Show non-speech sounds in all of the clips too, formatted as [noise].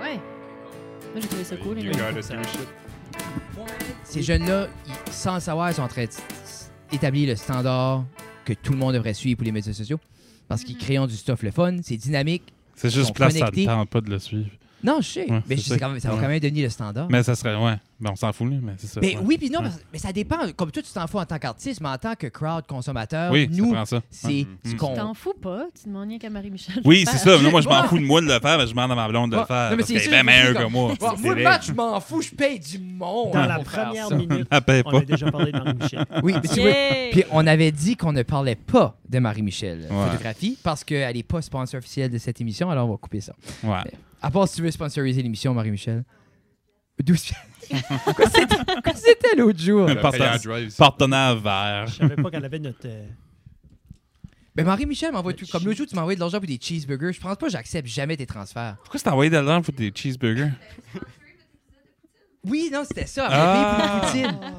Ouais. Moi, j'ai trouvé ça cool. You les gars. gotta do shit. Ces jeunes-là, ils- sans le savoir, ils sont en train d'établir le standard que tout le monde devrait suivre pour les médias sociaux. Parce Mm-hmm. qu'ils créent du stuff le fun, c'est dynamique. C'est sont juste place, ça ne connectés. tente pas de le suivre. Non, je sais. Ouais, mais je c'est sais ça. quand même- ça va Ouais. quand même devenir le standard. Mais ça serait, ouais. Ben, on s'en fout, là, mais c'est ça. Mais ouais. oui, puis non, Ouais. parce- mais ça dépend. Comme toi, tu t'en fous en tant qu'artiste, mais en tant que crowd consommateur, Oui, ça euh, nous, prend ça. c'est Ouais. ce Mm. qu'on. T'en fous pas? Tu demandes rien qu'à Marie-Michel. Oui, de c'est faire. ça. Moi, je m'en Ouais. fous de moi de le faire, mais je demande à ma blonde de Ouais. le faire. Non, mais parce c'est qu'elle est sûr, bien je me meilleure dis que comme- moi. Ouais, C'est moi, le vrai. match, je m'en fous, je paye du monde. Dans la pour faire première ça. minute, Elle paye on pas. a déjà parlé [laughs] de Marie-Michel. Oui, mais tu vois, Yay! Puis on avait dit qu'on ne parlait pas de Marie-Michel Ouais. Photographie parce qu'elle n'est pas sponsor officielle de cette émission, alors on va couper ça. Ouais. À part si tu veux sponsoriser l'émission, Marie-Michel. 12 [laughs] Quoi, c'était- quoi, c'était l'autre jour? Un Le partenaire- Payer Drive, ça. Partenaire vert. Je savais pas qu'elle avait notre. euh, Mais Marie-Michel m'envoie tout. Comme l'autre jour, tu m'envoies de l'argent pour des cheeseburgers. Je pense pas, j'accepte jamais tes transferts. Pourquoi t'as envoyé de l'argent pour des cheeseburgers? Oui, non, c'était ça. Ah. Mais oui, pour Poutine.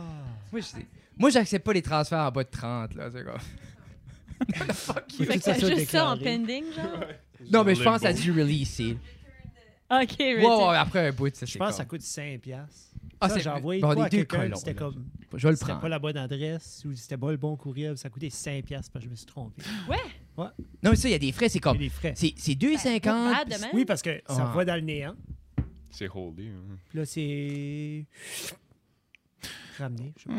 Moi, je- Moi, j'accepte pas les transferts en bas de 30. Là, c'est comme- [laughs] faut Fait que que c'est ça soit juste ça en déclaré. pending, genre. Non, mais je pense à du release. c'est- Ok, oui. Ouais, ouais, après un bout, ça, Je c'est pense que comme- ça coûte 5$. piastres. Ah, ça, c'est- j'ai envoyé bon, quoi les à deux quelqu'un, colons, puis c'était là. comme. Je vais le C'était prendre. pas la bonne adresse ou c'était pas le bon courriel. Ça coûtait 5$ piastres parce que je me suis trompé. Non, mais ça, il y a des frais, c'est Il y a comme. des frais. Ah. C'est Ah. c'est Ben, pas 2,50. bad, demain. Oui, parce que ça Ouais. va dans le néant. C'est holy. hein. Puis là, c'est. Ramener, je sais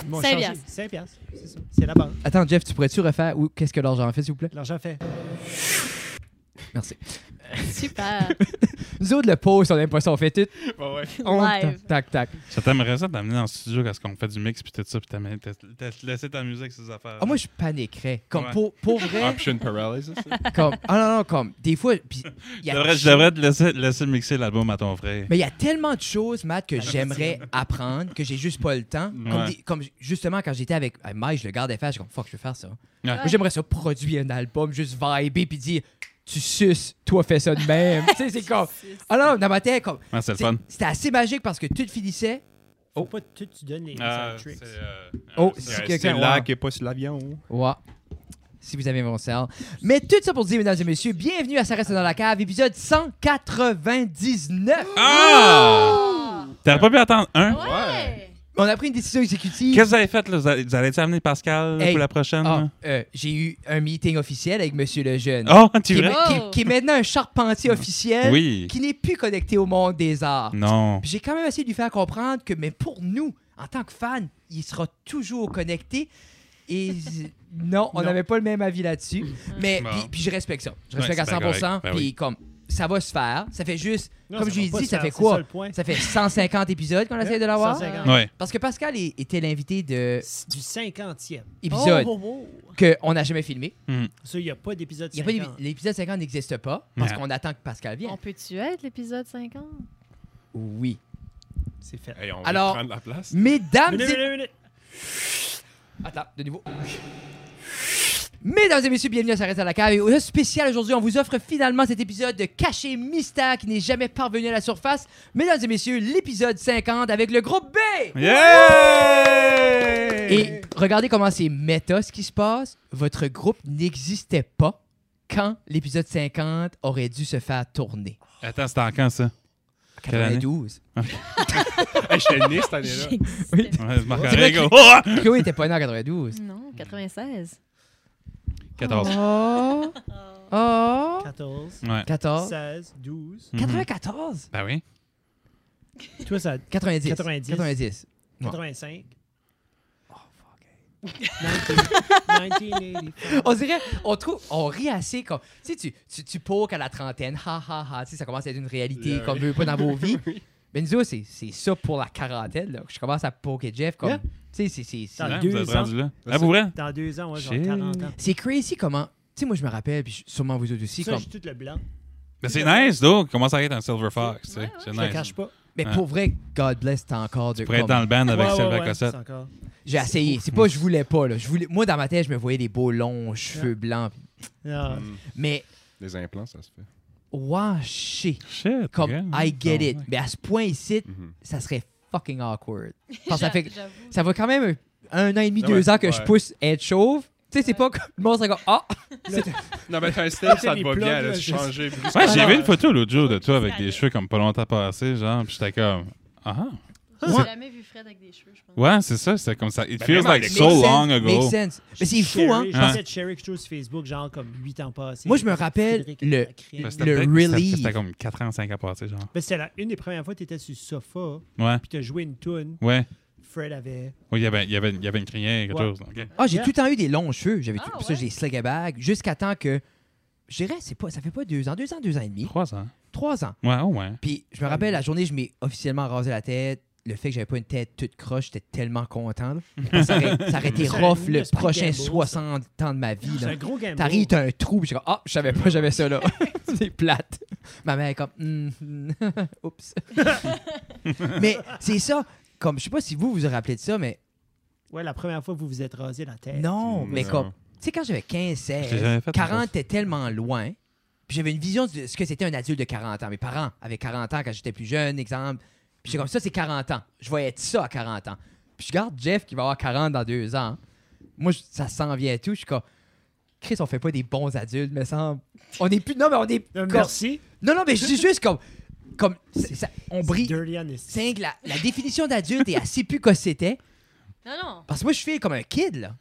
pas. Mon Hmm. Cinq changer. piastres. Cinq piastres, c'est ça. C'est la banque. Attends, Jeff, tu pourrais-tu refaire où qu'est-ce que l'argent fait, s'il vous plaît? L'argent fait. Merci. Super. Nous autres, le pause, on aime pas ça, on fait tout. Ouais, ouais. [laughs] On- Live. Tac, tac. Ça t'aimerait ça t'amener dans le studio parce qu'on fait du mix puis tout ça puis t'amener- t'as- t'as- te laisser t'amuser avec ces affaires. Ah, moi, je paniquerais. Comme Ouais. pour, pour vrai. [laughs] Option paralysis. hein. ça? comme... Ah non, non, comme. Des fois. [laughs] Pis, y je a devrais, je devrais te laisser, laisser mixer l'album à ton frère. Mais il y a tellement de choses, Matt, que j'aimerais apprendre, que j'ai juste pas le temps. Comme, Ouais. des- comme justement, quand j'étais avec euh, Mike, je le gardais faire, je suis comme, fuck, je vais faire ça. Moi, Ouais. j'aimerais ça produire un album, juste viber, puis dire, tu suces, toi, fais ça [laughs] de même. tu sais, c'est comme. Alors, dans ma tête, comme. Ouais, c'est le c'est- fun. C'était assez magique parce que tout finissait. Faut pas tout, tu donnes les Euh, les tricks. c'est, euh, Oh, euh, si c'est- quelqu'un- C'est ouais. là qui est pas sur l'avion. Ouais. Si vous avez mon cerveau. Mais tout ça pour dire, mesdames et messieurs, bienvenue à Ça reste dans la cave, épisode 199. Oh! Ah! T'aurais pas pu attendre un? Ouais. On a pris une décision exécutive. Qu'est-ce que vous avez fait? Là? Vous allez- vous allez-tu amener Pascal là, Hey. pour la prochaine? Ah, là? euh, j'ai eu un meeting officiel avec Monsieur Lejeune. Oh, tu qui, est, vrai? qui- qui est maintenant un charpentier officiel Oui. qui n'est plus connecté au monde des arts. Non. Puis J'ai quand même essayé de lui faire comprendre que, mais pour nous, en tant que fans, il sera toujours connecté. Et non, on Non. n'avait pas le même avis là-dessus. Mais Bon. puis, puis je respecte ça. Je Ouais, respecte à c'est bien 100%. correct. Ben puis oui. comme ça va se faire, ça fait juste, Non, comme ça je l'ai va pas dit, se ça faire, fait c'est ça quoi le point. Ça fait 150 épisodes qu'on essaie de l'avoir. 150. Ouais. Parce que Pascal est- était l'invité de C'est Du 50e. épisode Oh, oh, oh. qu'on n'a jamais filmé. Ça, il n'y a pas d'épisode Il y a pas 50. d'épi- L'épisode 50 n'existe pas parce Ouais. qu'on attend que Pascal vienne. On peut-tu être l'épisode 50? Oui. C'est fait. Hey, on Alors- va prendre la [laughs] place. Mesdames Minute, et... minute, minute. Attends, de nouveau. Mesdames et messieurs, bienvenue à Ça reste à la cave. Et au spécial aujourd'hui, on vous offre finalement cet épisode de Caché Mystère qui n'est jamais parvenu à la surface. Mesdames et messieurs, l'épisode 50 avec le groupe B. Yeah! Et regardez comment c'est méta ce qui se passe. Votre groupe n'existait pas quand l'épisode 50 aurait dû se faire tourner. Attends, c'était en quand, ça? Quelle année? 92. Hey, J'étais né cette année-là. J'existe. Ouais, Marc C'est vrai que- Aurèle, oh! Chloé était pas née en 92. Non, 96. 14. Oh. Oh. 14, Ouais. 14. 16, 12. Mhm. 94. Ben oui. Toi, ça. 90. 90. 90. Non. 85. Oh, fuck. 1985. On dirait, on trouve, on rit assez comme, tu sais, tu, tu, tu poques à la trentaine, ha ha ha, tu sais, ça commence à être une réalité Yeah, qu'on oui. veut pas dans vos vies. Mais nous autres, c'est c'est ça pour la quarantaine, là. que Je commence à poker Jeff comme, Yeah. tu sais, c'est- c'est- c'est- Ah, Hein, deux vous êtes ans. rendu là. Ça, Ah, pour vrai? Dans deux ans, ouais, genre Shit. 40 ans. c'est crazy comment, tu sais, moi je me rappelle, puis sûrement vous autres aussi, Ça, comme, j'ai tout le blanc. Ben c'est nice, donc. Commence à être un Silver Fox, tu sais. C'est Je le nice. cache pas. mais Ouais. pour vrai, God bless, t'as encore du Pour être comme- dans le band avec Ouais, Sylvain ouais, ouais, Cossette. c'est encore. J'ai essayé, c'est pas je voulais pas, là. Je voulais, moi dans ma tête, je me voyais des beaux longs cheveux blancs, puis- Ah, Hmm. Mm. mais Les implants, ça se fait. washé, Shit. comme, ok. I get it. Ouais. Mais à ce point ici, Hmm. Mhm. ça serait fucking awkward. Parce que ça fait [laughs] J'avoue. ça va quand même un an et demi, Ah deux ouais, ans que je ouais. pousse être chauve, Tu sais, c'est pas comme le monde serait comme Ah, Non, mais t'as un style, ça Les te va plugs, bien, là, là, tu juste- changer Euh, Ouais, j'ai Alors, vu une photo l'autre jour de toi avec ça des allait. cheveux comme pas longtemps passés, genre, puis j'étais comme. Ah, J'ai jamais vu Fred avec des cheveux, je pense. ouais, c'est ça, c'était comme ça. It Ben, feels vraiment, like les so Makes long sense, ago. Makes sense. Mais c'est fou, hein? J'ai Hein? essayé de share quelque chose sur Facebook, genre comme 8 ans passés. Moi, je me rappelle Frédéric le- Lacré. Ben, c'était Le peut-être- c'était- relief. C'était comme 4 ans, 5 ans passés, genre. Ben, c'était la- une des premières fois que tu étais sur le sofa, Ouais, puis tu as joué une tune. ouais. Fred avait. Oui, il y avait, il y avait, il y avait une crinière, quelque Ouais. chose. ok. Ah, j'ai Yeah. tout le temps eu des longs cheveux. J'avais Ah, tout- pour ça, ouais? j'ai des slick à bague jusqu'à temps que. Je dirais, c'est pas, ça fait pas deux ans, deux ans, deux ans et demi, 3 ans. trois ans. Ouais, au moins. Puis je me rappelle la journée, je m'ai officiellement rasé la tête. Le fait que j'avais pas une tête toute croche, j'étais tellement content. là. Parce que ça, aurait, ça aurait été Ça rough nous le explique prochain Gamble, ça. 60 ans de ma vie. C'est là. un gros game. T'arrives, t'as un trou, puis je suis comme, ah, je savais pas, j'avais ça là. [laughs] c'est plate. Ma mère est comme, Hum, hum, [laughs] oups. mais c'est ça, comme, je sais pas si vous vous vous rappelez de ça, mais Ouais, la première fois que vous vous êtes rasé la tête. non, mais Non. comme, tu sais, quand j'avais 15, Eh, Je l'ai 16, jamais fait, 40 moi. était tellement loin, puis j'avais une vision de ce que c'était un adulte de 40 ans. Mes parents avaient 40 ans quand j'étais plus jeune, exemple. Puis j'étais comme, ça, c'est 40 ans. Je voyais ça à 40 ans. Puis je regarde Jeff qui va avoir 40 dans deux ans. Moi, je- ça s'en vient et tout. Je suis comme, Chris, on fait pas des bons adultes, me semble. On est plus. Non, mais on est. Euh, comme- Merci. non, non, mais je dis juste comme. comme ça- ça- on C'est brille. Dirty Honest. C'est que la, la définition d'adulte est assez plus que c'était. Non, non. Parce que moi, je suis comme un kid, là. Non,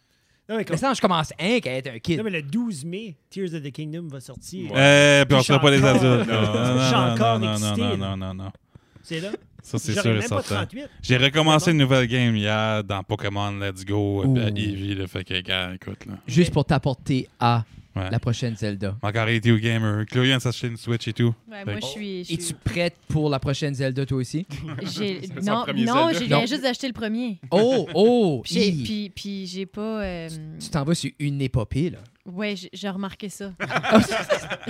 mais Mais comme- ça, je commence hein, qu'à être un kid. non, mais le 12 mai, Tears of the Kingdom va sortir. Eh, puis on Je suis sera pas les encore- adultes. [laughs] Non, je suis Non, non, non, encore non, excité, non, là. non, non, non. C'est là. Ça, [laughs] c'est J'aurais sûr et même pas certain. 38. J'ai recommencé une nouvelle game hier dans Pokémon Let's Go Ouh. euh, à Eevee, le fait que, gars, écoute, là. Juste pour t'apporter à Ouais. la prochaine Zelda. Encore été au gamer. Chloé vient de s'acheter une Switch et tout. Ouais, Fait moi, que- je suis. je Es-tu suis- prête pour la prochaine Zelda, toi aussi? [laughs] j'ai- C'est son Non, premier non, Zelda. j'ai viens Non. juste d'acheter le premier. Oh, oh! Puis, j'ai- hi. puis, puis j'ai pas. euh, Tu t'en vas sur une épopée, là. Ouais, j'ai- j'ai remarqué ça. [laughs]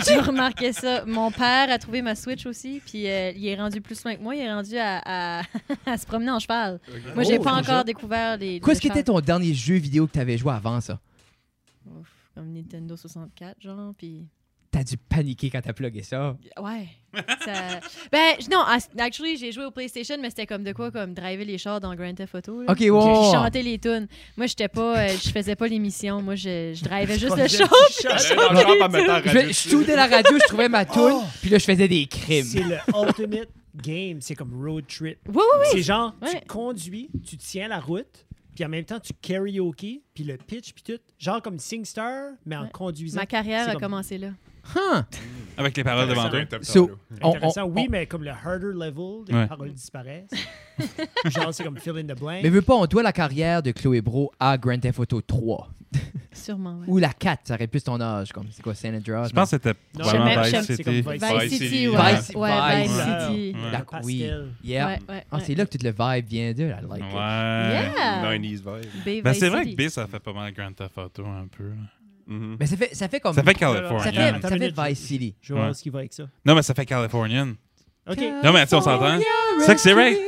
j'ai remarqué ça. Mon père a trouvé ma Switch aussi, puis euh, il est rendu plus loin que moi. Il est rendu à, [laughs] à- à se promener en cheval. Moi, j'ai Oh, pas déjà. encore découvert les. Qu'est-ce le qui était cheval. ton dernier jeu vidéo que t'avais joué avant ça? Ouf, Comme Nintendo 64, genre, puis. T'as dû paniquer quand t'as plugué ça. Ouais. Ça- Ben, j- non, as- actually, j'ai joué au PlayStation, mais c'était comme de quoi, comme driver les chars dans Grand Theft Auto. là. Ok, Puis wow. chanter les tunes. Moi, j'étais pas, euh, je faisais pas l'émission. Moi, je, je drivais juste le Projet show. [laughs] du Ah, ben, chat. non, genre, en mettant Je, radio vais- je dessus. tournais la radio, je trouvais ma toune, Oh! puis là, je faisais des crimes. C'est [laughs] le ultimate game. C'est comme road trip. Oui, oui, oui. C'est genre, Ouais. tu conduis, tu tiens la route, puis en même temps, tu karaoke, puis le pitch, puis tout. Genre comme SingStar, mais en Ouais. conduisant. Ma carrière C'est a comme- commencé là. Huh. Avec les Ah, paroles Ah, devant toi. So, on- Intéressant, on- oui, on- mais comme le harder level, les Ouais. [laughs] paroles disparaissent. genre, c'est comme fill in the blank. Mais veux pas, on doit la carrière de Chloé Bro à Grand Theft Auto 3. Sûrement, ouais. Ou la 4, ça aurait plus ton âge, comme c'est quoi, San Andreas? Je pense que c'était Non, j'aime- vraiment j'aime- Vice c'est comme City. Vice- Vice Vice City, City, ouais. Vice- ouais, Vice Vice- City. Ouais. Ouais, La- Pastel. oui. Yeah. ouais, ouais. Ah, c'est là que tout le vibe vient de. I like it. Ouais. Yeah! B, Ben, Vice c'est vrai que City. B, ça fait pas mal Grand Theft Auto un peu. là. Hmm. Mais ça fait, ça fait comme. Ça fait ça Yeah. Californian. fait, Attends ça une fait minute. Vice City. Je vais voir Ouais. ce qui va avec ça. Non, mais ça fait Californian. OK. Non, mais tu sais, on s'entend. C'est que c'est vrai.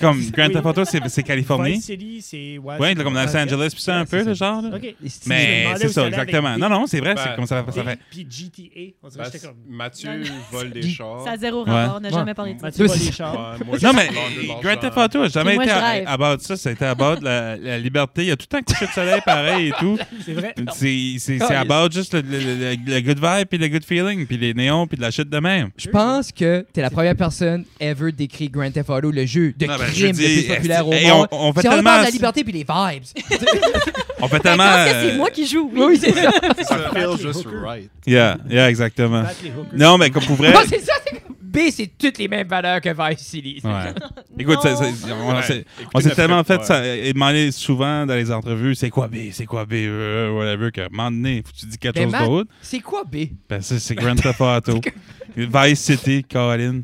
Comme Grand Oui. Theft Auto, c'est c'est Vice Californie. City, c'est. Ouais, c'est- là, comme Los Ouais, Angeles, puis ça un ouais, peu, c'est le ça. genre. là. OK. Les styles. Mais demandais c'est où ça ça, allait avec exactement. B. Non, non, c'est vrai, Ben, c'est comme ça, ça fait. Et- Puis GTA, on dirait que Bah, j'étais comme. Mathieu Non, non. vole des Dis- chars. Ça a zéro Ouais. rapport, on n'a Ouais. jamais parlé de ça. Mathieu, Ouais, pas les c'est- chars. [laughs] Ouais, moi, Non, je- mais Vendeur d'argent. Grand Theft Auto a jamais Puis moi, été je à- drive. about ça. C'était about la, la liberté. Il y a tout le temps couché de soleil pareil et tout. C'est vrai. C'est c'est- c'est Ah, about juste le, le- le- le good vibe puis le good feeling puis les néons puis de la shit de même. Je pense que t'es la première personne ever décrit Grand Theft Auto, le jeu de Non, ben, je crime le dis, plus populaire au hey, monde. on- on fait Si on tellement- parle de la liberté puis les vibes. On fait Ben, tellement. parce que c'est euh, moi qui joue. [laughs] oui, c'est ça. Ça Battle feel just Hooker. right. Yeah, yeah, exactement. Battre les hookers. Non, mais comme pour vrai. Non, c'est ça. c'est comme- B, c'est toutes les mêmes valeurs que Vice City. C'est Ouais. ça. Écoute, ça- ça- on, Ouais, s'est- écoutez on s'est la tellement prep, fait ça, et demander souvent dans les entrevues c'est quoi B, c'est quoi B, euh, whatever, que à un moment donné, faut que tu dis quelque Ben, chose Matt- d'autre. C'est quoi B? Ben, ça, c'est Grand Theft Auto. Vice City, Caroline,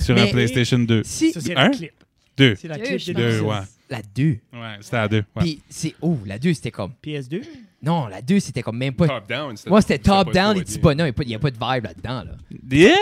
sur un Mais- PlayStation 2. Si. Ça, c'est Un? la clip. 2. C'est la Deux, clip je de pense. Deux, Nexus. ouais. La 2. Ouais, c'était à 2. Ouais. Puis c'est. Oh, la 2, c'était comme. PS2. Non, la 2, c'était comme même pas. Top down. Moi, c'était top down, les les petits bonhommes. Il n'y a pas de vibe là-dedans. Là. Yeah!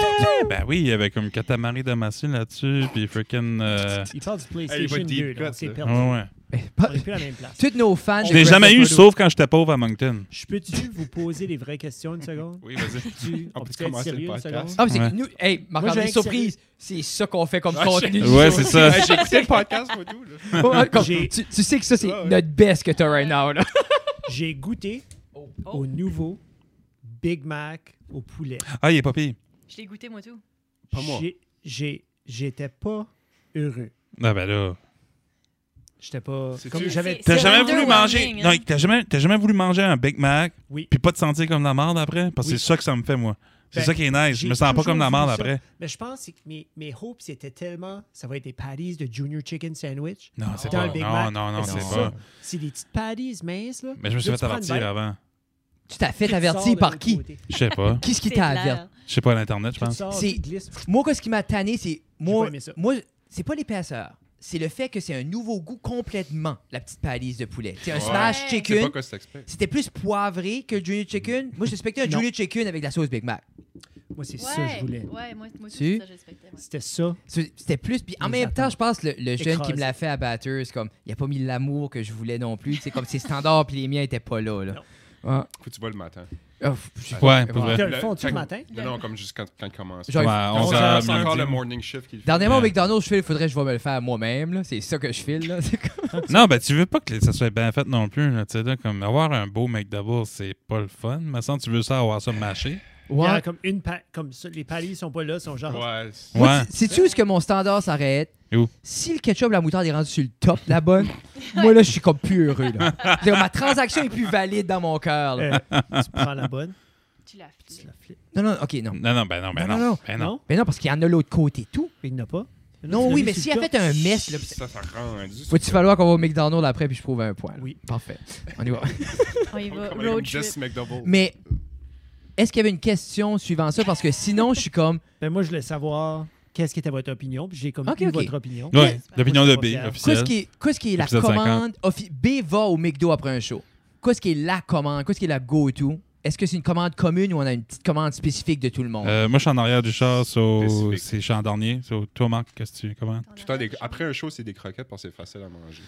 Ben oui, il y avait comme Katamari Damacy là-dessus, puis freaking. euh, Il parle du PlayStation va deep 2. là, cut, on s'est là. perdu. Ouais, ouais. Mais On pas- n'est plus à la même place. Toutes nos fans. Je l'ai de jamais Grand eu, Theft Auto- sauf quand j'étais pauvre à Moncton. [laughs] Je peux-tu vous poser les vraies questions une seconde? Oui, vas-y. [laughs] Tu- On On peut peut-être commencer le sérieux une podcast? seconde? Ah, mais c'est Ouais. que nous. Hey, Moi, j'ai Marc-André, un surprise. C'est ça qu'on fait comme Ah, contenu. j'ai- Ouais, c'est ça. Hey, J'ai écouté le podcast, moi, tout. là. Ouais, comme- J'ai- tu, tu sais que ça, c'est Ouais, ouais. Oh! notre best que t'as right now. Là. J'ai goûté Oh, au nouveau Big Mac au poulet. Ah, il est pas pire. Je l'ai goûté, moi, tout. Pas moi. J'ai- j'ai- J'étais pas heureux. Ah, ben là. J'étais pas. C'est-tu- Comme j'avais. C'est T'as jamais voulu underwhelming, manger. hein. Non, t'as jamais, t'as jamais voulu manger un Big Mac Oui. puis pas te sentir comme la merde après? Parce que Oui. c'est ça que ça me fait, moi. C'est Ben, ça qui est nice. Je j'ai me sens pas toujours comme la merde voulu ça. après. Mais je pense que mes, mes hopes étaient tellement. Ça va être des patties de Junior Chicken Sandwich. Non, c'est Dans pas. le Big Non, Mac, non, non, c'est c'est ça. pas. C'est des petites patties minces, là. Mais je me suis Là, fait tu prends une avertir bite, avant. Tu t'as tu fait te avertir sors de par l'autre qui? côté. Tu Je sais pas. Qu'est-ce qui C'est t'a clair. averti? Je sais pas à l'Internet, je te pense. sors, C'est- tu glisses. Moi, qu'est-ce qui m'a tanné, c'est. Moi, pas aimé ça. moi c'est pas l'épaisseur. C'est le fait que c'est un nouveau goût complètement, la petite palisse de poulet. C'est un Ouais. smash C'est chicken. pas quoi c'est exprès. C'était plus poivré que le junior chicken. Moi, je respectais un Non. junior chicken avec de la sauce Big Mac. Moi, c'est ça que je voulais. Ouais, moi, moi tout, Tu- c'est ça, je respectais. ouais. C'était ça. C'est- C'était plus. Puis en Les même temps, attentes. je pense le, le jeune qui me Écrasé. l'a fait à Batters, comme il a pas mis l'amour que je voulais non plus. C'est comme ses standards puis les miens étaient pas là. là. Ouais. Faut que tu vois le matin. Ah, pff, je sais pas. Ouais, pour vrai. T'as le fond-tu Fait- le matin? Non, non, comme juste quand, quand il commence. Genre, Ouais, On on sent s'en- c'est encore midi. le morning shift qu'il fait. Dernièrement, au Ouais. McDonald's, je fais, il faudrait que je vais me le faire moi-même. là. C'est ça que je file. là. [laughs] C'est comme- Non, ben tu veux pas que ça soit bien fait non plus. là. Tu sais, là, comme avoir un beau McDouble, c'est pas le fun. Mais sans tu veux ça avoir ça mâché. Il y en Ouais. a comme une pa- comme ça, les paliers sont pas là, sont genre. Ouais. c'est- Ouais. Moi, sais-tu où est-ce que mon standard s'arrête? Où? Si le ketchup, la moutarde est rendu sur le top, la [laughs] bonne, moi là, je suis comme plus heureux. Là. C'est-à-dire, ma transaction est plus valide dans mon cœur. là. euh, tu prends la bonne, Tu l'as fait. tu la flippes. Non, non, ok, non. Non, non, ben non, ben Non, non. non, non. Ben non. Non? Mais non, parce qu'il y en a l'autre côté tout. Il n'y en a pas. Non, oui, mais s'il a fait un mess, là, Ça, ça rend rendu. faut-il falloir qu'on va au McDonald's après puis je prouve un point? là? Oui. Parfait. On y va. On y va, Comme road un trip. Jess McDouble. Mais est-ce qu'il y avait une question suivant ça? Parce que sinon, je suis comme. Mais Ben, moi, je voulais savoir qu'est-ce qui était votre opinion, puis j'ai comme Ok, eu ok. votre opinion. Ouais, Ouais. l'opinion de Moi, je suis B, pas fier. Qu'est-ce officielle. qui est, qu'est-ce qui est la Épisode commande? offi- B va au McDo après un show. Qu'est-ce qui est la commande? Qu'est-ce qui est la go-to? Est-ce que c'est une commande commune ou on a une petite commande spécifique de tout le monde? Euh, moi, je suis en arrière du char, so- Spécifique. c'est je suis en dernier. So, toi, Marc, qu'est-ce que tu commandes? Ton Tout le temps, des- arrêt, Après un show, c'est des croquettes parce que c'est facile à manger.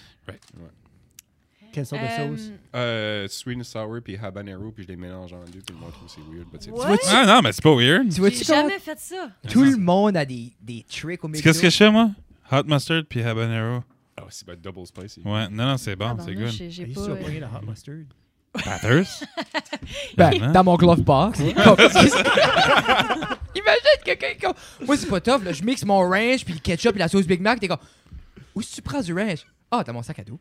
Quelle sorte Euh, de sauce? Euh, sweet and sour puis habanero puis je les mélange en deux puis le monde trouve que c'est weird. but c'est- What? vois-tu- Ah non, mais c'est pas weird. tu J'ai vois-tu comment jamais fait ça. tout le monde a des, des tricks au Tu sais McDo? Qu'est-ce que je fais, moi? Hot mustard puis habanero. Ah, c'est ben double spicy. Ouais, non, non, c'est bon, Ah, c'est Tabarnouche, good. Ah, j'ai- J'ai J'ai pas. pas euh, pogné la hot mustard. Batters? Ben, Vraiment? dans mon glove box. Hein? Comme- [laughs] Imagine quelqu'un comme. Moi, c'est pas tough, là. Je mixe mon ranch, puis le ketchup, puis la sauce Big Mac. T'es comme. Où est-ce que tu prends du ranch? Ah, dans mon sac à dos.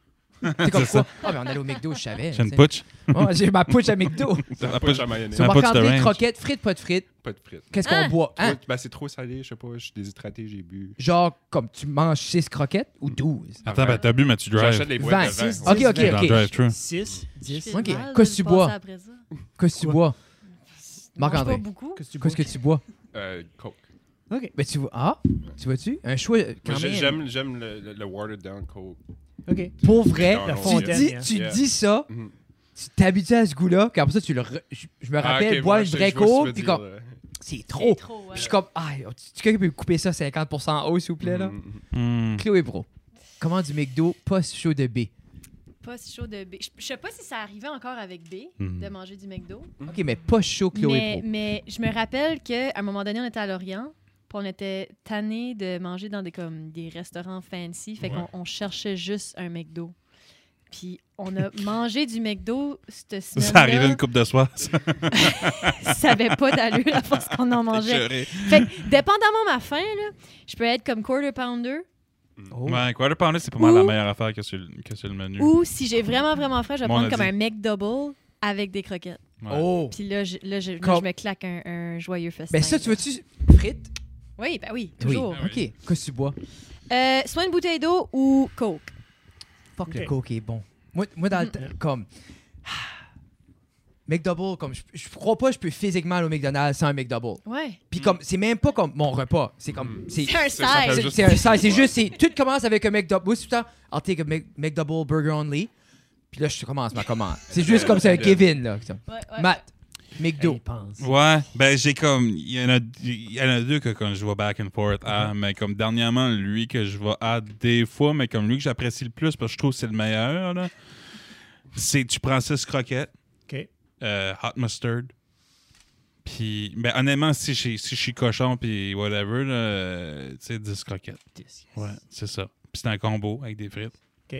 T'es comme C'est quoi? Ah, mais on allait au McDo, je savais. J'ai une tu sais. putsch. Ouais, J'ai ma pouche [laughs] à McDo. Ça pas de mayonnaise, Si on Ma va pouche de prendre des ranch. croquettes, frites, pas de frites. pas de frites. Qu'est-ce qu'on Hein? boit? Hein? Trop- Ben, c'est trop salé, je sais pas, je suis déshydraté, j'ai bu. Genre, comme tu manges 6 croquettes ou 12? Attends, ben t'as bu, mais tu drives. J'achète les boîtes de 20. vin. Ok, ok, Dans le ok. drive-thru. 6, je 10. fais Ok. mal de Qu'est-ce que tu passer bois? après ça. Qu'est-ce que tu bois? Marc-André. Je mange pas beaucoup. Qu'est-ce que tu bois? Qu'est-ce que tu bois? Euh, Coke. OK. Ben, tu vois. Ah? Tu vois-tu? Un choix euh, Moi, quand j'ai- même. J'aime j'aime le, le- le watered down Coke. OK. Pour vrai, Non, non, tu, c'est- dis, tu Yeah. dis ça, Mhm. tu t'habitues à ce goût-là, puis après ça, tu le re- je, je me Ah, rappelle, ok, boire ouais, une je- vraie je vois ce que tu coke, veux puis dire, comme, là. c'est C'est trop. Puis trop, ouais. je suis comme, ah, tu, tu quelqu'un peut me couper ça 50% hausse, s'il vous plaît, là? Mm, mm, Hmm. Chloé Bro, comment du McDo post-show de B? Pas si chaud de B. Je- Je sais pas si ça arrivait encore avec B Mhm. de manger du McDo. OK, mais post-show Chloé mais, Pro. mais je me rappelle qu'à un moment donné, on était à Lorient, puis on était tanné de manger dans des, comme, des restaurants fancy, fait Ouais. qu'on on cherchait juste un McDo. Puis [laughs] on a mangé du McDo cette semaine. Ça arrive une coupe de soir. [laughs] ça. Ça avait pas d'allure à force [laughs] qu'on en mangeait. Écœuré. Fait que, dépendamment de ma faim, là, je peux être comme quarter pounder, Oh. Ouais, un Ben, quarter pounder, c'est pas mal la Ou- meilleure affaire que sur le, que sur le menu. ou si j'ai vraiment, vraiment faim, je vais Bon, on prendre a comme dit. un McDouble avec des croquettes. Ouais. Oh! Puis là, je, là, je, là, je Comme- me claque un, un joyeux festin. Ben ça, tu veux-tu frites? Oui, ben oui, toujours. Ah OK, qu'est-ce que tu bois? Euh, soit une bouteille d'eau ou Coke. Fuck, le Ok. coke est bon. Moi, moi dans le temps, comme... ah, McDouble, comme je, je crois pas que je peux physiquement aller au McDonald's sans un McDouble. Ouais. Puis comme c'est même pas comme mon repas, c'est comme c'est C'est un ça s'appelle side. C'est- C'est un side. C'est juste, c'est tout commence avec un McDouble. Moi, c'est tout le temps, I'll take a Mc- McDouble burger only. Puis là, je commence ma commande. C'est juste comme c'est un Kevin, là. ça. Ouais, ouais. Matt, Elle McDo. y pense. Ouais, ben j'ai comme. Il y, en a, il y en a deux que quand je vois back and forth Uh-huh. à, mais comme dernièrement, lui que je vois à des fois, mais comme lui que j'apprécie le plus parce que je trouve que c'est le meilleur, là, c'est tu prends six croquettes, OK. euh, hot mustard. Puis, ben honnêtement, si je si je suis cochon, puis whatever, là, euh, tu sais, 10 croquettes. Ouais, c'est ça. Puis c'est un combo avec des frites. OK.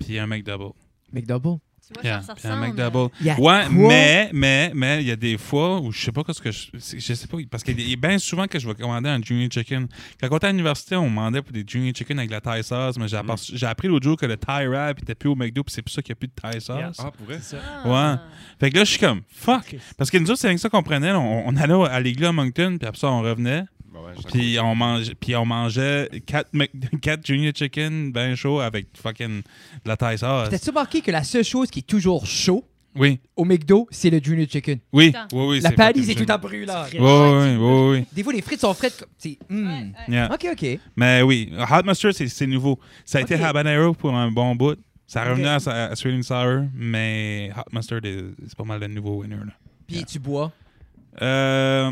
Puis un McDouble. McDouble. Tu vois, Yeah, ça, puis ça un ressemble. McDouble. Il y a Ouais, quoi? mais, mais, mais, il y a des fois où je sais pas qu'est-ce que je. c'est- Je sais pas, parce qu'il y a bien souvent que je vais commander un Junior Chicken. Quand on était à l'université, on demandait pour des Junior Chicken avec de la Thai sauce, mais j'ai Mm. appar- j'ai appris l'autre jour que le Thai wrap était plus au McDo, puis c'est pour ça qu'il n'y a plus de Thai sauce. Yeah. Ah, Ah, pour vrai? Ah. Ouais. Fait que là, je suis comme, fuck! Parce que nous autres, c'est rien que ça qu'on prenait. là. On, on allait à l'église à Moncton, puis après ça, on revenait. Bon, ben, je sens Puis on mangeait, puis on mangeait 4, [laughs] Junior Chicken ben chaud avec fucking de la Thai sauce. T'as-tu remarqué que la seule chose qui est toujours chaud Oui, au McDo, c'est le Junior Chicken? oui, Putain. oui, oui. la c'est palise est fucking tout en brûlante. Oui, oui, oui, oui. Des fois, les frites sont frites. comme- C'est. Ouais, hmm. ouais. Yeah. Ok, ok. Mais oui, Hot Mustard, c'est- c'est nouveau. Ça a Ok. été Habanero pour un bon bout. Ça revenait Ok. à, à Sweet and Sour, mais Hot Mustard, est- c'est pas mal le nouveau winner. Là. Puis tu bois. Euh,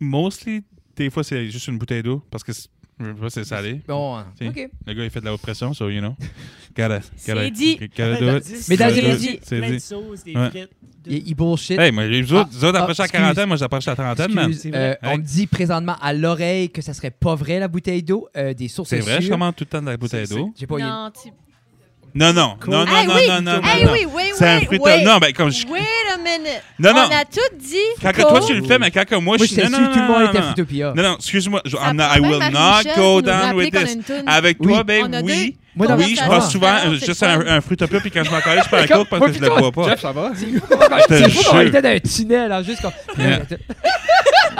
mostly, des fois, c'est juste une bouteille d'eau parce que c'est- je sais pas, c'est salé. Bon, hein. Si. ok. Le gars, il fait de la haute pression, so you know. Gotta, gotta, C'est dit. gotta do it. [laughs] Mesdames et Gotta do messieurs, it. C'est Plein de dit. sauces, des Ouais. frites. de- Il, il bullshit. Hey, moi, les autres, les autres Ah, approchent la excuse. quarantaine, moi, j'approche la trentaine, man. Excuse, man. euh, C'est vrai. On me dit présentement à l'oreille que ça serait pas vrai la bouteille d'eau, euh, des sources C'est vrai, je sûres. commande tout le temps de la bouteille d'eau. J'ai pas eu- Non, tu... Non, non, non, non, Hey, oui. non, non, non, Hey, Ah, non. oui, oui, oui. C'est un fruit. oui. Non, ben, comme je. Wait a minute. Non, non. On a tout dit. Quand que Coke. toi, tu le fais, mais quand que moi, Moi, je je suis. sais Non, sûr non, non, tout le monde non, était non. Futopia. Non, non, excuse-moi. je- Ça I'm not- prend I bien will not Marie-Michel go qui nous a down rappelé with qu'on a this. une toune. Avec Oui. toi, ben On a oui. deux Moi, dans Oui, je conversations pense souvent euh, différentes, juste c'est à un, fun. un fruit topia, puis quand je m'en calais, je prends un coke parce Moi, que je le putain, bois pas. Jeff, ça va? C'est te fou qu'on jure. était dans un tunnel, hein, juste comme... Yeah.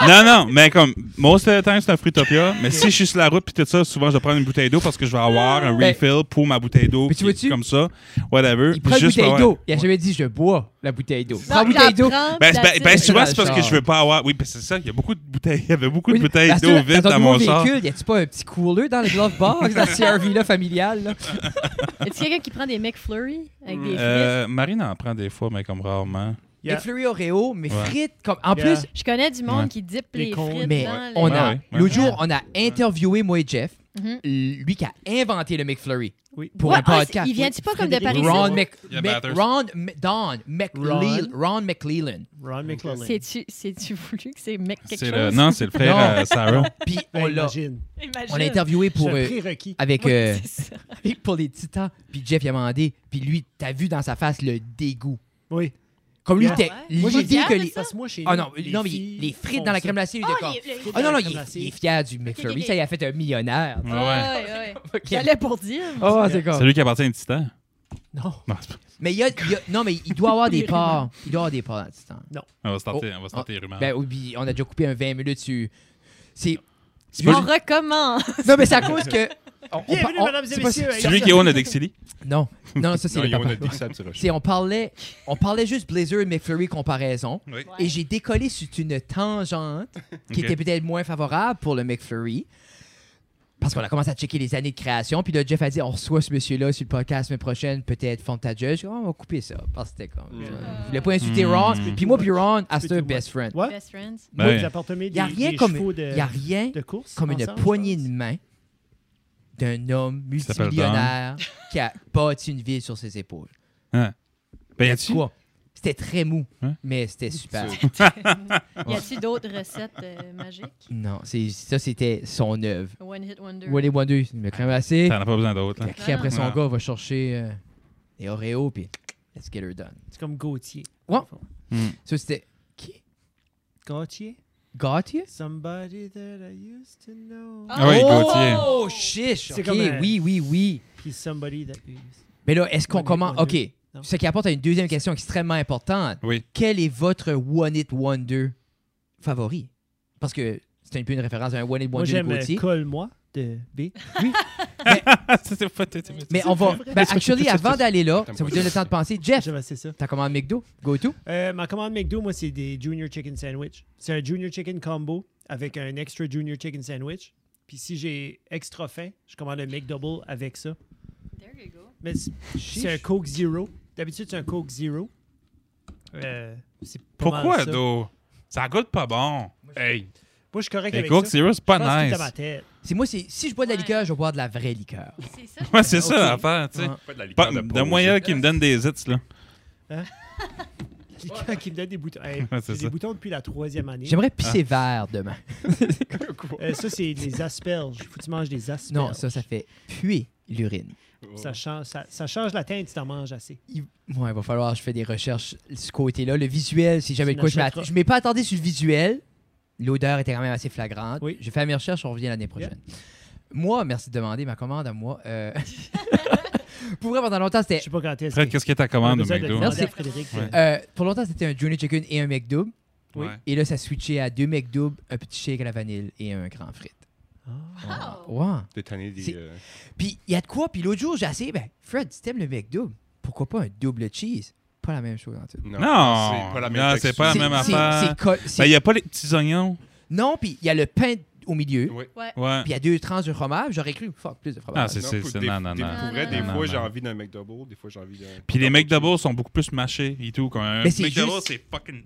Non, non, mais comme, most of the time, c'est un fruitopia. mais si je suis sur la route puis tout ça, souvent, je vais prendre une bouteille d'eau parce que je vais avoir un Ben, refill pour ma bouteille d'eau. mais tu qui- vois-tu? Comme ça, whatever. Il prend une Juste pour bouteille avoir- d'eau. Il a jamais dit, je bois la bouteille d'eau. Non, Prends la bouteille d'eau. j'apprends, Ben, puis ben, that's ben, it. souvent, c'est parce Dans que le je char. veux pas avoir. Oui, ben, c'est ça, il y a beaucoup de bouteilles. Il y avait beaucoup de Oui, bouteilles parce que d'eau dans vides ton dans nouveau mon char. véhicule, y a-tu pas un petit cooler dans le glove box, dans ce CRV-là familial? là? Y a-t-il quelqu'un qui prend des McFlurry avec des frites? Euh, Marine en prend des fois, mais comme rarement. Yeah. Les flurries Oreo, mais Ouais. frites comme... En Yeah. plus, Je connais du monde Ouais. qui dippe Les les cons. frites mais dans on les... a... Ouais, ouais. L'autre jour, on a interviewé, moi et Jeff, Mhm. lui qui a inventé le McFlurry Oui. pour Ouais, un ah, podcast. Il vient-tu pas comme de Frédéric Paris? Ron, Ron Mc, Yeah, Mc- Bathurst. Ron, Mc- Don, McLeal, Ron McLean. Ron McClellan. C'est-tu c'est-tu voulu que c'est mec quelque C'est chose? le- non, c'est le frère Non. euh, [laughs] Sarah. [laughs] Puis Ben, on l'a imagine. Imagine. on l'a interviewé pour C'est un euh, prérequis. avec euh, Ouais, c'est ça. [laughs] pour les Titans. Puis Jeff il a demandé. Puis lui, t'as vu dans sa face le dégoût. Oui. Comme lui, Yeah. t'es Ah ouais? Moi, j'ai l'idée dit que fier de les. ça. Parce que moi, chez Ah nous, non, non, mais filles les frites font dans la ça. crème glacée, il Oh, était comme. il- il- Frites Ah non, dans non, la il crème est, glacée. il est fier du McFlurry. ok. Ça, il a fait un millionnaire. Ouais. Ah, ouais, ouais. Ok. J'allais pour dire. Ah, Oh, c'est comme. C'est lui qui appartient à un titan. Non. Non, c'est pas- Mais il y a, il y a- Non, mais il doit avoir des parts. Il doit avoir des parts dans le Titan. On va se tenter, on va se tenter les rumeurs. Ben, oui, puis on a déjà coupé un 20 minutes sur. C'est. C'est On pas lui- recommence. Non, mais c'est à cause que. on- on- Bienvenue, on- mesdames et c'est pas- messieurs. euh, c'est lui qui own le Dexili. Non, non, ça, c'est Non, le il y a papa. un dit que ça, tu rushes. C'est- on parlait, on parlait juste Blizzard et McFlurry comparaison. Oui. Et j'ai décollé sur [laughs] une tangente qui Ok. était peut-être moins favorable pour le McFlurry. Parce qu'on a commencé à checker les années de création. Puis là, Jeff a dit on reçoit ce monsieur-là sur le podcast la semaine prochaine, peut-être Fantasia. Je dis, Oh, on va couper ça. Parce que c'était comme. Mm. Je voulais pas insulter Mm. Ron. Mm. Puis moi, puis Ron, à Tu ce peux tout best friend. Ouais. [laughs] Best friends. Moi, Ben, vous apportez Il n'y a des- rien des comme, chevaux il y a de, rien de course. comme une ensemble, poignée je de pense. main d'un homme s'appelle Don. multimillionnaire qui a bâti une ville sur ses épaules. ben, y Y a-tu- quoi? C'était très mou, Hein? mais c'était super. [laughs] Y a-t-il d'autres recettes euh, magiques? Non, c'est- ça, c'était son œuvre. One hit wonder. Wally Wonder, il m'a quand même assez. T'en as pas besoin d'autres. Il là. a crié après son Ah. Ouais. gars, va chercher euh, des Oreos, puis let's get her done. C'est comme Gauthier. Ouais. Enfin, Ça, c'était. Qui? Gauthier? Gauthier? Somebody that I used to know. Ah. Ah oui, Gauthier. Oh, chiche! C'est Ok, comme, euh, oui, oui, oui. Puis somebody that you used Mais là, est-ce qu'on One hit commence. Ok. wonder. Non. Ce qui apporte à une deuxième question extrêmement importante. Oui. Quel est votre One It Wonder favori? Parce que c'était un peu une référence à un One It Moi, Wonder de j'aime euh, Gauthier. Colle-moi de B. C'était Ah, pas- t'étais- t'étais- Mais on va. Ben, actually, avant d'aller là, T'aimes ça vous pas donne ça. le temps de penser. Jeff, J'aime assez ça. ta commande McDo? Go to? Euh, ma commande McDo, moi, c'est des Junior Chicken Sandwich. C'est un Junior Chicken Combo avec un extra Junior Chicken Sandwich. Puis si j'ai extra faim, je commande un McDouble avec ça. There you go. Mais c'est- c'est un Coke Zero. D'habitude, c'est un Coke Zero. Euh, c'est pas mal Pourquoi, ça. Do? Ça goûte pas bon. Hey, Moi, je suis correct les avec Coke ça. Zero, c'est pas Je pense que c'est nice. dans ma tête. C'est moi, c'est si je bois de la Ouais. liqueur, je vais boire de la vraie liqueur. C'est ça. Ouais, c'est ça Ok. l'affaire, tu sais. Ouais. Pas de la Pas- liqueur de De pause. moyen qui me donne des hits, là. Les gars qui me donnent des boutons. Hey, [laughs] Ouais, c'est j'ai des ça. boutons depuis la troisième année. J'aimerais pisser vert demain. Euh, ça, c'est des asperges. Faut que tu manges des asperges. Non, ça, ça fait puer l'urine. Ça, change, ça, ça change la teinte si t'en manges assez. Il... Ouais, il va falloir que je fais des recherches de ce côté-là. Le visuel, si jamais Tu de quoi je n'achèteras- m'attends. Je m'ai pas attardé sur le visuel. L'odeur était quand même assez flagrante. Oui. J'ai fait mes recherches, on revient l'année prochaine. Moi, merci de demander ma commande à moi. [laughs] euh, [laughs] Pour vrai, pendant longtemps, Je c'était. sais pas quand est-ce Fred, que- qu'est-ce que ta on a commande de besoin de McDo? demander à Merci. Frédéric. Ouais. euh, pour longtemps, c'était un Junior Chicken et un McDouble. Oui. Ouais. Et là, ça switchait à deux McDouble, un petit shake à la vanille et un grand frite. Ah. Wow. T'es tanné des. C'est- euh, Puis il y a de quoi. Puis l'autre jour, j'ai essayé. Ben, Fred, si t'aimes le McDouble, pourquoi pas un double cheese Pas la même chose en tout. Non, Non, c'est pas la même non, texture. c'est pas la C'est- même c'est- affaire. c'est col- c'est- Ben, il n'y a pas les petits oignons. Non, puis il y a le pain au milieu. Oui. Ouais. Puis il y a deux tranches de fromage. J'aurais cru, fuck, plus de fromage. Ah, c'est Non, c'est- faut- c'est- des- non, non, des- non. Pour vrai, Non, des non, fois, non. j'ai envie d'un McDouble, des fois, j'ai envie d'un. Puis les McDoubles sont beaucoup plus mâchés et tout. Quand un Mais c'est McDouble, juste- c'est fucking.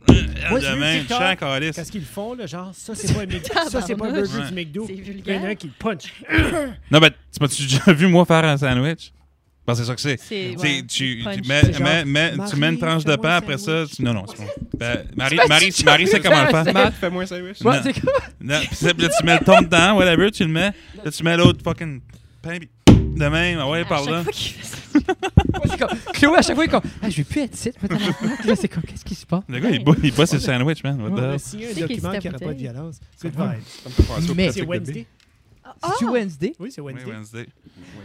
Moi, j'ai vu Demain, le TikTok. chien, calice. Qu'est-ce qu'ils font, là, genre, [laughs] ça, c'est pas, un McDo- ça, c'est pas un burger Ouais. du McDo. C'est Il y en a un vulgaire. qui le punch. Non, mais tu m'as-tu déjà [laughs] vu, moi, faire un sandwich? Ben, c'est ça que c'est. C'est- C'est- ouais, tu, c'est punch. tu mets, C'est genre, mets- mets- tu mets Marie, une tranche de fais-moi pain un après ça. sandwich. tu- non, non, c'est bon. Ben, Marie, m'as-tu Marie, déjà Marie vu sait comment le faire un faire. Matt, fais-moi un sandwich. Non. Moi, c'est quoi? Non, pis c'est- là, tu mets le ton dedans, whatever, tu le mets. Là, tu mets l'autre fucking pain, pis de même, ah ouais, À par chaque là. fois qu'il fait ça. Moi, c'est comme- Chloé, à chaque fois, il est comme, ah, je vais plus être ici. maintenant. Là, c'est comme, qu'est-ce qui se passe? Le gars, il boit, il boit ses sandwichs, man. What On the a hell? signé un C'est qui, document c'est qui ta n'aurait pas de bouteille? violence. Good vibe. Ça me fait penser au Mais- Patrick C'est de B. Wednesday? Ah! C'est-tu Wednesday? Oui, c'est Oui, Wednesday. Wednesday.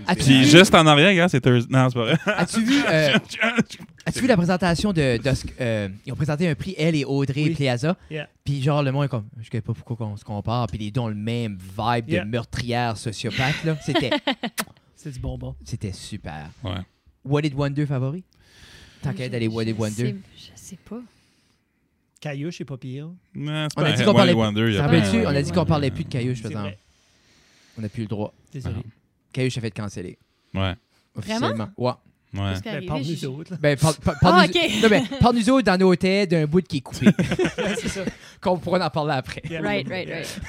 As-tu Pis vu, juste en arrière, regarde, c'est Thursday. Non, c'est pas vrai. [laughs] as-tu vu, euh, as-tu vu la présentation de. d'Osc- euh, ils ont présenté un prix, elle et Audrey Oui. et Plaza. Yeah. Puis genre, le monde est comme, je sais pas pourquoi on se compare. Puis les deux ont le même vibe Yeah. de meurtrière sociopathe, là. C'était, C'est du bonbon. c'était super. Ouais. What did One 2 favori? Tant qu'à Je- être d'aller What did je One 2. sais- Je sais pas. Caillouche et pas pire. Non, c'est On a pas dit un qu'on parlait- One Wonder. il y a Ça pas rappelle-tu, un on a One dit Wonder. qu'on parlait plus de Caillouche, C'est faisant. vrai. On n'a plus le droit. Ah. Désolé. Caillouche a fait canceller. Ouais, Officiellement. Ouais. ouais. Parce qu'à Mais arriver, parle-nous j'ai- d'autres. là. Ben, par- par- Ah, parle-nous- ok. Non, ben, parle-nous autres dans nos têtes d'un bout qui est coupé, C'est ça. qu'on pourra en parler après. Yeah. Right, right, right.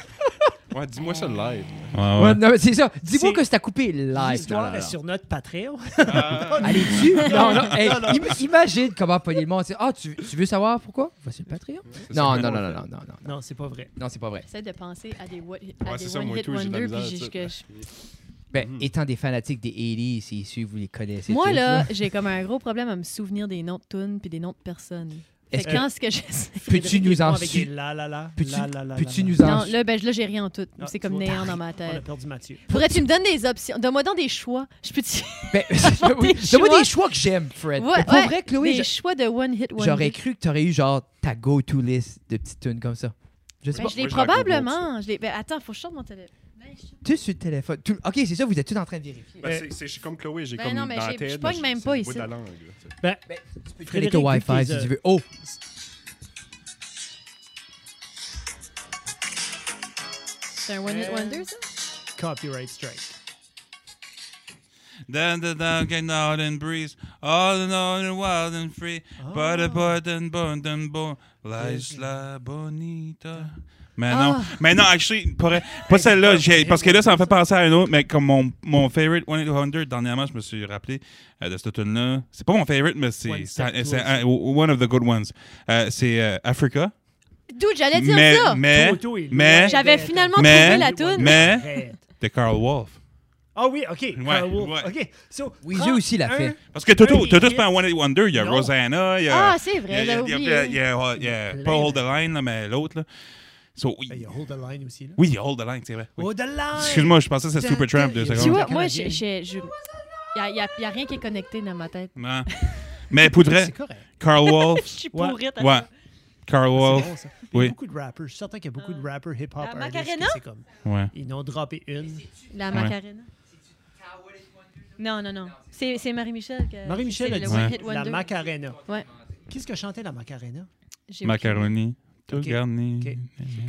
Ouais, dis-moi ça live. Ouais, Ouais, ouais. non, mais c'est ça. Dis-moi C'est- que c'est à couper live. L'histoire Non, non, est non. sur notre Patreon. Allez-tu? Non, non. hey, im- imagine comment pogner le monde. C'est, Ah, tu, tu veux savoir pourquoi? Voici le Patreon. Non, non, non, non, non, non, non. Non, c'est pas vrai. Non, c'est pas vrai. J'essaie de penser à des, what- à Ouais, des c'est ça, One moi et Hit tout, j'ai de la Wonder, misère puis j'ai à ça. jusque- je- Ben, étant des fanatiques des 80s, si, si vous les connaissez. Moi, tous, là, j'ai comme un gros problème à me souvenir des noms de tunes puis des noms de personnes. Fait Est-ce que que- quand ce que j'essaie. peux-tu nous en Avec des su... la la la. Peux-tu- la, la, la, peux-tu la, nous la. en Non, là, ben, là, j'ai rien en tout. Ah, c'est tu comme vois, néant dans t'as- ma On a tête. perdu Mathieu. Pourrais-tu me donner des options? Donne-moi donc des choix. Je peux-tu. [laughs] Ben, Des [laughs] oui. Donne-moi choix. des choix que j'aime, Fred. Ouais, Mais Ben, pour ouais, vrai, Chloé, Des je- choix de One Hit Wonder. j'aurais cru que t'aurais eu genre ta go-to list de petites tunes comme ça. Je sais Ben, pas. je l'ai Moi, je probablement. Je l'ai- ben, attends, faut que je sorte mon téléphone. Ben, je- Tu sur le téléphone. Tout- Ok, c'est ça, vous êtes tous en train de vérifier. Ben, c'est- c'est- je suis comme Chloé, j'ai Ben comme non, dans mais la j'ai- tête. je pogne là, même c'est pas le bout ici. de la langue, là, tu sais. Ben, Tu peux Frédéric, connecter au Wi-Fi toutes les si tu heures. veux. Oh! C'est un One Euh, Hit Wonder, ça? copyright strike. Down the down, get out and breeze. All in all and wild and free. But a but and bon and bon. Life's la bonita. Mais non, mais non, actually, pour- pas celle-là, j'ai- parce que là, ça me fait penser à une autre, mais comme mon, mon favorite 100, dernièrement, je me suis rappelé euh, de cette tune-là. C'est pas mon favorite, mais c'est One c'est Step un- c'est un- Closer. one of the good ones. Euh, c'est euh, Africa. D'où j'allais dire Mais, ça? mais, Toto est loin mais, d'être J'avais un finalement Mais- trouvé la One Hit Wonder. toune. mais- Arrête. de Carl Wolf. Ah oui, OK. Carl Wolf. ouais. OK. So, Weezer prends aussi l'a un- fait. Parce que Toto, Oui, Toto oui. c'est pas un One Hit Wonder. Il y a Non. Rosanna. Il y a, Ah, c'est il y a, vrai, il y a, j'avais il y a- oublié. il y a- il y a Plein pas de- Hold the Line, là, mais l'autre. Là. So, oui, Ben, Il y a Hold the Line aussi. Là. oui, il y a Hold the Line, c'est vrai. oui. Hold the Line! Excuse-moi, je pensais que c'était Da- Supertramp da- deux il y Tu a- Comme secondes. vois, la moi, Canadienne. j'ai. Il n'y a, y a rien qui est connecté dans ma tête. Non. Mais pour vrai, C'est correct. Carl Je Wolf. suis Ouais. pourrite. à ouais. ça. Carl C'est Wolf. bon, ça. Il y Oh. oui. a beaucoup de rappers. Je suis certain qu'il y a beaucoup de rappers hip-hop. Ah. La artists Macarena? que c'est comme- Ouais. Ils n'ont droppé une. La Ouais. Macarena. Non, non, non. C'est c'est Marie-Michel. que- Marie-Michel euh, c'est a le dit One Ouais. Hit la Wonder. Macarena. Ouais. Qu'est-ce que chantait la Macarena? J'ai oublié. Macaroni. Tout Ok. garni. Ok.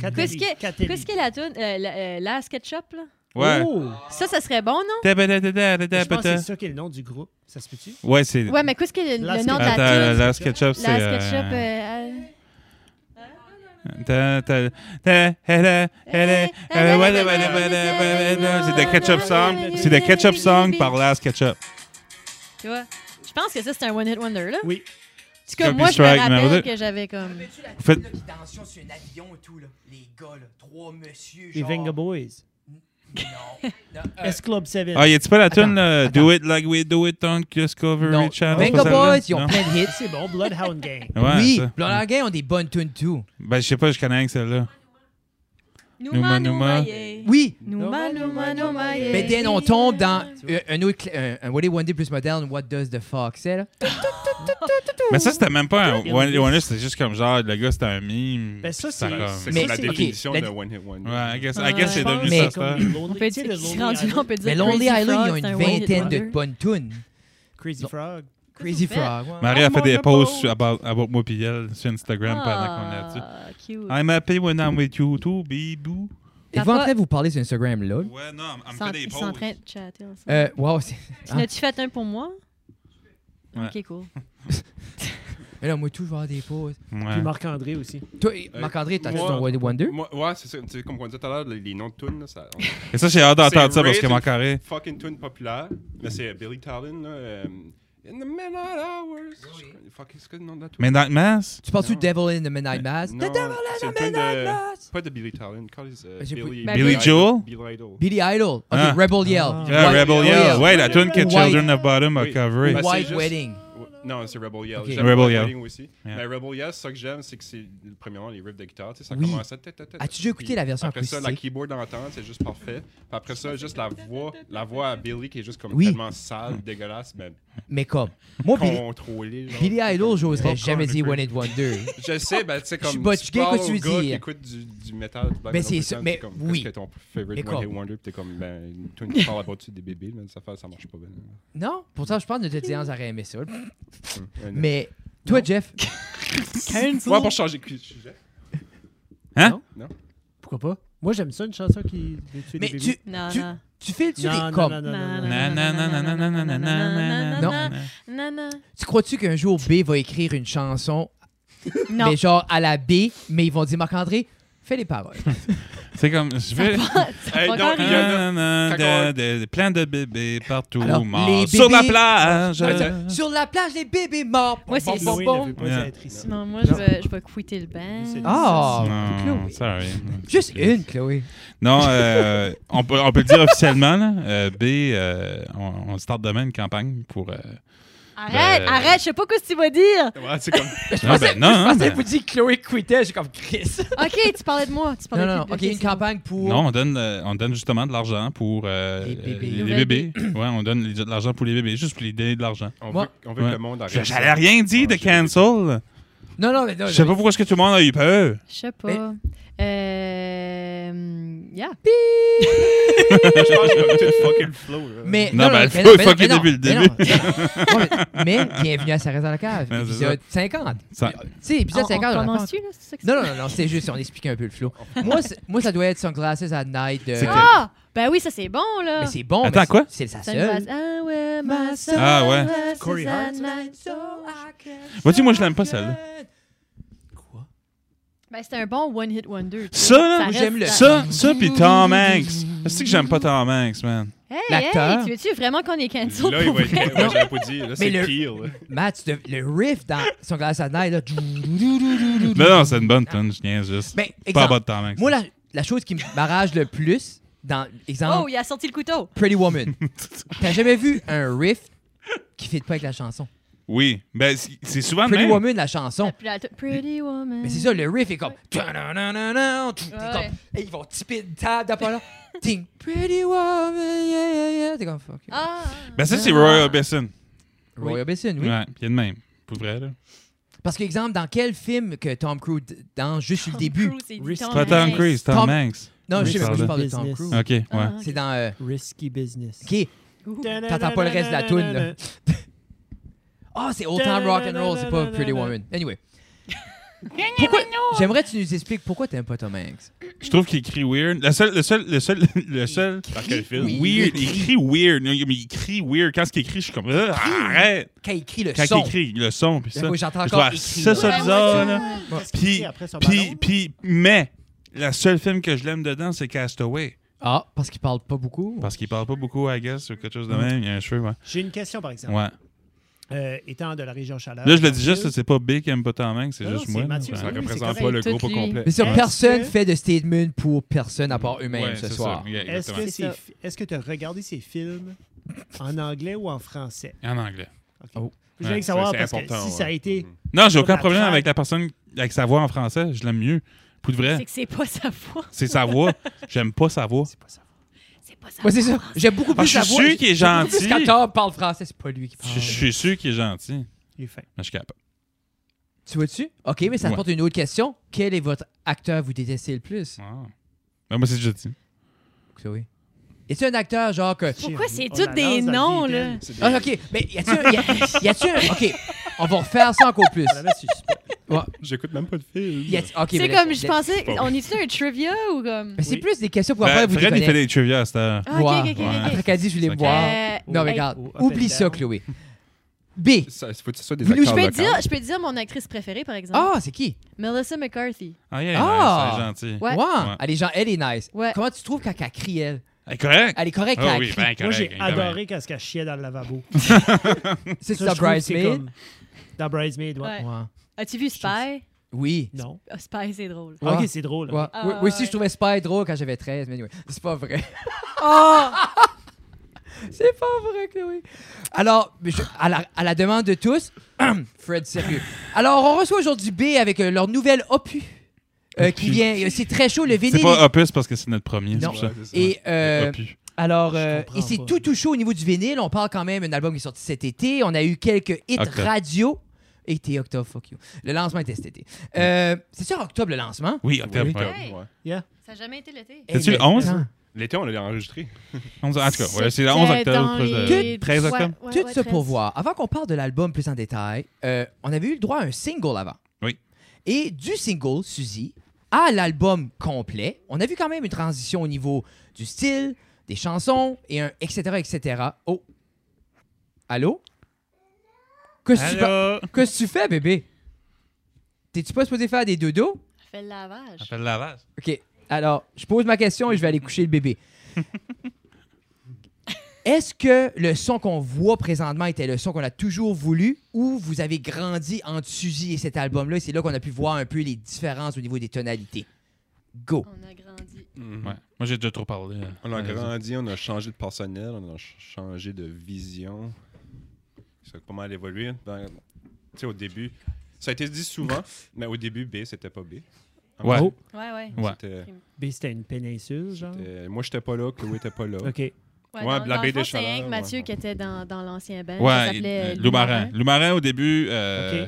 Qu'est-ce Catelli. que- Catelli. Qu'est-ce qu'est la toune? Euh, la, euh, la SketchUp, là? Ouais. Oh! Ça, ça serait bon, non? Je pense que c'est Ouais, ça qui est le nom du groupe. Ça se peut-tu? c'est. Ouais, mais qu'est-ce que le, La le nom de la Attends, toune? la SketchUp, c'est. La euh, SketchUp. euh, euh, Ta- ta- ta- ta- ta- ta- C'est de Ketchup Song. C'est de Ketchup Song par Last Ketchup. tu vois? Je pense que ça, c'est un One Hit Wonder, là. Oui. En tout cas, Copy moi, je me strike numéro rappelle deux. que j'avais comme. Vous faites- qui dansaient sur un avion et tout, là. Les gars, là, trois messieurs. Les Venga Boys. [laughs] S-Club 7. Ah, y a-tu pas la Attends, tune euh, attends. Do It Like We Do It on Discovery Non. Channel? Venga c'est pas Boys, celle-là? ils ont Non? plein de hits. C'est bon, Bloodhound Gang. Ouais, oui, ça. Blonde Gang ont des bonnes tunes too. Ben, je sais pas, je connais rien que celle-là. Numa, Numa, Numa. Numa, yeah. Oui. Numa, Numa, Numa, yeah. Mais then, on tombe hein. dans euh, un autre, cl- un, un What One Day plus moderne, What Does the Fox, c'est là. Mais ça, c'était même pas un Bien One Hit dit. Wonder, c'était juste comme genre, le gars, c'était un mime. Ben, ça, Puis c'est- comme- C'est Mais la c'est- définition ok, de la- One Hit Wonder. Ouais, I guess, I Ouais, guess [laughs] je c'est pense devenu que ça, c'est ça. On peut dire rendu là, on peut dire Mais Lonely Crazy Frog, Island, ils ont c'est une un one-hit vingtaine de wonder. bonnes tunes. Crazy Non. Frog. Crazy qu'on fait? Frog. ouais. Marie Oh a fait des on posts a sur- about, about moi pis elle sur Instagram pendant qu'on est là-dessus. Ah, cute. I'm happy when I'm with you too, boo. T'as Êtes-vous en pas- train de vous parler sur Instagram, là? Ouais, non, elle Ils me sont- fait des Ils sont en train posts. de chatter ensemble. Euh, wow, c'est. Tu ah. n'as-tu fait un pour moi? Ouais. Ok, [laughs] cool. Mais là, moi, tout, je vais avoir des pauses. Puis Ouais. Marc-André aussi. Toi, Marc-André, t'as-tu Euh, moi- ton What Wonder? Moi, ouais, c'est ça. Tu sais, comme on disait tout à l'heure, les, les noms de tunes, là, ça. on- Et ça, j'ai hâte d'entendre C'est ça parce Ray que to- mon carré. fucking tune populaire. Là, c'est euh, Billy Talon, là. euh, In the Midnight Hours. Je- Fuck, c'est quoi le nom de la tune? Mais dans le masque, Tu parles-tu Non. Euh, Devil in the Midnight Mass? The Non, Devil c'est in une the tune Midnight de- Mass! Pas de Billy Talon. call it, euh, Ben, j'ai Billy, pas- Billy Idol. Joel? Billy Idol. Billy Idol. Ok, Ah. Rebel Yell. Ah. Yeah, White- Rebel Yell. Yell. Ouais, la tune que White. Children of Bottom a coveré. Ben, c'est White juste- Wedding. Ouais, Non, c'est Rebel Yell. Ok. J'aime Rebel White Yell. Wedding aussi. Yeah. Mais Rebel Yell, c'est ça que j'aime, c'est que c'est, premièrement, les riffs de guitare. tu sais, Ça Oui. commence à. ta- ta- ta- ta- As-tu déjà écouté puis la version Après ça, la acoustique? keyboard d'entente, c'est juste parfait. Puis après ça, juste la voix, la voix à Billy qui est juste comme Oui. tellement sale, dégueulasse, ben, mais Mais comme. Moi, Billy, contrôlée. genre. Billy Idol, j'oserais Popcorn jamais dire Liquor. One It Wonder. Je sais, ben, tu sais, comme. suis pas éduqué, parles qu'est-ce que au tu veux gars dire? Qui écoute du, du métal. du black Mais metal c'est tout le ça, temps, mais puis comme, oui. Qu'est-ce que ton favorite Mais One Hit comme- Wonder? Puis t'es comme, ben, une tune [laughs] qui parle là-dessus des bébés, mais ça, fait- ça marche pas bien. Non, pourtant, je pense que notre audience aurait aimé ça. Ouais, non. Mais toi, Jeff, Ouais, pour changer de sujet. Hein? Non. Pourquoi pas? Moi, j'aime ça, une chanson qui. de tuer mais des tu, Non, tu, non. tu files-tu Non, des non, comme. non, non, non, non. Na, na, na, na, na, na, na, na, na, na, Non. na, na. Non, non. Tu crois-tu qu'un jour B va écrire une chanson, Non. [laughs] mais genre à la B, mais ils vont dire Marc-André, fais [laughs] les paroles. C'est comme. Je vais. Ça Hey, va non, encore il y arriver. Na, a- na, na, Quand on- de- de- Plein de bébés partout Alors, les morts sur la bébés- Ah, plage. Attends. [laughs] Sur la plage, les bébés morts. Moi, c'est- Bob Louis ne veut pas Yeah. être ici. Non, moi, je vais, je vais quitter le band. C'est- Ah, Non, Chloé. sorry. Juste une, Chloé. Non, euh, on, peut, on peut le dire officiellement. Là. Euh, B, euh, on, on start demain une campagne pour. euh, Arrête, Ben- arrête, je sais pas ce que tu vas dire. Ouais, c'est comme. Non, ben, non, non, ben, dites Chloé quittait, j'ai comme Chris. Ok, tu parlais de moi. Tu parlais Non, non, non. plus de- Ok, une c'est bon. campagne pour. non, on donne, euh, on donne justement de l'argent pour euh, Les bébés. euh, Nouvelles bébés. ouais, on donne les- de l'argent pour les bébés, juste pour les donner de l'argent. On Moi- veut, on veut Ouais. que le monde Je- arrête. J'avais rien dit Ah, de cancel. non, non, mais non. Je sais pas pourquoi est-ce que tout le monde a eu peur. Je sais pas. Euh. Yeah. [laughs] Je pense que j'ai tout fucking flow. là. Mais Non, non, ben, non, elle mais faut- non, il mais faut non, qu'il mais non, débute le mais non. Ouais, mais- Mais bienvenue à Sarah dans la cave, Ouais, c'est épisode 50. Ça- Tu sais, épisode 50, on raconte. Commences-tu, là? c'est ça que Non, c'est? non, non, non, c'est juste, on expliquait un peu [laughs] le flow. Moi, c'est- moi, ça doit être Sunglasses at Night. euh, C'est que- Ah! Ben oui, ça, c'est bon, là. Mais c'est bon. Attends, mais quoi? C'est c'est sa Ça nous passe. seule. Ah ouais, ma soeur. Ah ouais. Corey Hart, Vois-tu, moi, je l'aime pas, celle-là. Quoi? Ben, c'était un bon one hit wonder. tu Ça, sais. là, reste- j'aime le- Ça, ça, puis Tom Hanks. C'est que j'aime pas Tom Hanks, man. Hey, L'acteur. hey, tu veux-tu vraiment qu'on est cancel Là, il pour va vrai? être. [laughs] Ouais, j'avais pas dit. Là, c'est le- pire. là. Matt, tu dev- le riff dans Sunglasses at Night, là. Non, non, c'est une bonne tonne, je niaise juste. Ben, Pas exemple, bas de Tom Hanks. moi, la, la chose qui m'arrache le plus, dans exemple, Oh, il a sorti le couteau. [laughs] Pretty Woman, t'as jamais vu un riff qui fit pas avec la chanson? Oui, ben, c'est- c'est souvent le Pretty même. Woman, la chanson. Puis la t- Pretty woman. Mais c'est ça, le riff est comme. Ta-na-na-na-na, tout, T'es Ouais. comme. Et ils vont tiper une table d'après là. Ting. Pretty woman, yeah, yeah, yeah. T'es comme fuck. Ah. Ben, ça, c'est Royal Orbison. Roy Orbison, oui. Ouais, il y a de même. Pour vrai, là. Parce que, exemple, dans quel film que Tom Cruise d- dans juste sur le début Pas Tom Cruise, Tom Tom- Hanks. Non, je Oui, sais pas pourquoi je pardon. parle de Tom Cruise. Ok, ouais. Ah. C'est dans. euh, Risky business. Ok, t'entends pas le reste de la toune, là. Ah, c'est Old Time Rock and Roll, c'est pas Pretty Woman. Anyway. Pourquoi- J'aimerais que tu nous expliques pourquoi t'aimes pas Tom Hanks. Je trouve qu'il écrit weird. Le seul, le seul, le seul, [laughs] le seul. Par quel film? Oui. Weird, il il écrit weird. Non, Mais il écrit weird. Quand ce qu'il écrit, je suis comme, Ah, arrête! Quand il écrit le Quand son. il écrit le son, puis Là, Ben ça. moi, j'entends Je encore dois- écrit, ça, là. ça, bizarre, là. Puis, après son puis, ballon? puis, mais, le seul film que je l'aime dedans, c'est Castaway. Ah, parce qu'il parle pas beaucoup. Parce qu'il parle pas beaucoup, I guess, ou quelque chose de même. Il y a un cheveu, ouais. J'ai une question, par exemple. Ouais. euh, étant de la région Chaleur. Là, je le dis juste, c'est pas B qui aime pas tant main, c'est Euh, Non, juste non, moi. ben. c'est Mathieu, Ouais. Ça oui, représente c'est pas le correct. groupe Tout au lui. complet. Mais ça, Est-ce personne que- fait de statement pour personne à part eux-mêmes Ouais, ce c'est soir. ça. Yeah, Est-ce exactement. que C'est ça. c'est- est-ce que tu as regardé [laughs] ces films en anglais ou en français? En anglais. Ok. Oh. Je voulais Ouais, savoir c'est parce que important, si ça a ouais. été. Mhm. Non, j'ai aucun la problème traque. avec la personne, avec sa voix en français. Je l'aime mieux. Pour de C'est vrai, que c'est pas sa voix. c'est sa voix. J'aime pas sa voix. C'est pas ça. C'est pas sa Ouais, voix. c'est ça. J'aime beaucoup Ah, plus je suis la voix. sûr qu'il est J'aime beaucoup plus gentil. Quand Thor parle français, c'est pas lui qui parle. Je je suis sûr qu'il est gentil. Il est fin. Mais je capable. Tu vois-tu? OK, mais ça Ouais. apporte une autre question. Quel est votre acteur que vous détestez le plus? Ah. Ben, moi, c'est déjà dit. Chloé. Est-ce un acteur genre que... Pourquoi c'est On tous la des lance noms, dans le vide, hein. là? elle. C'est Ah, des- OK, mais y a-tu un... y a- Y a-tu un... OK, on va refaire ça encore plus. On la met sur suspens. Ouais. J'écoute même pas de film. Y a- OK, mais c'est laisse- comme, je laisse- pensais, pas vrai. on est-tu un trivia ou comme... Mais c'est Oui. plus des questions pour après Ben, vous Fred, il fait déconnecter. des trivia à cette heure. Ah, ok, ok, ok, ok. Ouais. Après qu'elle dit, je voulais C'est me ok. voir. Euh, Non, mais Hey, regarde, au up and oublie ça, down. Chloé. B. Ça, faut que ce soit des Vous nous- acteurs Je peux, te locaux. dire, je peux te dire mon actrice préférée, par exemple. Ah, c'est qui? Melissa McCarthy. Ah, yeah, Ah! nice, c'est gentil. Ouais. Ouais. Ouais. Elle est genre, Ah, elle est nice. Ouais. Comment tu trouves quand elle crie, elle? Elle est correcte. Elle est correcte Ah quand elle oui, crie. ben, correct. Moi, j'ai évidemment. adoré quand elle chiait dans le lavabo. C'est Ça, ça, je trouve que Bridesmaid? comme- Dans Bridesmaid, ouais. Ouais. Ouais. As-tu vu Spy? Oui. Non. Ah, Spy, c'est drôle. Ouais. Ok, c'est drôle. Ouais. ok. Ah, oui, oui, si ouais. je trouvais Spy drôle quand j'avais 13, mais anyway, c'est pas vrai. Ah! [laughs] c'est pas vrai, Chloé. Alors, mais je- à, la, à la demande de tous, [clears throat] Fred, sérieux. Alors, on reçoit aujourd'hui B avec euh, leur nouvel opus euh, qui Opus. vient. euh, C'est très chaud, le C'est vinyle. pas Opus parce que c'est notre premier, c'est Non. pour ça. Ouais, c'est ça. Et euh, Opus. alors, Je euh, comprends et c'est pas. tout tout chaud au niveau du vinyle. On parle quand même d'un album qui est sorti cet été. On a eu quelques hits Octobre. radio. Été octobre, fuck you. Le lancement était cet été. Euh, c'est sûr octobre le lancement. Oui, octobre. Oui. ouais. Hey. Ouais. Ça n'a jamais été l'été. Eh, C'est-tu mais le 11? attends. L'été, on l'a enregistré. 11 En tout cas, voilà, c'est le 11 C'était octobre. dans proche de- les- 13 ouais, octobre. ouais, Tout ouais, ça pour 13. voir. Avant qu'on parle de l'album plus en détail, euh, on avait eu le droit à un single avant. Oui. Et du single, Suzy, à l'album complet, on a vu quand même une transition au niveau du style, des chansons et un etc. etc. Oh. Allô? Qu'est-ce que tu fais- Allô? qu'est-ce que tu fais, bébé? T'es-tu pas supposé faire des dodos? Elle fait le lavage. Elle fait le lavage. OK. Alors, je pose ma question et je vais aller coucher le bébé. Est-ce que le son qu'on voit présentement était le son qu'on a toujours voulu ou vous avez grandi entre Suzy et cet album-là et c'est là qu'on a pu voir un peu les différences au niveau des tonalités? Go. On a grandi. Ouais. Moi, j'ai déjà trop parlé. euh, Mm-hmm. On a euh, grandi, on a changé de personnel, on a ch- changé de vision. Ça a pas mal évolué. Dans- Tu sais, au début, ça a été [laughs] dit souvent, mais au début, B, c'était pas B. Ouais. Oh. Ouais, ouais. Ouais. C'était- B, c'était une péninsule, genre. c'était- moi, j'étais pas là, Chloé était pas là. Euh, Ok. Ouais, Ouais, dans, la dans baie le fond, des c'est Hank Chaleurs, Mathieu ouais. qui était dans, dans l'ancien band. ça Ouais, s'appelait euh, Lou Lou Marin. Marin. Lou Marin, au début, euh,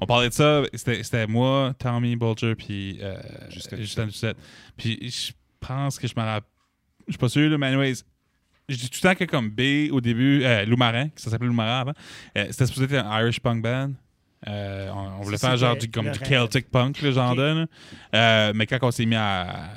on parlait de ça. C'était c'était moi, Tommy Bulger, puis euh, Justin Justin Ducette. Puis je pense que je me rappelle. Je suis pas sûr, là, mais anyways, je dis tout le temps que comme B, au début, euh, Lou Marin, que ça s'appelait Lou Marin avant, euh, c'était supposé être un Irish punk band. Euh, on, on voulait Ça, faire genre c'était du, comme le du rêve. Celtic punk, le genre Ok. de. là. Euh, mais quand on s'est mis à,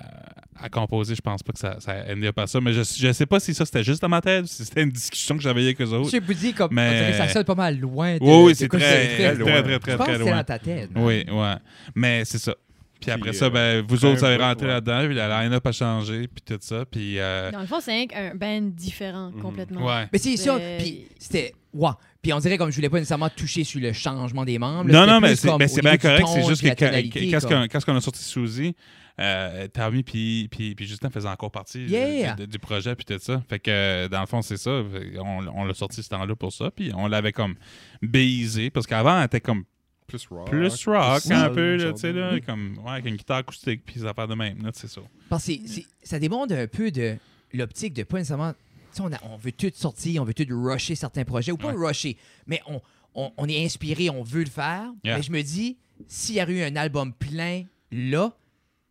à composer, je pense pas que ça, ça endait pas ça. Mais je, je sais pas si ça c'était juste dans ma tête, si c'était une discussion que j'avais avec eux autres. Je vous dis comme Oh. Mais- on dirait que ça sonne pas mal loin. De, Oui, oui, de c'est quoi très, c'est. très, loin. très, très, Je très, pense que très c'est dans loin. ta tête. non? Oui, ouais. Mais c'est ça. Puis après Puis, ça, euh, ben, vous après autres, vous un avez bout, rentré ouais. là-dedans, puis la line-up a changé, puis tout ça. Puis, euh, Dans le fond, c'est Hank, un band différent Mhm. complètement. ouais. Mais c'est ça. C'est- Puis c'était. Wow. Puis on dirait comme je voulais pas nécessairement toucher sur le changement des membres. là, Non, c'était non, plus mais c'est comme ben, au c'est bien niveau du correct. ton C'est juste puis que la quand- tonalité, qu'est-ce comme. qu'on qu'est-ce qu'on a sorti Suzy, euh, Tommy puis, puis, puis Justin faisaient encore partie Yeah. de- de- du projet, puis tout ça. Fait que, euh, dans le fond, c'est ça. Fait qu'on- On, l'a sorti ce temps-là pour ça, puis on l'avait comme baisé, parce qu'avant, elle était comme Plus rock. plus rock, plus un soul, peu, là, genre tu sais, de- là, comme, ouais, avec une guitare acoustique, puis des affaires de même, là, c'est ça. Parce que c'est- c'est- ça démontre un peu de l'optique de pas nécessairement. tu sais, On, a- on veut tout sortir, on veut tout rusher certains projets, ou pas rusher, mais on, on, on est inspiré, on veut le faire. Yeah. Mais je me dis, s'il y avait eu un album plein là,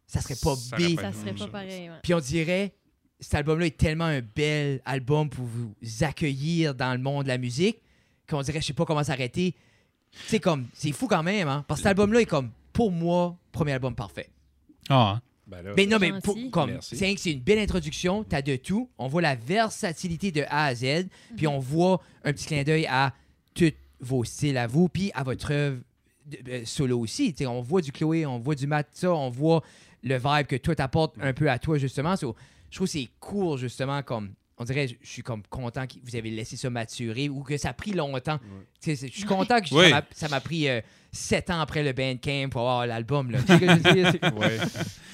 ça serait pas Ça aurait B. pas Ça Ouais. serait pas Mhm. pareil. ouais. Puis on dirait, cet album-là est tellement un bel album pour vous accueillir dans le monde de la musique qu'on dirait, je sais pas comment s'arrêter. C'est comme, c'est fou quand même, hein? Parce que cet album-là est comme, pour moi, premier album parfait. Ah, hein. Ben là, Mais non, mais Gentil. pour- comme, Merci. c'est c'est une belle introduction, t'as de tout. On voit la versatilité de A à Z, puis on voit un petit clin d'œil à tous vos styles à vous, puis à votre œuvre de- euh, solo aussi. T'sais, on voit du Chloé, on voit du Matt, ça, on voit le vibe que toi t'apportes un peu à toi, justement. So, je trouve que c'est cool, justement, comme on dirait, je je suis comme content que vous avez laissé ça maturer ou que ça a pris longtemps. Tu sais, c'est- Je suis content que je- Oui. ça m'a- ça m'a pris euh, sept ans après le Bandcamp pour avoir l'album. là. Tu sais ce que je veux dire? [laughs] [laughs] C'est- Ouais.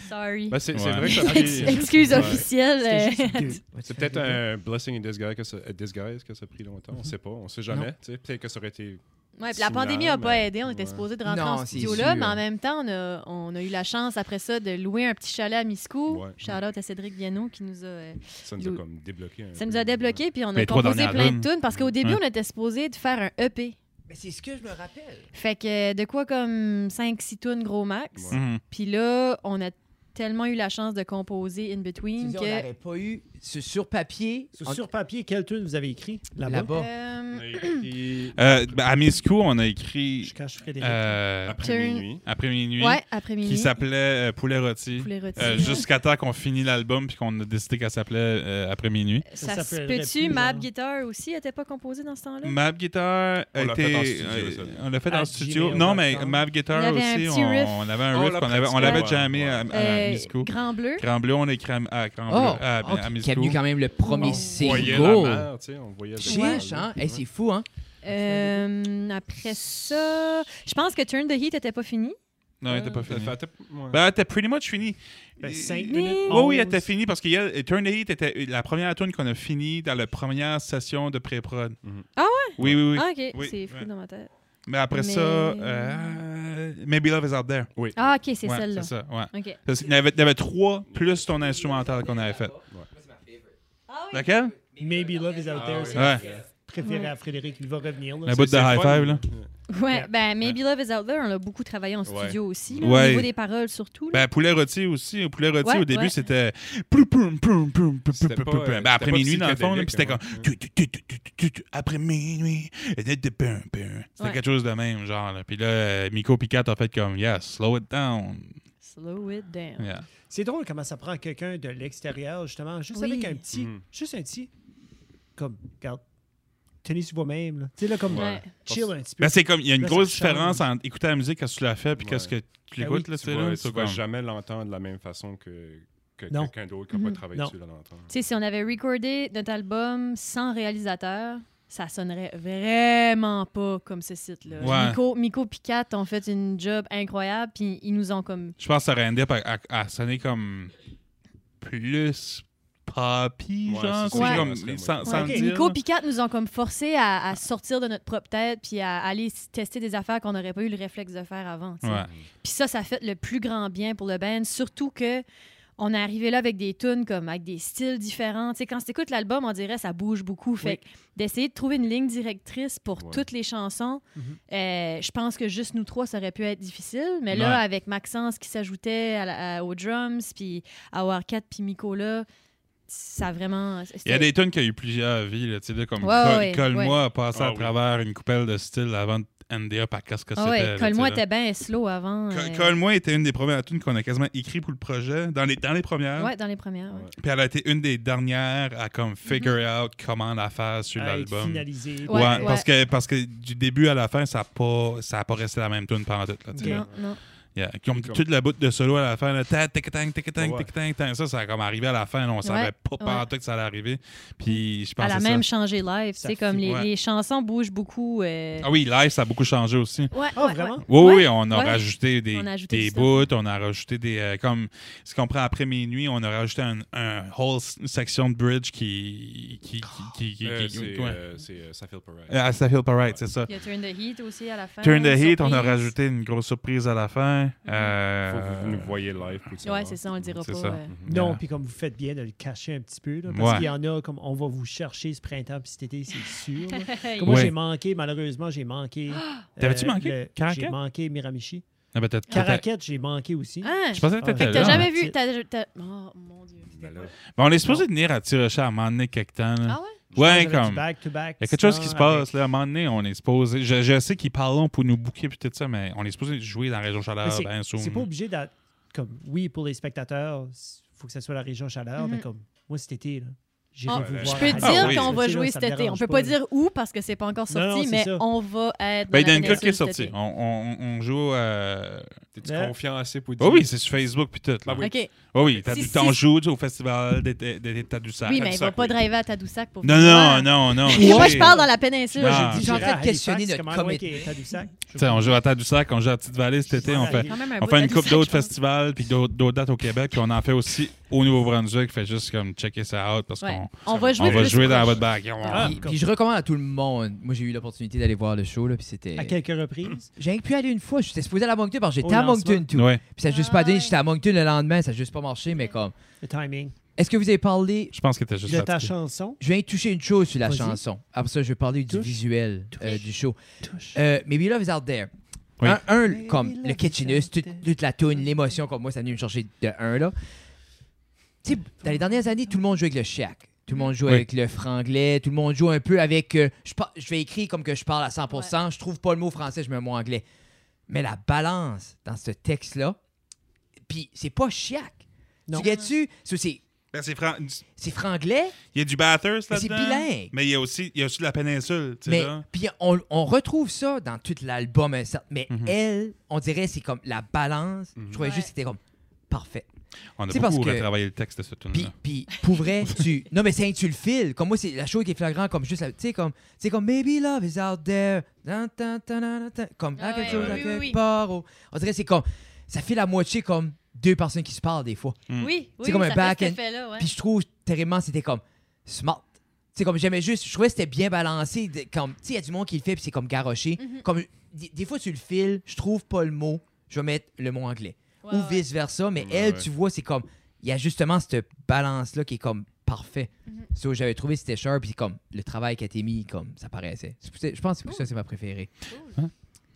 Sorry. Ben, c'est c'est Ouais. vrai que [laughs] ça a Ex- pris- Excuse Ouais. officielle. C'était juste euh, deux. C'est peut-être un blessing in disguise que, ça, a disguise que ça a pris longtemps. On sait pas. On sait jamais. tu sais. Peut-être que ça aurait été. Ouais, puis la pandémie n'a Soulard, pas mais- aidé. On était ouais. supposé de rentrer en Non, c'est studio là, sûr. mais en même temps, on a, on a eu la chance après ça de louer un petit chalet à Miscou. Ouais. Shout out à Cédric Viano qui nous a. euh, Ça nous a comme débloqué. un Ça peu. nous a débloqué, puis on a Les trois composé dernières Hein. plein tunes. de tunes parce qu'au début, Ouais. on était supposé de faire un EP. Mais c'est ce que je me rappelle. Fait que euh, de quoi comme 5-6 tunes gros max. Ouais. Mhm. Puis là, on a tellement eu la chance de composer in Tu between dis, on que. n'aurait pas eu ce sur papier. Sur- on- Sur papier, quelle tune vous avez écrit là-bas? Là-bas. On Euh, a écrit Euh, ben, à Miscou, on a Je écrit cache Frédéric. euh, après Turn- minuit. Après minuit ouais, après minuit. qui s'appelait euh, Poulet rôti. Poulet rôti. Euh, Jusqu'à temps qu'on finit l'album puis qu'on a décidé qu'elle s'appelait euh, Après minuit. ça Ça se s'appellerait peut-tu? plus, Mab genre. Guitar aussi n'était pas composée dans ce temps-là? Map Guitar a On l'a été- fait en studio, ça. euh, on l'a fait À en studio. gmail.com. Non, mais Map Il y Guitar avait un aussi, petit on, riff. on avait un On riff l'a qu'on avait, on l'avait pratiqué. jamais à, à Euh, Miscou. Grand Bleu. Grand Bleu, on l'a écrit à, à Grand Bleu. Oh, à, ok, Ah, ben, à qui a Miscou. venu quand même le premier On On single. voyait la mer, tu sais. On voyait le Chiche, hein? Hey, c'est fou, hein? Euh, après ça, je pense que Turn the Heat n'était pas fini. Non, elle était pas finie. Fait- fait- ouais. Ben, elle était pretty much finie. Ben, Euh, cinq oui, minutes, Oui, oui, elle onze. était finie parce que hier, Turn the Heat était la première tune qu'on a finie dans la première session de pré-prod. Mhm. Ah ouais? Oui, oui, oui. Ah, ok, Oui, c'est fou ouais. dans ma tête. Mais après Mais- ça, euh, Maybe Love is Out There. Oui. Ah, ok, c'est Ouais, celle-là. C'est ça, ouais. Ok. Parce qu'il y en avait, il y avait trois plus ton instrumental qu'on avait fait. Laquelle? Maybe Love is Out There, Ah c'est Ah, Ouais. préféré à Frédéric. Il va revenir. Là. La bout de C'est high fun. five, là. Ouais, ben Maybe Love is Out There, on l'a beaucoup travaillé en Ouais. studio aussi, là, Hein? Ouais. au niveau des paroles surtout. là. Ben, poulet rôti aussi. Au poulet rôti, Ouais, au début, ouais. c'était. Poum, poum, poum, poum, poum, C'était poum, pas, poum. euh, Ben, c'était après pas minuit, dans le fond, là, puis c'était comme. psychédélique, tu, tu, tu, tu, tu, tu, tu, tu, Après minuit. et de- de- pum, pum. C'était Ouais. quelque chose de même, genre. là. Puis là, euh, Miko Picat a fait comme. Yeah, slow it down. Slow it down. Yeah. C'est drôle comment ça prend quelqu'un de l'extérieur, justement, juste Oui. avec un petit, Mm. Mhm. juste un petit, comme, regarde, tenez sur vous-même, là. Tu sais, là, comme, Ouais. chill un petit peu. Ben, c'est comme. Il y a une Là, ça grosse change. différence entre écouter la musique quand tu la fais, puis Ouais. qu'est-ce que tu Ben l'écoutes, oui. là, Tu c'est là. vas, c'est tu vas comme- jamais l'entendre de la même façon que, que Non. Mm-hmm. quelqu'un d'autre qui n'a Mhm. pas travaillé Non. dessus va l'entendre. Tu sais, si on avait recordé notre album sans réalisateur, ça sonnerait vraiment pas comme ce site-là. Ouais. Miko, Miko Picat ont fait une job incroyable, puis ils nous ont comme. Je pense que ça aurait endé up à, à, à sonner comme plus poppy, Ouais, genre. c'est c'est ça, comme, ça serait sans, moi. sans Ok. le dire. Miko Picat nous ont comme forcé à, à sortir de notre propre tête, puis à aller s- tester des affaires qu'on n'aurait pas eu le réflexe de faire avant. tu sais. Euh, Ouais. Puis ça, ça fait le plus grand bien pour le band, surtout que on est arrivé là avec des tunes comme avec des styles différents. Tu sais, quand tu écoutes l'album, on dirait ça bouge beaucoup. Fait que d'essayer de trouver une ligne directrice pour Ouais. toutes les chansons, Mhm. Mm-hmm. euh, je pense que juste nous trois, ça aurait pu être difficile. Mais là, Ouais. avec Maxence qui s'ajoutait à la- à- aux drums, puis avoir 4 puis Miko là, ça a vraiment. Il y a des tunes qui ont eu plusieurs vies, là, tu sais, là, comme Ouais, Col- ouais, Colle-moi a passé Ah à oui. travers une coupelle de style avant de ender up à qu'est-ce que Ah c'était. ouais, là, Colle-moi tu sais, était bien slow avant. là. euh, Co- Colle-moi était une des premières tunes qu'on a quasiment écrit pour le projet, dans les, dans les premières. Ouais, dans les premières. ouais. Ouais. Puis elle a été une des dernières à comme figure out comment la faire sur à être l'album. finalisé. Ouais, ouais. Parce, que, parce que du début à la fin, ça n'a pas, ça a pas resté la même tune pendant tout. Là, tu sais, là. Non, non. Yeah. Comme Comme- toute la bout de solo à la fin, là, ta- tic tang tic tang Ouais. tic tang tang. ça, ça a comme arrivé à la fin, là, on savait pas partout que ça allait arriver. Puis je pense Elle a que c'est même ça. changé live. Tu Ça sais, comme fait- les, ouais. les chansons bougent beaucoup. euh, Ah oui, live, ça a beaucoup changé aussi. Ouais, Ah, ouais, vraiment? ouais. Oui, oui, Ouais, on a ouais. rajouté des, On a ajouté des du bouts, on a rajouté des. euh, comme ce qu'on prend après minuit, on a rajouté un, un whole s- section de bridge qui. qui, qui, qui, qui- Euh, qui- C'est ouais. euh, c'est, euh, Saffield Parade. Ah, ça feel pas right, c'est ça. Il y a Turn the Heat aussi à la fin. Turn the Heat, on a Surprise. Mm-hmm. rajouté une grosse surprise à la fin. Euh, Faut que vous nous voyez live. pour le Ouais, savoir. c'est ça, on le dira C'est pas. ça. euh. Non, Yeah. puis comme vous faites bien de le cacher un petit peu, là, parce Ouais. qu'il y en a comme on va vous chercher ce printemps puis cet été, c'est sûr. là. Hey. Comme moi, Ouais. j'ai manqué, malheureusement, j'ai manqué. euh, T'avais-tu manqué? le- Caraquet? J'ai manqué Miramichi. Ah, ben, t'as- t'as- Caraquette, j'ai manqué aussi. Hein? Je pensais que Ah, t'étais fait que T'as là. jamais Ah, vu. tu- t'as- t'as- Oh mon dieu. Ben là, Ben, on est supposé venir à Tirochet à un moment donné quelque temps. là. Ah ouais? ouais, J'avais du comme. back-to-back, Il y a quelque chose qui sans- se passe. Là, à un moment donné, on est supposé. Je, je sais qu'ils parlent pour nous bouquer et tout ça, mais on est supposé jouer dans la région Mais chaleur ben, c'est- bien soon. C'est pas obligé d'être. Comme, oui, pour les spectateurs, il faut que ça soit la région chaleur, mais comme, moi, cet été, là, j'irai On- vous je voir. Je à peux la dire Ah maison, oui. qu'on tu va sais, là, jouer ça cet été. me On dérange peut là. pas dire où parce que c'est pas encore Non, non, sorti, c'est mais ça. on va être. dans Ben, il y la a une cut qui est péninsule cet sorti. été. On, on- on joue euh, T'es-tu Ouais. confiant assez pour dire Oh oui, c'est sur Facebook puis tout. là. Ah oui. OK. Oh oui, t'as Si- du si- temps joues au festival d'été d'été de Tadoussac. Oui, mais il va Tadoussac, pas oui. driver à Tadoussac pour Non, venir non, voir. non, [laughs] non. Mais Moi, tu je sais. parle dans la péninsule. Non. Je suis en train de questionner notre commitment. Ah. [laughs] Tu sais, on joue à Tadoussac, on joue à Petite-Vallée cet été, on fait Quand même un On bout fait de une coupe Tadoussac, d'autres je pense. festivals, puis d'autres d'autres dates au Québec, puis on en fait aussi au Nouveau-Brunswick. Fait juste comme checker ça out parce Ouais. qu'on On va jouer on va plus jouer dans proche. votre bague. Ah, Puis, comme- puis je recommande à tout le monde. Moi, j'ai eu l'opportunité d'aller voir le show, là, puis c'était... À quelques reprises. J'ai pu aller une fois. J'étais supposé aller à Moncton parce que j'étais Au à lancement. Moncton, tout. Ouais, Puis ça a juste Ah pas donné. ouais. J'étais à Moncton le lendemain, ça a juste pas marché, mais comme... Le timing. Est-ce que vous avez parlé... je pense que t'es juste De ta là. chanson. Je viens de toucher une chose sur la Vas-y. chanson. Après ça, je vais parler du Touche. visuel euh, Touche. du show. Touche. Euh, Maybe Love is Out There. Oui. Un, un, Maybe comme love le is kitchinus, out toute, there. toute la toune, l'émotion, comme moi, ça a venu me chercher de un, là. Tu sais, dans les dernières années, tout le monde joue avec le chiac. Tout le monde joue Oui. avec le franglais. Tout le monde joue un peu avec. euh, je, par- je vais écrire comme que je parle à 100%. Je trouve pas le mot français, je mets le mot anglais. Mais la balance dans ce texte-là, puis c'est pas chiac. Non. Tu gagnes-tu? C'est- C'est Ben, c'est franc- c'est franglais, Il y a du Bathurst Mais c'est là-dedans. bilingue. Mais il y a aussi, il y a aussi de la péninsule, tu sais. Mais là. puis on, on retrouve ça dans tout l'album, un certain- mais Mhm. elle, on dirait c'est comme la balance. Je trouvais Ouais. juste que c'était comme parfait. On a C'est parce beaucoup que- retravaillé le texte de ce tune Puis là puis [laughs] pour vrai, tu non mais c'est tu le fil. Comme moi c'est la chose qui est flagrante comme juste la- tu sais comme c'est comme maybe love is out there. Tan, tan, tan, tan, tan. Comme Ah ah, quelque ouais, chose oui, à oui, quelque oui. part, oh. On dirait c'est comme ça fait la moitié comme deux personnes qui se parlent des fois. Oui, oui, C'est comme oui, un ça fait back cet and- effet-là, ouais. Puis je trouve terriblement c'était comme smart. C'est comme j'aimais juste, je trouvais que c'était bien balancé. de- comme tu sais, il y a du monde qui le fait, puis c'est comme garoché. Mhm. Comme des, des fois tu le files, je trouve pas le mot, je vais mettre le mot anglais Ouais, ou ouais. vice versa. Mais Ouais, elle, ouais. tu vois, c'est comme il y a justement cette balance là qui est comme parfait. Mhm. So, j'avais trouvé c'était cher, puis comme le travail qui a été mis, comme ça paraissait. C'est pour ça- Je pense que c'est pour ça que c'est ma préférée.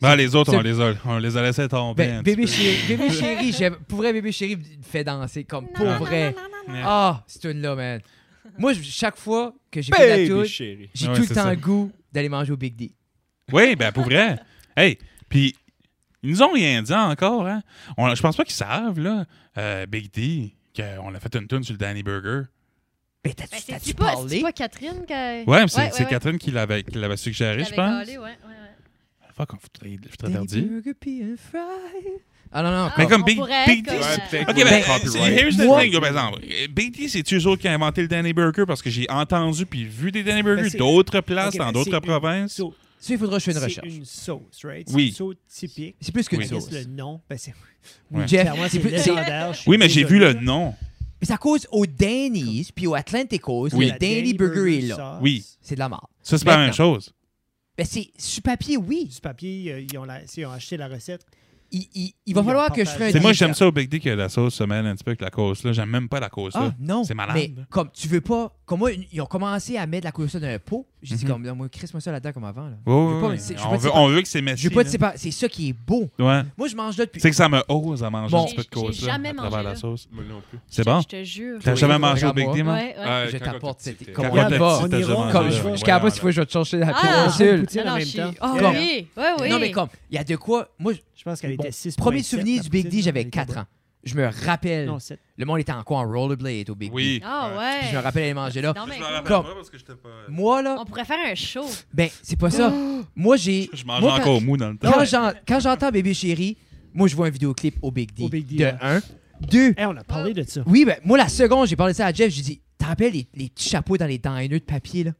Ben, les autres, on c'est- les, a, on les a laissés tomber. Ben, un petit bébé, peu. chéri, [laughs] bébé chéri, j'aime- pour vrai, bébé chéri fait danser comme Non, pour non, vrai. non, non, non, non. Ouais. Ah, cette tune-là, man. Moi, je- chaque fois que j'écoute la Baby tune, chérie. j'ai Ouais, tout le c'est temps ça. le goût d'aller manger au Big D. Oui, ben pour vrai. [laughs] Hey, puis ils nous ont rien dit encore. Hein? On- je pense pas qu'ils savent, là, euh, Big D, qu'on a fait une tune sur le Danny Burger. Mais t'as-tu Ben, t'as-tu C'est-tu pas, c'est-tu parlé? pas Catherine qui a... Ouais, mais c'est c'est ouais. Catherine qui l'avait qui l'avait suggéré, je pense. Ouais, ouais, ouais. Fuck, on fout- je Danny t'interdis. Burger, puis un fry. Ah non, non, Ah, Mais comme- comme on Big- pourrait Big D, être comme, ouais, euh, peut-être. Ok, ben, Ben, c'est- copyright. here's the Moi- thing, là, par exemple. Big D, c'est-tu eux autres qui ont inventé le Danny Burger parce que j'ai entendu puis vu des Danny Burgers c'est- d'autres places, Ok, dans mais d'autres c'est- provinces? So- ça, il faudra que je fasse une C'est recherche. une sauce, right? Oui. C'est une sauce typique. C'est plus qu'une Oui. sauce. Juste le nom. Ben, c'est Ouais. Jeff, clairement, c'est c'est plus- c'est- mais légendaire. je suis Oui, mais j'ai vu désolé. le nom. c'est à cause au Danny's puis au Atlanticos, Oui. le La Danny Burger est là. sauce. Oui. C'est de la merde. Ça, c'est pas la même Maintenant. chose. Ben, c'est sur papier, oui. Du papier, euh, ils ont, la- ils ont acheté la recette. Il, il- il va Ils ont falloir que je partagé. fasse un. C'est moi, recherche. j'aime ça au Big D que la sauce se mêle un petit peu avec la cause. là J'aime même pas la cause. Ah non. C'est malade. Mais comme tu veux pas. Comme moi, ils ont commencé à mettre la couleur dans un pot. J'ai dit Mhm. comme, non, moi, Chris-moi ça là-dedans comme avant. Là. Ouais, Je veux pas, ouais, mais c'est- je veux on, pas de veut, sépa- on veut que c'est messy. J'ai pas de là. séparation. C'est ça qui est beau. Ouais. Moi, je mange là depuis. C'est que ça me ose à manger Bon. un petit peu de J'ai- j'ai cause là, à jamais mangé, travers la là. sauce. Moi non plus. Euh, C'est bon? Je te jure. T'as Oui, jamais oui, mangé au regarde-moi. Big D, man? Ouais, ouais. Je t'apporte cette- c'était- comme- Quand t'as Regarde, on petit, t'as ira- jamais comme mangé, je- ouais. je capable si vous je vais te chercher la Ah! péninsule. Poutine en Alors, même je- temps. Ah Comme- oui, oui, oui. Non, mais comme, il y a de quoi. Moi, je- Je pense qu'elle bon, était 6 premier souvenir du Big D, j'avais 4 ans. Je me rappelle. Non, 7. Le monde était encore en rollerblade au Big Oui. D. Ah Puis ouais. Je me rappelle aller manger là. Non, mais Je me rappelle Comme- pas parce que j'étais pas- Moi, là, On pourrait faire un show. ben, c'est pas ça. Moi, j'ai. Je mangeais moi, quand- encore mou dans le temps. Quand j'en- quand j'entends Bébé Chéri, moi, je vois un vidéoclip au Big D. Au Big D, De ouais. 1. 2. Eh, on a parlé de ça. Oui, ben, moi, la seconde, j'ai parlé ça à Jeff, j'ai dit, t'en rappelles les, les petits chapeaux dans les diners de papier, là?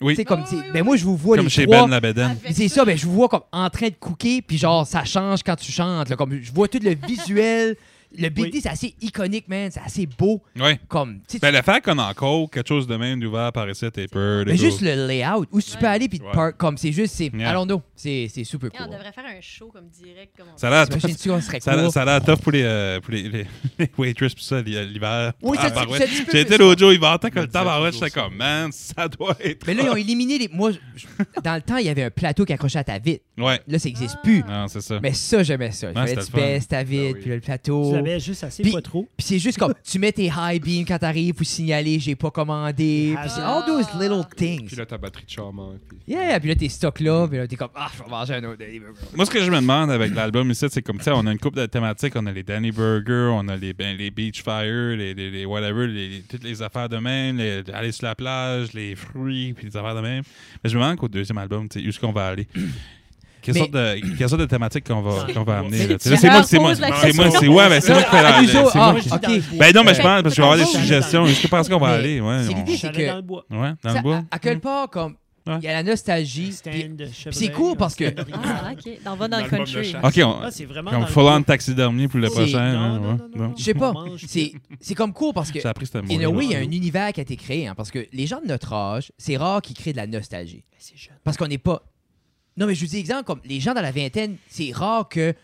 Oui. Tu sais, comme, Ah, tu sais, oui, oui, ben, oui. moi, je vous vois Comme les chez trois. Ben la Bédaine. Avec C'est ça, ben, je vous vois comme en train de cooker, puis genre, ça change quand tu chantes, là. Comme, je vois tout le visuel. Le Big Oui. D, c'est assez iconique, man. C'est assez beau. Oui. Comme, tu sais, Ben, le fait qu'on a encore quelque chose de même d'ouvert par ici, t'es peur. mais juste le layout. Où tu peux Ouais. aller, puis te Ouais. park, comme, c'est juste, c'est. Yeah. Allons-nous. C'est c'est super Et On cool. [laughs] devrait faire un show comme direct. Comme on... Ça a l'air tough. T'imagines-tu qu'on serait Ça a cool? l'air- ça a l'air tough pour les, euh, pour les, les, [laughs] les waitresses pis ça, l'hi- l'hiver. Oui, Ah, ça, bah, c'est- ouais. c'est un petit peu J'étais plus- l'autre jour, il vantait que On le disait tabarouette, toujours j'étais ça. comme, man, ça doit être. Mais là, ils ont éliminé les. Moi, je- je- dans le temps, il y avait un plateau qui accrochait à ta vitre. Ouais. Là, ça n'existe Ah. plus. Non, c'est ça. Mais ça, j'aimais ça. Il Ah, fallait c'était que tu le fun. baisses ta vitre, Ah oui. puis là, le Tu plateau. l'avais juste assez, Oh. Puis- pas trop. Puis c'est juste comme, tu mets tes high beams quand t'arrives pour signaler, j'ai pas commandé. Puis c'est all those little things. Puis là, ta batterie de char manque, puis- Yeah, puis là, t'es stock là, puis là, t'es comme, ah, je vais manger un autre. Moi, ce que je me demande avec l'album ici, c'est comme, tu sais, on a une couple de thématiques. On a les Danny Burger, on a les, ben, les Beach Fire, les, les, les whatever, les- toutes les affaires de même, les- aller sur la plage, les fruits, puis les affaires de même. Mais je me demande qu'au deuxième album, tu sais, où est-ce qu'on va aller? Quelle, Mais- sorte de, quelle sorte de thématique qu'on va, qu'on va amener? Mais là? tu C'est là, c'est moi, leur c'est moi, poses la c'est moi, c'est ouais, ben, c'est moi qui fais Ah, la. Uzo, c'est moi ah, qui- ok. Ben non, mais je pense, Ben, parce que je vais avoir des dans le suggestions. Jusqu'à parce qu'on va Mais aller, ouais. c'est on- l'idée, Je suis que- allé dans le bois. Ouais, dans Ça, le bois. à, à quel part, comme, il Ouais. y a la nostalgie. puis- Stand, Chevrolet, c'est cool parce que- Stand Orient. Ah, OK. Dans Va dans le L'album de country. Charles. Ok, on- Ah, c'est vraiment. comme dans le full on bois. taxidermie pour le C'est- prochain. non, hein, non, ouais, non, non, non. je sais pas, On mange. c'est c'est comme cool parce que, J'ai appris ce in a way, il y a mot. un univers qui a été créé. hein, parce que les gens de notre âge, c'est rare qu'ils créent de la nostalgie. C'est jeune. Parce qu'on n'est pas. Non, mais je vous dis exemple, comme les gens dans la vingtaine, c'est rare que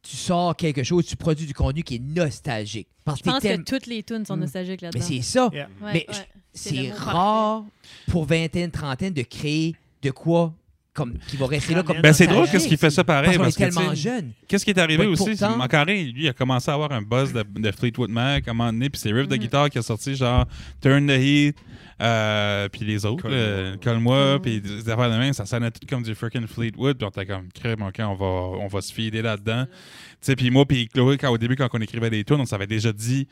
tu sors quelque chose, tu produis du contenu qui est nostalgique. Parce Je pense t'es que tellement- toutes les tunes sont Mm. nostalgiques Mais là-dedans. c'est ça. Yeah. Ouais, ouais. mais je- C'est le C'est mot rare pour vingtaine, trentaine de créer de quoi comme qui va rester là comme. Ben, c'est drôle nostalgique. qu'est-ce qu'il fait ça Parce pareil. qu'on est Parce que, tu tellement sais, jeune. Qu'est-ce qui est arrivé Ben, aussi? pourtant- c'est Macaré, lui, il a commencé à avoir un buzz de, de Fleetwood Mac à un moment donné, puis ses riffs Mm. de Mhm. guitare qui a sorti genre Turn the Heat, euh, puis les autres, Colle-moi. euh, Colle-moi, Mm. Mhm. puis des affaires de même, ça sonnait tout comme du freaking Fleetwood, puis on était comme, crème, ok, on va, on va se filer là-dedans. Tu sais, puis moi, puis Chloé, quand, au début, quand on écrivait des tunes, on s'avait déjà dit.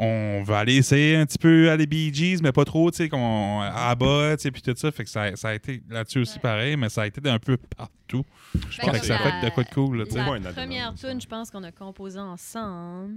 On va aller essayer un petit peu à les Bee Gees, mais pas trop, tu sais, comme on- à bas, tu sais, puis tout ça. Fait que ça, ça a été là-dessus aussi Ouais. pareil, mais ça a été d'un peu partout. Je Fait que ça a fait de quoi de cool, là, tu sais. La Ouais, Nadine, première ça. tune, je pense qu'on a composé ensemble.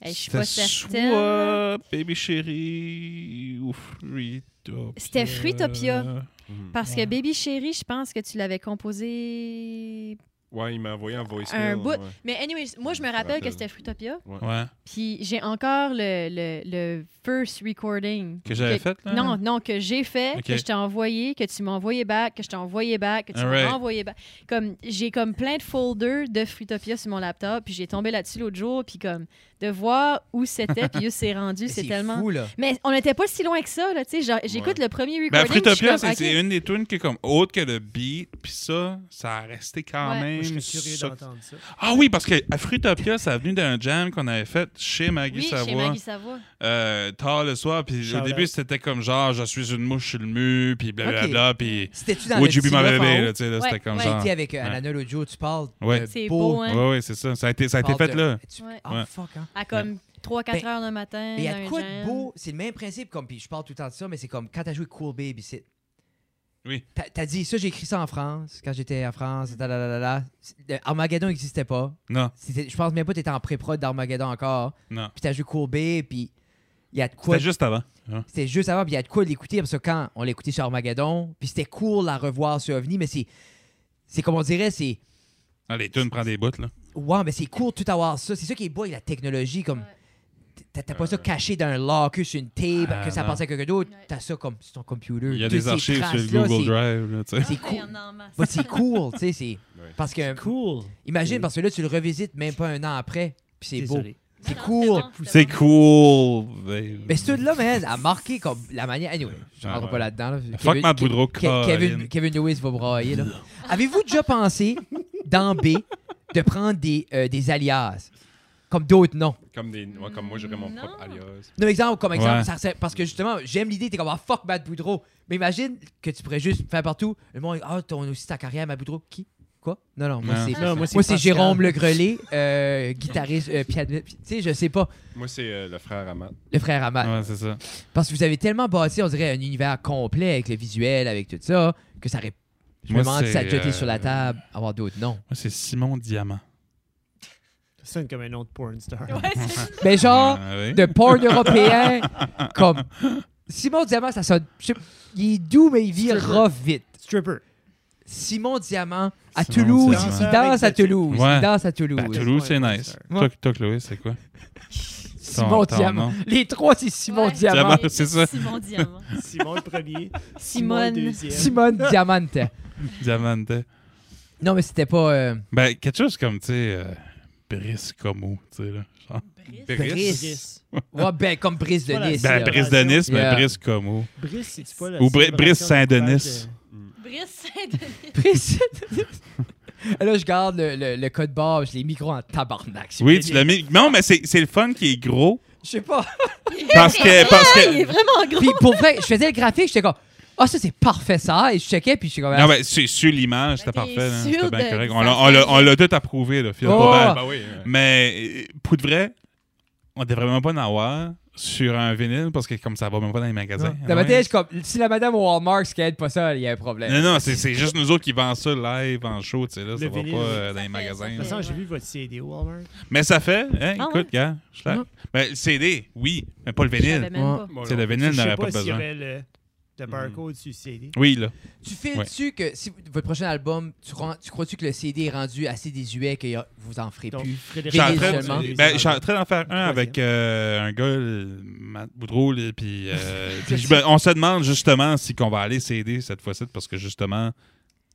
Hey, je suis C'était pas certaine. Soit Baby Chérie ou Fruitopia. C'était Fruitopia. Mhm. Parce que Ouais. Baby Chérie, je pense que tu l'avais composé. Ouais, il m'a envoyé un voicemail. Un bout. ouais. Mais anyway, moi, je me rappelle. rappelle que c'était Fruitopia. Ouais. Puis j'ai encore le, le, le first recording. Que j'avais fait, là? Non, non, que j'ai fait, Ok. que je t'ai envoyé, que tu m'as envoyé back, que je t'ai envoyé back, que tu Alright. m'as envoyé back. Comme, j'ai comme plein de folders de Fruitopia sur mon laptop, puis j'ai tombé là-dessus l'autre jour, puis comme, de voir où c'était, puis où c'est [laughs] rendu, Mais c'est C'est tellement... fou là. Mais on n'était pas si loin que ça, là, tu sais. genre, J'écoute le premier recording. Ben, puis je suis Fruitopia, comme, c'est OK. c'est une des tunes qui est comme autre que le beat, puis ça, ça a resté quand Ouais. même. Moi, je serais curieux ça- d'entendre ça. Ah oui, parce que à Fruitopia, ça a venu d'un jam qu'on avait fait chez Maggie Oui, Savoie. chez Maggie Savoie. euh, tard le soir, puis au Shout début, out. c'était comme genre, je suis une mouche sur le mur, puis blablabla, puis C'était-tu dans Would le you be my petit baby, ref en là, haut? tu sais, là, Ouais, c'était comme ouais. genre. Tu sais, avec euh, Ouais. Anna Lojo, tu parles Ouais. de C'est beau, beau, hein? Ouais, ouais, c'est ça. Ça a été, ça a été tu parles fait de- là. tu- Ouais. Ah, Ouais. fuck, hein? À comme 3-4 Ben, heures le matin. Mais il y a dans de un quoi de jam. beau? C'est le même principe, comme, puis je parle tout le temps de ça, mais c'est comme quand t'as joué Cool Baby, c'est. Oui. T'as- T'as dit ça, j'ai écrit ça en France, quand j'étais en France, da, da, da, da, da. Le euh, Armageddon n'existait pas. Non, C'était- Je pense même pas que t'étais en pré-prod d'Armageddon encore. non. Puis t'as joué Cool Baby, puis il y a de quoi. C'était juste avant. hein. C'était juste avant, puis il y a de quoi l'écouter, parce que quand on l'écoutait sur Armageddon, puis c'était cool la revoir sur OVNI, mais c'est. C'est comme on dirait, c'est. Ah, les tunes prennent des bouts, là. Wow, mais c'est cool tout avoir ça. C'est ça qui est beau avec la technologie. Comme, Ouais. t'as t'as pas ça caché dans un locker sur une table, Ah, que ça non. passe à quelqu'un d'autre. Ouais. T'as ça comme sur ton computer. Il y a Toutes des ces archives sur traces-là, Google c'est- Drive, là, tu sais. C'est Ah, cool. il y en a en masse. Bah, [laughs] c'est cool, tu sais. c'est- Ouais. Parce que, Cool. imagine, parce que là, tu le revisites même pas un an après, puis c'est beau. Désolé. Non, C'est non, cool. bon, C'est bon. cool, babe. Mais ce là man, a marqué comme la manière. Anyway, je ne Ah, rentre ouais. pas là-dedans. là. Fuck Kevin- Matt Boudreau, Ke- Kevin, Kevin. Kevin Lewis va brailler. Là. Avez-vous déjà pensé, dans B, de prendre des, euh, des alias, comme d'autres noms? Comme, des, ouais, comme moi, j'aurais mon propre Non. alias. Non, exemple, comme exemple, Ouais. ça ressemble- parce que justement, j'aime l'idée, t'es comme ah, fuck Matt Boudreau. Mais imagine que tu pourrais juste faire partout. Le monde, ah, t'en as aussi ta carrière, Matt Boudreau. Qui Quoi Non, non, moi Non. c'est. Non, Non, moi, Moi, c'est Pascal. Jérôme Le Grelais, euh, guitariste, euh, pianiste. Tu sais, je sais pas, Moi, c'est euh, le frère à Matt. le frère à Matt. Ouais, c'est ça. Parce que vous avez tellement bâti, on dirait, un univers complet avec le visuel, avec tout ça, que ça aurait. Je me Moi, demande si ça a c'est, déjà été euh, sur la table, avoir d'autres noms. Moi, c'est Simon Diamant. Ça sonne comme un autre porn star. Ouais, [laughs] c'est- [laughs] Mais genre, Ah, oui. de [laughs] porn européen, comme. Simon Diamant, ça sonne. je sais- Il est doux, mais il vire vite. Stripper. Simon Diamant à Simon Toulouse. Diamant. Il danse à Toulouse. Ouais. Il danse à Toulouse. Ben, Toulouse, c'est Ouais, nice. c'est ça. Toi, toi, Chloé, c'est [laughs] quoi? Simon Ton- ton Diamant. nom. Les trois, c'est Simon Ouais. Diamant. Diamant. c'est ça. [laughs] Simon Diamant. Simon le premier. Simon le Simone. deuxième. Simone Diamante. Diamante. Non, mais c'était pas. euh, Ben, quelque chose comme, tu sais, euh, Brice Como, tu sais, là. genre. Brice. Brice. Ouais, ben, comme Brice de Voilà. Nice. Ben, là. Brice de Nice, mais Yeah. Brice Como. Brice, c'est-tu pas la Ou Bri- Brice célébration du Saint-Denis. coupage Brice Saint-Denis. Brice de Nice. Là, je garde le, le, le code barre, je l'ai mis gros en tabarnak. Je Oui, tu l'as mis. Non, mais c'est c'est le fun qui est gros. sais pas. Parce [laughs] que. Parce Il est que... vraiment gros. Puis pour vrai, je faisais le graphique, j'étais comme, ah, ça, c'est parfait ça. Et je checkais, puis je suis comme, ah, Non, ben, c'est- sur l'image, c'était Ben, t'es parfait. là. sûr C'était bien de- correct. ça On l'a- on l'a- On l'a tout approuvé, là. Feel pas Ben Oh! bad. bah oui. ouais. Mais euh, pour de vrai, on devrait vraiment pas en avoir. sur un vinyle parce que comme ça va même pas dans les magasins. Dans ma Ouais. tête, je suis comme, si la madame au Walmart scanne pas ça, il y a un problème. Non, non, c'est- c'est juste nous autres qui vendent ça live en show, tu sais, là, ça va vinyle. pas euh, dans les fait- magasins. De là. toute façon, j'ai vu votre CD Walmart. Mais ça fait, hein, Ah ouais? écoute, gars, je suis là. Non. Ben, le CD, oui, mais pas le Je savais vinyle. même pas. C'est le vinyle je sais n'aurait pas pas s'il y besoin. avait le, Mm. le barcode sur le CD. Oui, là. Tu files-tu que si votre prochain album, tu, rends- tu crois-tu que le CD est rendu assez désuet que y a- vous en ferez Donc, plus? Frédéric Je suis en Vinyle train seulement. de- ben, je suis en train d'en faire un Troisième. avec euh, un gars, le- Matt Boudreau, là, puis euh, puis je me- on se demande justement si qu'on va aller CD cette fois-ci parce que justement,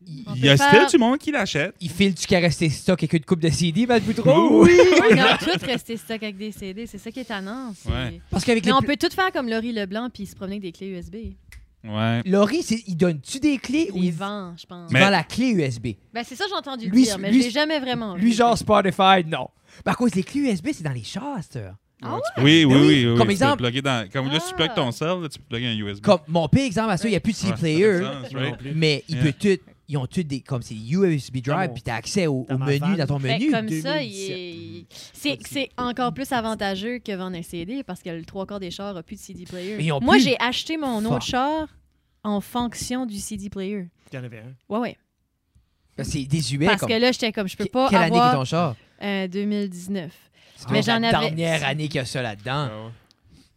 Il, On il peut y a faire- still du monde qui l'achète. il file-tu qu'à rester stock et que de coupe de CD, Matt Boudreau? Oui! On a tout resté stock avec des CD. C'est ça qui est tannant. c'est- Ouais. Parce qu'avec les Mais on pla- peut tout faire comme Laurie Leblanc puis se promener avec des clés USB. Ouais. Laurie, c'est- il donne-tu des clés ou Les il vents, je pense. Mais- vend la clé USB? Ben, c'est ça que j'ai entendu Lui, dire, mais lui, je l'ai jamais vraiment vu. Lui, genre Spotify, non. Par contre, les clés USB, c'est dans les chars, Mm. ça. Ah Oui, oui, Ben oui. oui, oui, comme tu peux exemple- plugger dans- comme là, si tu plugues ton cell, là, tu peux plugger un USB. Comme mon pire exemple à ça, il n'y a plus de Ouais, ça fait C-Player, du sens, right? mais il Yeah. peut tout. Ils ont tous des. Comme c'est des USB Dans drive, Oh. mon- puis t'as accès au, dans au ma menu, van. dans ton Fait que menu. Ben, comme ça, il 2017. est- c'est c'est encore plus avantageux que vendre un CD parce que le trois quarts des chars n'a plus de CD Mais player. ils ont Moi, plus- j'ai acheté mon Fuck. autre char en fonction du CD player. Il y en avait un. Ouais, ouais. Ben, C'est désuet. Parce comme- que là, j'étais comme, je peux Que- pas Quelle année est avoir ton char? euh, 2019. C'est mais la j'en avais- dernière année qu'il y a [laughs] ça là-dedans.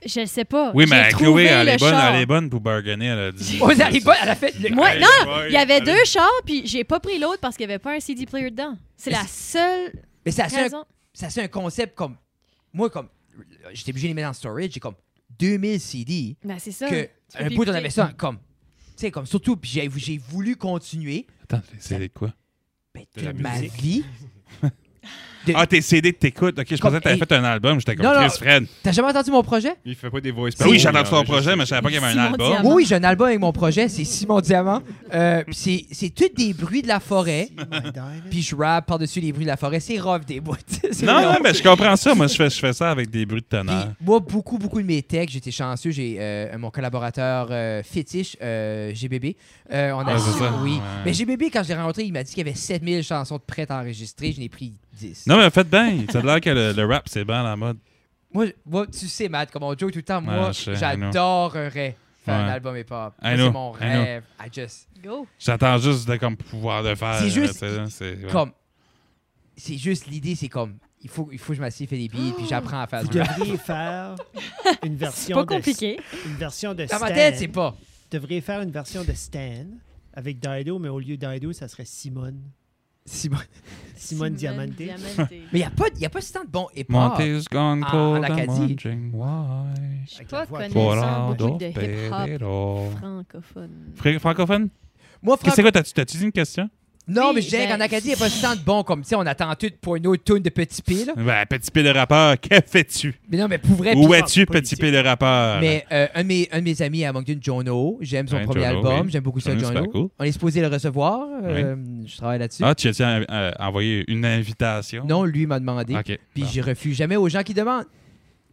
Je le sais pas. Oui, Ah, J'ai mais trouvé Chloé, elle le est bonne, char. elle est bonne pour bargainer, elle a dit. Oh, elle arrive pas, elle a fait. le- Moi, Hey, non, boy, il y avait allez. deux chars, puis j'ai pas pris l'autre parce qu'il n'y avait pas un CD player dedans. C'est Mais la seule Mais ça, c'est un, raison. ça, c'est un concept comme. Moi, comme. J'étais obligé de les mettre en storage, j'ai comme 2000 CD. Ben, c'est ça. que Tu peux un plus bout on écouter. avait ça comme tu sais comme surtout puis j'ai, j'ai voulu continuer Attends, tes CD de quoi? ben, De la toute ma musique. vie Ah, tes CD de t'écoutes. Ok, je Comme- pensais que t'avais hey. fait un album. J'étais comme Non, non. Chris Fred. t'as jamais entendu mon projet Il fait pas des voice Ben oui, memos, j'attends là, ton juste- projet, mais je savais pas qu'il y avait un Simon album. Diamant. oui oui, j'ai un album avec mon projet c'est Simon Diamant Euh, puis c'est c'est tout des bruits de la forêt puis je rappe par-dessus les bruits de la forêt c'est rough des boîtes [laughs] C'est Non, vraiment- non, mais je comprends ça. Moi, je fais, je fais ça avec des bruits de Puis tonnerre. moi, beaucoup, beaucoup de mes textes, j'étais chanceux. J'ai euh, mon collaborateur euh, fétiche, euh, GBB. euh, on a Ah, c'est su- ça. oui. Ouais. Mais GBB, quand j'ai rencontré, il m'a dit qu'il y avait 7000 chansons de prêtes à enregistrer. Je n'ai pris 10. Non, mais faites bien. Ça a l'air que le, le rap, c'est bien à la mode. Moi, je- moi, tu sais, Matt, comme on joue tout le temps, moi, Ouais, Ah, je sais, I j'adorerais faire un Ouais. album hip-hop. I Moi, C'est know, mon I rêve. I just- Go. J'attends juste de comme, pouvoir le faire. C'est là, juste- tu sais, là, c'est- ouais. Comme, c'est juste l'idée, c'est comme, il faut, il faut que je m'assieds, fais des beats, puis j'apprends à faire Vous du rap. devriez faire C'est une version pas de- compliqué. une version de Dans ma Stan. tête, c'est pas. Vous devriez faire une version de Stan avec Dido, mais au lieu de Dido, ça serait Simone. si bon. Simone, Diamante. Diamante. Mais il n'y a pas, il y a pas si tant de bon hip-hop. Monty's gone Ah, cold. I'm en Acadie. wondering why. Je suis Avec pas la voix. connaissant beaucoup de hip-hop Ferrero. francophone. Fré- Francophone? Moi, Qu'est-ce que Franck, c'est quoi? T'as-tu t'as-tu dit une question? non, Oui, mais je dirais ben- qu'en Acadie, il n'y a pas si tant de bon comme, tu sais, on attend tout pour une autre tune de Petit P, là. Ben, petit P de rappeur, que fais-tu? Mais non, mais pour vrai, Où puis- es-tu, petit politique. P de rappeur? Mais euh, un, de mes, un de mes amis à Moncton, Jono, j'aime son Ouais, premier Jono, album, oui. j'aime beaucoup ça, Jono, c'est Jono. pas cool. On est supposé le recevoir, euh, je travaille là-dessus. Ah, tu as-tu euh, euh, envoyé une invitation? Non, lui m'a demandé. OK. Ah. Puis Bon. je refuse jamais aux gens qui demandent.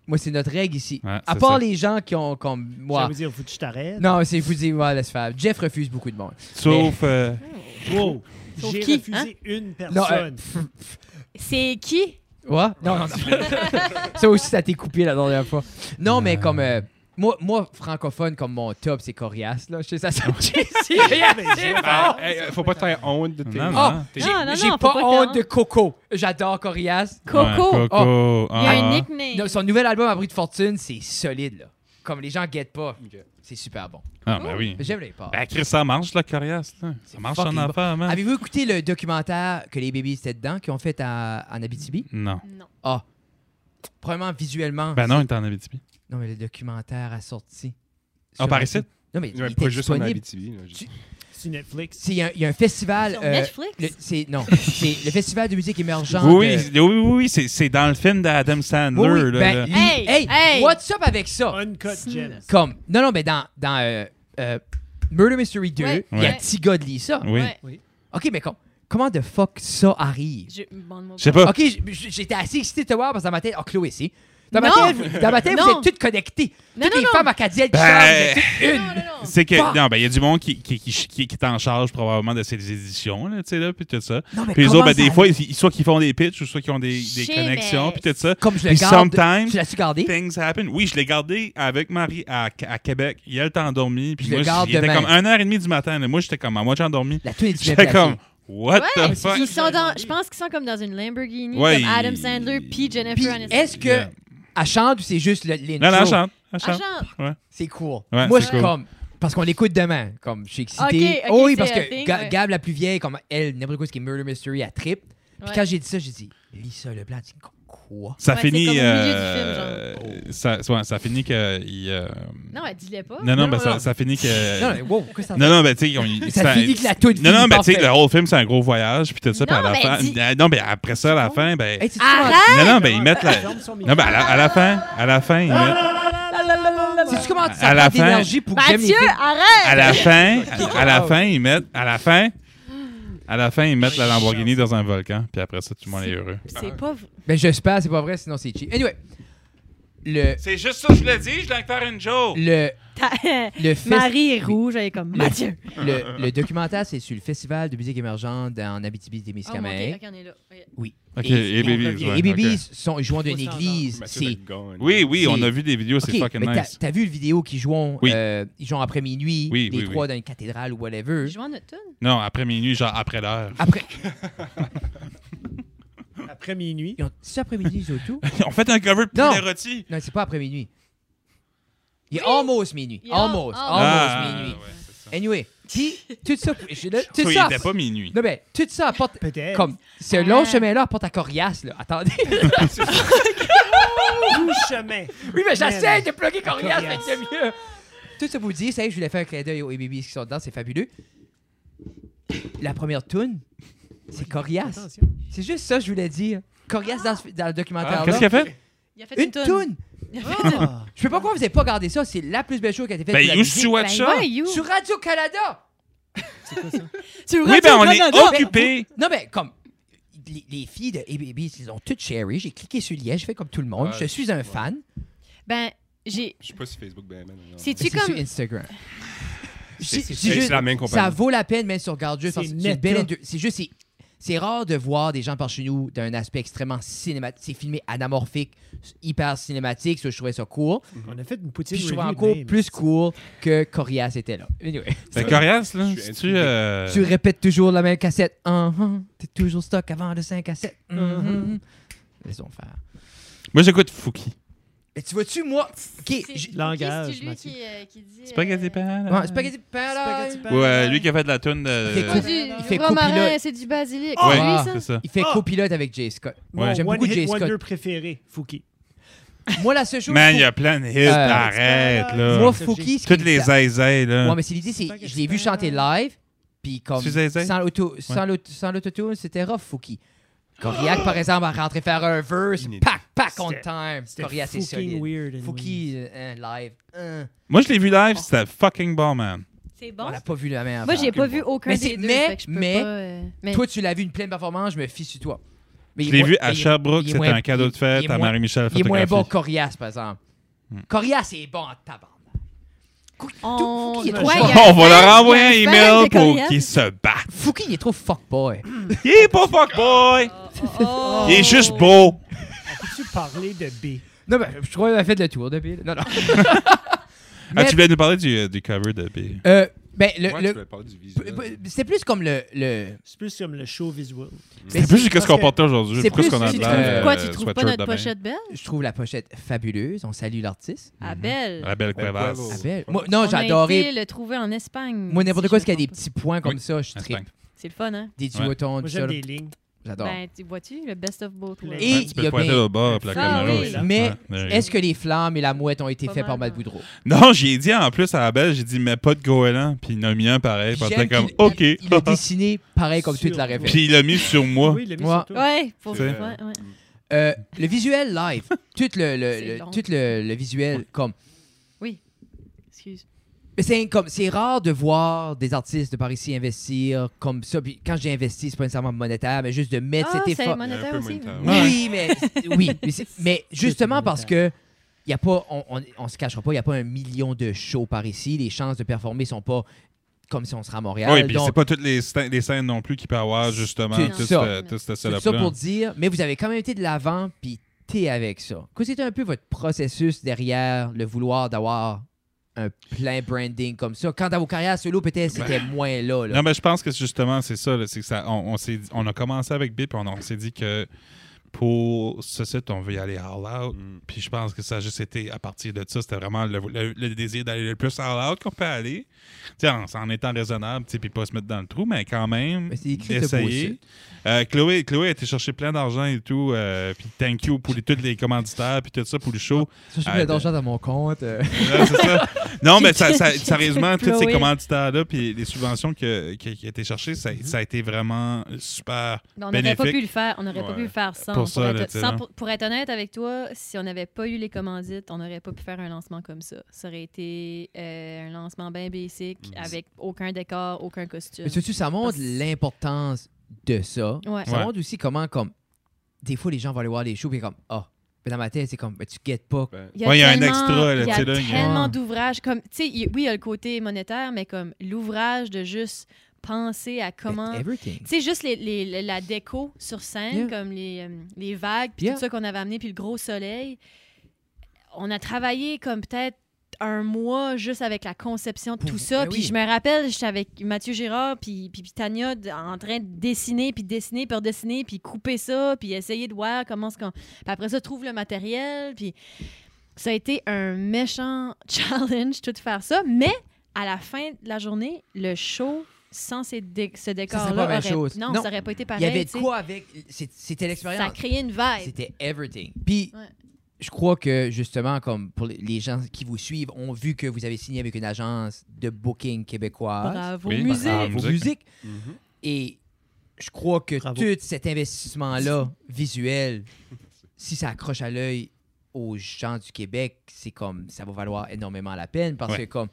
Moi, c'est notre règle ici. Ouais, à c'est part ça. les gens qui ont comme Ça moi. veut dire, faut que je t'arrête. Non, c'est vous dire, ouais, laisse faire. Jeff refuse beaucoup de monde. Sauf. euh, Wow. Sauf J'ai qui, refusé hein? une Non, euh, personne. pff, C'est qui? ouais? Non, non, non. ça aussi, ça t'est coupé la dernière fois. Non, mais comme. euh, moi, moi, francophone, comme mon top, c'est Corias, là. Je sais ça, ça c'est rien, Mais c'est j'ai- bon. Ah, hey, faut pas te faire honte de tes. Non, non. Ah, T'es- j'ai- Non, non, j'ai non, pas faut pas honte faire. de Coco. J'adore Corias. [laughs] Coco. ouais, Coco. Il y a Ah. un nickname. Non, son nouvel album, Abri de fortune, c'est solide, là. Comme les gens guettent pas. Ah, C'est super bon. Ah, ben oui. Mais J'aime les parts. Ben, Chris, ça marche, la coriace, là. Ça marche en fucking affaire, man. Avez-vous écouté le documentaire que les bébés étaient dedans, qu'ils ont fait à, en Abitibi? Non. Non. Ah. Probablement visuellement. Ben non, il est en Abitibi. Non, mais le documentaire a sorti. Ah, Sur par un- ici? Non, mais il Ouais, était Pas juste en disponible. Abitibi. là, Tu- Sur Netflix. C'est- Il y, a- il y a un festival. Sur euh, Netflix? le- c'est- non, c'est le festival de musique émergente. Oui, euh, oui, oui, oui, oui, c'est- c'est dans le film d'Adam Sandler. oui, oui, là, ben, là. li- Hey, hey, hey. what's up avec ça? Uncut C'est- Gems. Comme, non, non, mais dans, dans euh, euh, Murder Mystery 2, Ouais, il y a ouais. un petit gars de Lisa. Oui. Ouais. OK, mais comme, comment de fuck ça arrive? Je... Bon, Je sais pas. OK, j- j- j'étais assez excité de te voir parce que dans ma tête, oh, Chloé, c'est. Dans ma Non. tête, dans ma tête, vous Non. êtes toutes connectées. Non, toutes non, les non. femmes acadiennes qui Ben. chantent, vous êtes toutes une. Non, non, non. C'est que, Fuck. non, ben, il y a du monde qui, qui, qui, qui, qui est en charge probablement de ces éditions, là, tu sais, là, puis tout ça. Non, mais Puis les comment autres, ben, ça- des fois, ils- soit qu'ils font des pitchs ou soit qu'ils ont des, des Shit, connexions, mais- puis tout ça. Comme je le Puis garde. sometimes- Tu l'as-tu gardé? Things happen. Oui, je l'ai gardé avec Marie à, à Québec. Il elle t'a endormi. Puis Je le moi, garde j'étais demain. comme 1h30 du matin. là. Moi, j'étais comme à moitié endormi. La tune est bien J'étais placée. comme, what Ouais, the fuck? ils sont dans, je pense qu'ils sont comme dans une Lamborghini, Ouais, comme Adam ils- Sandler puis Jennifer Puis Aniston. est-ce que Yeah. elle chante ou c'est juste le- l'intro? Non, non, elle chante. Elle Ah, chante. genre, C'est cool. Ouais, Moi, c'est je suis cool. comme. Parce qu'on l'écoute demain. Comme, je suis excité. Ok, ok, Oh oui, c'est parce un que thing, Ga- ouais. Gab, la plus vieille, comme elle, n'importe quoi, ce qui est Murder Mystery, elle trip. Puis Ouais. quand j'ai dit ça, j'ai dit, Lisa Leblanc, tu quoi? Ça Ouais, c'est finit. comme au milieu du euh, ça, ouais, ça finit que. il, euh, non, elle dit-les pas. Non, non, Non, ben, non, ça, non. ça finit que. Non, non, wow, qu'est-ce que ça Euh, Non, non, ben, tu sais, ils ont eu- Ah Ça ça- finit que la toune Non, non, finit ben, tu sais, parfait. le whole film, c'est un gros voyage, puis tout ça, puis à Non, la ben, fin. dis- Euh, Non, ben, après ça, à la fin, ben. Hey, tu Arrête! Non, non, ben, ils mettent la. Non, ben, à la, à la fin, à la fin, ils mettent. Sais-tu comment À ça la prend fin- d'énergie pour que j'aime les Mathieu, films? arrête! à Ah! la fin, à, à la fin, ils mettent, à la fin, à la fin, ils mettent la Lamborghini dans un volcan, puis après ça, tout le monde est heureux. C'est pas [laughs] vrai. Ben, j'espère, c'est pas vrai, sinon c'est cheap. Anyway, le, C'est juste ça que je l'ai dit, je viens de faire une joke. le, T'as- le fest- Marie est rouge, elle est comme Le- Mathieu. le, le documentaire, c'est sur le Festival de musique émergente en Oh, mon Dieu, Abitibi-Témiscamingue. ok, on est là. Ok. Oui. Ok, Et- et et- babies, ouais, et Babies ok. sont, ils jouent dans une Faut église. C'est. Oui, oui, C'est- on a vu des vidéos, c'est Ok, fucking mais t'as- nice. T'as vu le vidéo qu'ils jouent, Oui. euh, ils jouent après minuit, Oui, les oui, trois oui. dans une cathédrale ou whatever. Jouons notre tune. Non, après minuit, genre après l'heure. [laughs] Après, Après minuit. ils ont- c'est après minuit, ils ont [laughs] tout? on fait un cover de Non. poulet rôti. Non, c'est pas après minuit. Il est almost minuit. Il est al- Almost. Almost, almost. Ah, minuit. ouais, c'est ça. Anyway, qui, tout ça, je- là, tout So, il ça, était pas minuit. non ben, tout ça apporte, Peut-être. comme, ce long Ah. chemin-là apporte à coriace, là. Attendez. Tout chemin. oui, mais j'essaie Man. de plugger coriace, mais Coriace. c'est mieux. Tout ça pour vous dire, c'est je voulais faire un clin d'œil aux babies qui sont dedans, c'est fabuleux. La première tune, c'est coriace. Attention. C'est juste ça, que je voulais dire. Coriace dans, ce- dans le documentaire-là. Ah, Qu'est-ce qu'il a fait? Il a fait Une une, toune. Il a fait une toune. Ah. Je peux pas croire que vous avez pas gardé ça. C'est la plus belle chose qui a été faite. Ben, pour la you musique. should Ben, watch ça. ouais, you. Sur Radio-Canada. Tu Oui, ben, on Radio-Canada. est occupé. Non, mais comme. Les, les filles de ABB, ils ont toutes chéri. J'ai cliqué sur le lien, je fais comme tout le monde. Ouais, je suis un fan. Ben, j'ai. Je sais pas si Facebook ben, ben, non, non. C'est-tu C'est comme. sur Instagram. C'est- J'ai- c'est- j'ai C'est juste- la même ça compagnie. vaut la peine, mais si on regarde juste. C'est parce que net, une belle là. indu- C'est juste, c'est- c'est rare de voir des gens par chez nous d'un aspect extrêmement cinématique. C'est filmé anamorphique, hyper cinématique. Ça, je trouvais ça cool. On a fait une poutine Puis je trouvais review de encore même. plus cool que Corias était là. Anyway. Ben, Corias, là, euh, Je suis tu intrigué. Tu répètes toujours la même cassette. Hum, hum. T'es toujours stock avant de 5 à 7. Hum, hum. Laissons faire. Moi, j'écoute Fouki. Mais tu vois-tu, moi. Ok. c'est- j'ai- qui, Langage, C'est lui Mathieu. qui, euh, qui dit. Spaghetti euh, Palace. Ouais, Spaghetti Paradise. Spaghetti Ouais, Paradise. lui qui a fait de la tune de. Fait Pas quoi? du Il fait romarin, copilote. c'est du basilic. Oh! C'est Ah. lui, c'est ça? ça. Il fait Ah! copilote avec Jay Scott. Mon J'aime One beaucoup Jay Hit Scott. Wonder préféré, Fouki. Moi, la seule chose. Man, il y a plein de hits, Euh, arrête, là. Moi, C'est Fouki, ce qui Euh, Toutes me les tape- zaizays, là. Ouais, mais c'est l'idée, c'est. Je l'ai vu chanter hein. live, puis comme. Tu sais, sais. Sans l'auto- sans l'auto- sans l'autotune, c'était rough, Fouki. Coriac, par exemple, a rentré faire un verse. Inédit. Pac, pac, on C'était- time. C'était Coriac, c'est fucking solide. weird. and Fouki, euh, live. Hein. Moi, je l'ai vu live, c'était fucking bon, man. C'est bon. On l'a pas vu la même. Moi, avant. j'ai pas vu aucun Mais c'est- des deux. mais- fait que je peux mais- pas, euh, mais- Toi, tu l'as vu une pleine performance, je me fie sur toi. Mais Je il est l'ai moins- vu mais à il est- Sherbrooke, il est c'était moins- un cadeau de il est fête à moins- Marie-Michel Il est moins bon photographie. que Corias, par exemple. Corias est bon en tabarnak. On... Fouki est Ouais, trop il y a fort. [laughs] un On va leur fan- envoyer un il y a fan email de pour Coriace. qu'ils se battent. [laughs] Fouki, il est trop fuckboy. Il est pas fuckboy! Oh. Il est juste beau! weird. Peux-tu parler de B? Non, ben, je crois qu'on a fait le tour depuis. Non, non. Ah, Mais- tu voulais nous parler du, euh, du cover de B. Euh, ben, le. Ouais, le- tu voulais parler du visuel. p- p- C'était plus comme le. le... C'est plus comme le show visual. mais C'est plus parce qu'est-ce qu'on que- portait aujourd'hui. c'est Pourquoi est-ce plus- qu'on a tu de trouves- l'air, Quoi, euh, tu trouves pas sweatshirt notre de bain? pochette belle? Je trouve la pochette fabuleuse. On salue l'artiste. Ah, belle. La belle cuevasse. Bravo. Ah, belle. Moi, non, j'ai adoré. On le trouver en Espagne. Moi, n'importe si quoi, je ce qu'il y me a des trompe petits points comme Oui, ça, je un tripe. spank. pas. C'est le fun, hein? Des Ouais. duotons, Moi, tout j'aime ça. des lignes. J'adore. Ben, tu vois-tu, le best of both worlds. Et Ouais, Tu il y peux a pointer bien- au bas, puis la Ah, caméra oui. aussi. Mais Ouais, there you go. Est-ce que les flammes et la mouette ont été Pas faits par mal, Matt Boudreau? Non, j'ai dit en plus à la belle, j'ai dit, mais pas de goéland. Puis il en a mis un pareil. Puis J'aime j'étais Eh, comme, qu'il- OK. [laughs] Il a dessiné pareil comme Sur- toute la référence. Puis il l'a mis sur moi. Oui, il l'a mis Ouais. sur toi. Ouais, pour C'est- ouais, ouais. Euh, le [laughs] visuel live, tout le, le- C'est le- long. tout le, le visuel comme Excuse. Mais c'est comme c'est rare de voir des artistes de par ici investir comme ça. Puis quand j'ai investi, c'est pas nécessairement monétaire, mais juste de mettre Ah, cet c'est effort. monétaire Un peu aussi. monétaire, Ouais. Oui, mais [laughs] oui, mais, c'est- mais justement monétaire. parce que y a pas, on, on, on se cachera pas, il n'y a pas un million de shows par ici. Les chances de performer sont pas comme si on serait à Montréal. Oui, puis Donc, c'est pas toutes les, sta- les scènes non plus qu'il peut avoir, justement, C'est tout ça. ce- tout ce C'est setup-là. ça pour dire, mais vous avez quand même été de l'avant, puis t'es avec ça. Que c'était un peu votre processus derrière le vouloir d'avoir un plein branding comme ça. Quand dans vos carrières solo, peut-être c'était moins là. là. Ben, Non, mais je pense que justement, c'est ça. là, c'est que ça on, on s'est dit- on a commencé avec Bip, on, on s'est dit que pour ce site, on veut y aller all out. Mm. Puis je pense que ça a juste été, à partir de ça, c'était vraiment le, le- le désir d'aller le plus all out qu'on peut aller. Tu sais, en, en étant raisonnable, tu sais, puis pas se mettre dans le trou, mais quand même, Mais c'est écrit ce beau d'essayer. site. Euh, Chloé, Chloé a été chercher plein d'argent et tout. euh, puis thank you pour les- tous les commanditaires, puis tout ça pour le show. Ça, je Ah, mets ben- d'argent dans mon compte. euh. Ouais, c'est ça. Non, mais ça, [laughs] ça- J'ai- sérieusement, j'ai toutes ces Chloé. commanditaires-là puis les subventions que- qui qui ont été cherchées, ça, Mm-hmm. ça a été vraiment super On n'aurait bénéfique. pas pu le faire, on n'aurait pas pu Ouais. le faire sans. Pour ça, là, être, tu sais, sans- hein. pour- pour être honnête avec toi, si on n'avait pas eu les commandites, on n'aurait pas pu faire un lancement comme ça. Ça aurait été euh, un lancement bien basic, Mm. avec aucun décor, aucun costume. Mais surtout, ça Parce- montre l'importance de ça. Ouais. Ça Ouais. montre aussi comment, comme, des fois, les gens vont aller voir les shows, puis comme, ah, mais dans ma tête, c'est comme, mais tu guettes pas. Ben, Ouais, il y a un tellement- extra, là, Il y tu a sais, là, il y a- tellement Ouais. d'ouvrages. Comme, tu sais, il- oui, il y a le côté monétaire, mais comme l'ouvrage de juste penser à comment. It's Everything. Tu sais, juste les, les- la déco sur scène, Yeah. comme les, euh, les vagues, puis Yeah. tout ça qu'on avait amené, puis le gros soleil. On a travaillé comme peut-être un mois juste avec la conception de Pour- tout ça. ben puis oui. je me rappelle, j'étais avec Mathieu Girard, puis, puis, puis Tania d- en train de dessiner, puis dessiner, puis redessiner, puis couper ça, puis essayer de voir comment ce qu'on. Puis après ça, trouve le matériel, puis ça a été un méchant [laughs] challenge tout de faire ça, mais à la fin de la journée, le show sans ces dé- ce c'est pas la décor-là même aurait... chose. Non, Non. ça aurait pas été Il pareil. y avait de tu sais. quoi avec. c'est- Ça C'était a l'expérience. créé une vibe. C'était everything. Puis, Ouais. je crois que justement, comme pour les- les gens qui vous suivent, ont vu que vous avez signé avec une agence de booking québécoise. Bravo, Oui, musée. bravo. Bravo, Musique. Mm-hmm. musique. mhm. Et je crois que Bravo. tout cet investissement-là, visuel, si ça accroche à l'œil aux gens du Québec, c'est comme ça va valoir énormément la peine parce Ouais. que comme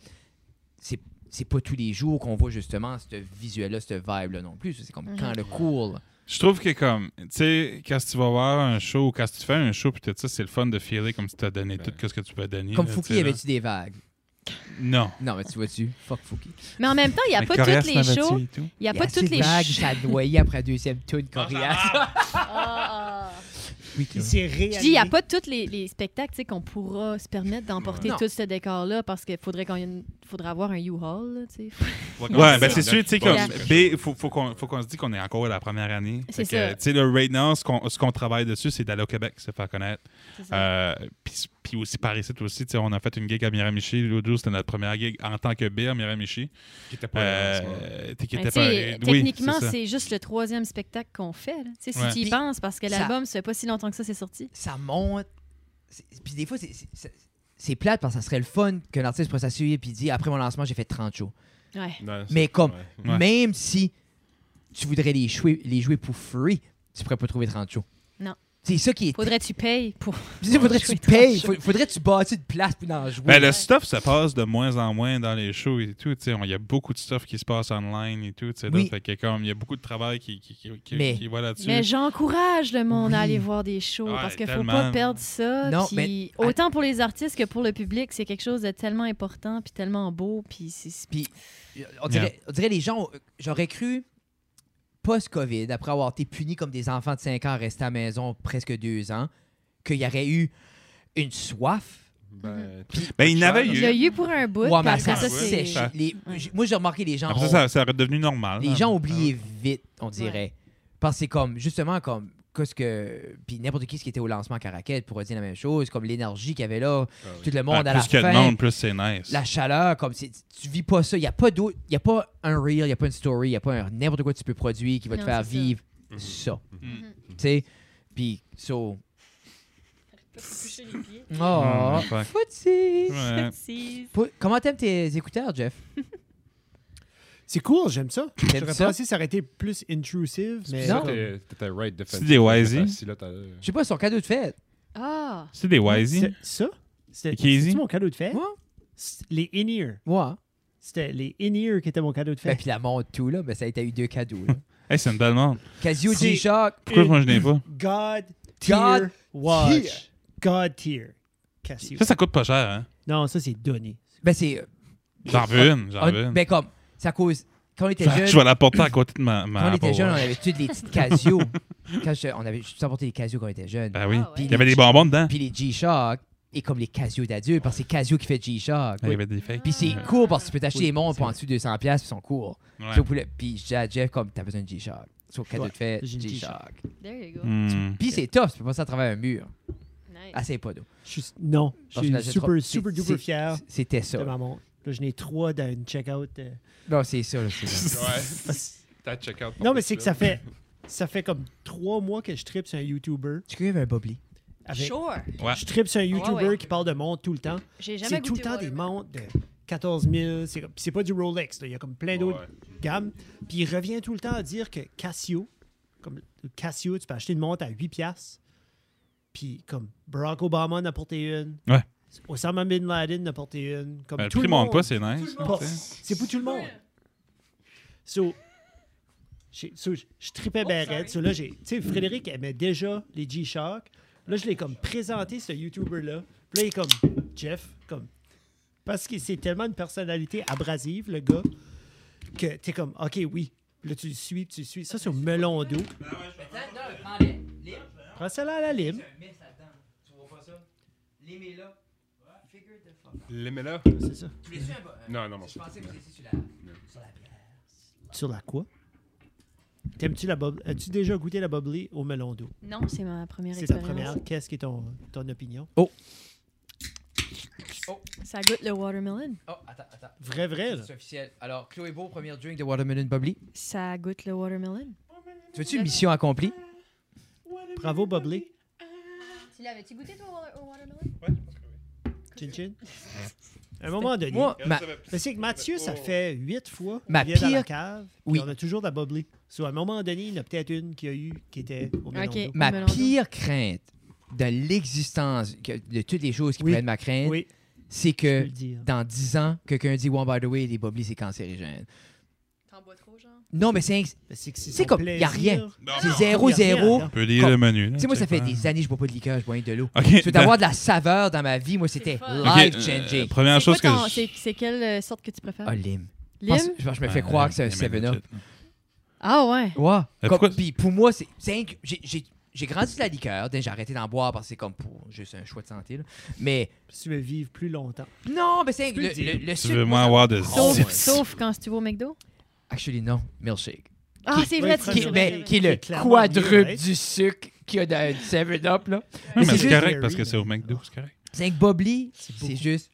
c'est c'est pas tous les jours qu'on voit justement ce visuel-là, ce vibe-là non plus. C'est comme Mm-hmm. quand le cool. Je trouve que comme, tu sais, quand tu vas voir un show, ou quand tu fais un show, puis tout ça, c'est le fun de filer comme si tu as donné Ben. tout ce que tu peux donner. Comme là, Fouki, tu sais, là. avait-tu des vagues? Non. Non, mais tu vois-tu? Fuck Fouki. Mais en même temps, il n'y a Mais pas Corias toutes les l'avait-tu shows. et tout? Il n'y a pas assez toutes de les vagues, shows. ça a noyé après la deuxième tune, Corias. Ah, ah. [laughs] Oui, Chloé. Il s'est Je réalisé. dis, il n'y a pas tous les, les spectacles tu sais, qu'on pourra se permettre d'emporter Non. tout ce décor-là parce qu'il faudrait, qu'on ait une- faudrait avoir un U-Haul. là, tu sais. Ouais, ben c'est sûr, tu sais, Bon, comme Yeah. je- B, faut, faut qu'on faut qu'on se dise qu'on est encore à la première année. C'est Fait que, ça. Tu sais, le right now, ce qu'on ce qu'on travaille dessus, c'est d'aller au Québec, se faire connaître. [laughs] C'est ça. Euh, Puis puis aussi par ici, tout aussi, tu sais, on a fait une gig à Miramichi. L'audio, c'était notre première gig en tant que B à Miramichi. Qui était pas là, en ce moment. Euh, t'es- qui Ben, était tu sais, pas- oui, techniquement, ça. c'est juste le troisième spectacle qu'on fait. là. Tu sais, Si Ouais. tu y Puis- penses, parce que ça- l'album, ça fait pas si longtemps que ça, c'est sorti. ça monte. C'est- Puis des fois, c'est- c'est- c'est c'est plate parce que ça serait le fun qu'un artiste pourrait s'assurer puis dire après mon lancement, j'ai fait 30 shows. Ouais. Non, Mais c'est- comme- ouais. Ouais. Même si tu voudrais les jouer, les jouer pour free, tu pourrais pas trouver 30 shows. Non. C'est ça qui est. Faudrait que tu payes pour. Puis ça, [laughs] faudrait que tu jouer payes, 30 faut- faudrait que tu bâtis une place pour en jouer. Ben, le stuff se passe de moins en moins dans les shows et tout. tu sais. Il y a beaucoup de stuff qui se passe online et tout. tu sais, là. Oui. Fait que comme, il y a beaucoup de travail qui, qui, qui, qui- Mais- qui va là-dessus. Mais j'encourage le monde à Oui. aller voir des shows Ouais, parce qu'il faut tellement. pas perdre ça. Non, puis mais- Autant pour les artistes que pour le public, c'est quelque chose de tellement important puis tellement beau. Puis c'est- Puis on dirait, on dirait les gens, euh, j'aurais cru post-COVID, après avoir été puni comme des enfants de 5 ans restés à la maison presque 2 ans, qu'il y aurait eu une soif Ben, Ben, il n'avait il eu. y a eu pour un bout. Ouais, puis mais après ça, ça, ouais. c'est- sèche. Ça- Les- Ouais. j- Moi, j'ai remarqué les gens. Après ça, ont- ça, ça Ah. aurait devenu normal. hein. les là. gens oubliaient vite, on dirait. Parce que c'est comme, justement, comme. Qu'est-ce que. Puis n'importe qui ce qui était au lancement à Caraquet pourrait dire la même chose, comme l'énergie qu'il y avait là, Ah oui. tout le Ah, monde à la plus qu'il y a fin. de monde, plus c'est nice. Hmm, La chaleur, comme c'est- tu vis pas ça. Il n'y a pas d'autre. Il n'y a pas un reel, il n'y a pas une story, il n'y a pas un- n'importe quoi que tu peux produire qui va te Non, faire c'est ça. vivre ça. Mhm. Tu sais? Puis, so. Ah, Oh, fuck. Footy! Ah. [laughs] Ouais. C'est- Pou- Comment t'aimes tes écouteurs, Jeff? C'est cool, j'aime ça. T'aimes J'aurais ça? pensé ça aurait été plus intrusive, mais Non. T'étais- T'étais right defensive. C'est des Wisey. T'étais assis là, t'as- Je sais pas, son cadeau de fête. Ah! C'est des C'est- Wisey. ça, c'est Casey? c'est-tu mon cadeau de fête. Moi? C'est- Les in-ear. Moi. C'était les in-ear qui étaient mon cadeau de Ben, fête. puis la montre, tout, là. Mais ça a été eu deux cadeaux, [laughs] là. Hey, c'est une belle montre. Casio C'est- G-Shock. Pourquoi moi je Euh, n'ai pas? God God tier watch. God tier. Casio. Ça, ça coûte pas cher, hein? Non, ça, c'est donné. Ben, c'est. J'en veux une, j'en on- veux une. Ben, comme, c'est à cause. Quand on était Fait que jeune. Je vais la porter à côté de ma, ma Quand on Apple était jeune, on Watch. avait toutes les petites Casio. [laughs] quand je- on avait juste apporté les Casio quand on était jeune. Ben oui. Ah ouais. Il y avait des bonbons dedans. [laughs] Puis les G-Shock et comme les Casio d'adultes, parce que c'est Casio qui fait G-Shock. Il y avait des fakes. Puis c'est court parce que tu peux t'acheter des montres pour en dessous de 200$ puis ils sont courts. Ouais. So, pour le- Puis je dis à Jeff, comme, t'as besoin de G-Shock. Sauf cadeau Ouais, de fête, j'ai une G-Shock. There you go. Hmm. Puis c'est tough, tu peux passer à travers un mur. Nice. Assez pas d'eau. Je suis- non, je Parce que la suis super, G3- super c'est- duper c'est- fier C'était ça. de ma montre. Là, je n'ai trois dans une check-out. euh, Non, c'est ça. là, c'est [laughs] ça. Ouais. T'as check-out. Non, mais c'est que ça [laughs] fait, ça fait comme trois mois que je tripe sur un YouTuber. Tu connais un Bobli? avec- Sure. Ouais. Je tripe sur un YouTuber Ah ouais. qui parle de montres tout le temps. J'ai jamais C'est tout le temps des montres de 14 000. C'est, comme- c'est pas du Rolex. là. Il y a comme plein d'autres gammes. Puis il revient tout le temps à dire que Casio, comme le Casio, tu peux acheter une montre à 8 piastres. Puis comme Barack Obama en a porté une. Ouais. Osama Bin Laden en a porté une. Comme Ben, le tout prix le monde. monte pas, c'est nice. Pas- tu sais. C'est pour tout le monde. So, j'ai- so, je- je tripais bien raide. So, là, j'ai- tu sais, Frédéric aimait déjà les G-Shock. Là, je l'ai comme présenté, ce YouTuber-là. Puis là, il est comme, Jeff, comme... Parce que c'est tellement une personnalité abrasive, le gars, que t'es comme, OK, oui. Là, tu le suis, tu le suis. Ça, c'est au melon d'eau. Prends celle-là à la lime. L'aimez là? C'est ça. euh, Non, non, non. c'est- Sur la quoi? T'aimes-tu la bub- As-tu déjà goûté la bubbly au melon d'eau? Non, c'est ma première C'est ta expérience. première. Qu'est-ce qui est ton, ton opinion? Ça goûte le watermelon. Oh, attends, attends. Vrai, vrai, là. C'est officiel. Alors, Chloé Beau, premier drink de Watermelon Bubbly. Ça goûte le watermelon. Tu veux-tu mission accomplie? Bravo, Boblé. Tu l'avais-tu goûté, toi, au watermelon? Chin chin. À un moment donné. Moi, ma- Mais c'est que Mathieu, Oh. ça fait huit fois Ma qu'il vient dans la pire- cave. Oui. Oui. On a toujours de la Boblé. So, à un moment donné, il y en a peut-être une qu'il y a eu qui était au Mélon Ok. d'eau. ma Melon d'eau. pire crainte de l'existence, que- de toutes les choses qui Oui. pourraient être ma crainte, Oui, c'est je peux que le dire. dans 10 ans, quelqu'un dit One by the way, les boblis, c'est cancérigène. T'en bois trop, genre? Non, mais c'est. inc- Mais C'est que c'est comme- il y a rien. Ah C'est Tu zéro, y a rien, zéro. là. peux lire le menu. là, Tu sais, moi, ça fait quoi. des années que je bois pas de liqueur, je bois rien que de [laughs] l'eau. Ok, Tu veux ben, avoir de la saveur dans ma vie, moi, c'était fun. [laughs] ok, euh, life-changing. Première C'est quoi chose que ton- je- c'est- C'est quelle euh, sorte que tu préfères? Oh, lime. Je pense, Lime? je pense que je me fais croire que c'est un Ouais, 7-up. Ah ouais. Ouais. Mais Comme- pourquoi- Puis pour moi, c'est. c'est inc- j'ai- J'ai j'ai grandi de la liqueur, dès que j'ai arrêté d'en boire parce que c'est comme pour juste un choix de santé. là. Mais Tu veux vivre plus longtemps. non, mais c'est. peux Le, le dire. le, le Tu sucre, veux moi, moins ça- avoir de Oh, Sauf, ouais. sauf quand tu vas au McDo. Actually, non, milkshake. Ah, c'est vrai, tu Ouais, qui, c'est c'est vrai, ben, vrai. qui est Qui le est clairement mieux, quadruple right? du sucre qu'il y a dans une 7-Up. là. Non, mais c'est c'est juste correct Gary, parce que c'est au mais- McDo, c'est correct. C'est que Bobli, c'est beaucoup. juste.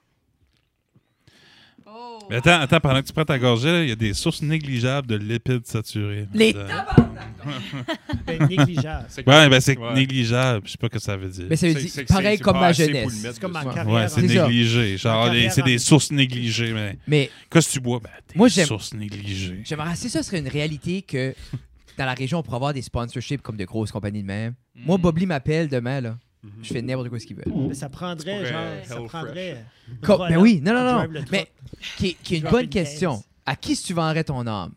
Oh. Mais attends, attends, pendant que tu prends ta gorgée, là, il y a des sources négligeables de lipides saturés. Les Euh, Ben, négligeable. C'est Ouais, ben c'est Ouais. négligeable. Je sais pas ce que ça veut dire. Mais ça veut C'est- dire c'est- pareil c'est comme pas ma assez pour le jeunesse. mettre. C'est comme ma Ouais, carrière. Ouais, c'est C'est en- ça. négligé. Genre, La les- c'est carrière en- des sources négligées, mais. Mais Qu'est-ce que tu bois? Ben, des Moi, j'aime- sources négligées. j'aimerais assez ça serait une réalité que dans la région, on pourrait avoir des sponsorships comme de grosses compagnies de même. Moi, Mm. Bobli m'appelle demain, là. Mm-hmm. Je fais n'importe quoi ce qu'il veut. Mais Ben, Ça prendrait, pourrais genre, ça Hello prendrait... euh, Co- Roland ben oui, non, non, qui non. drive le truck. Mais qui est, qui est une Drop bonne in question. case. À qui si tu vendrais ton âme?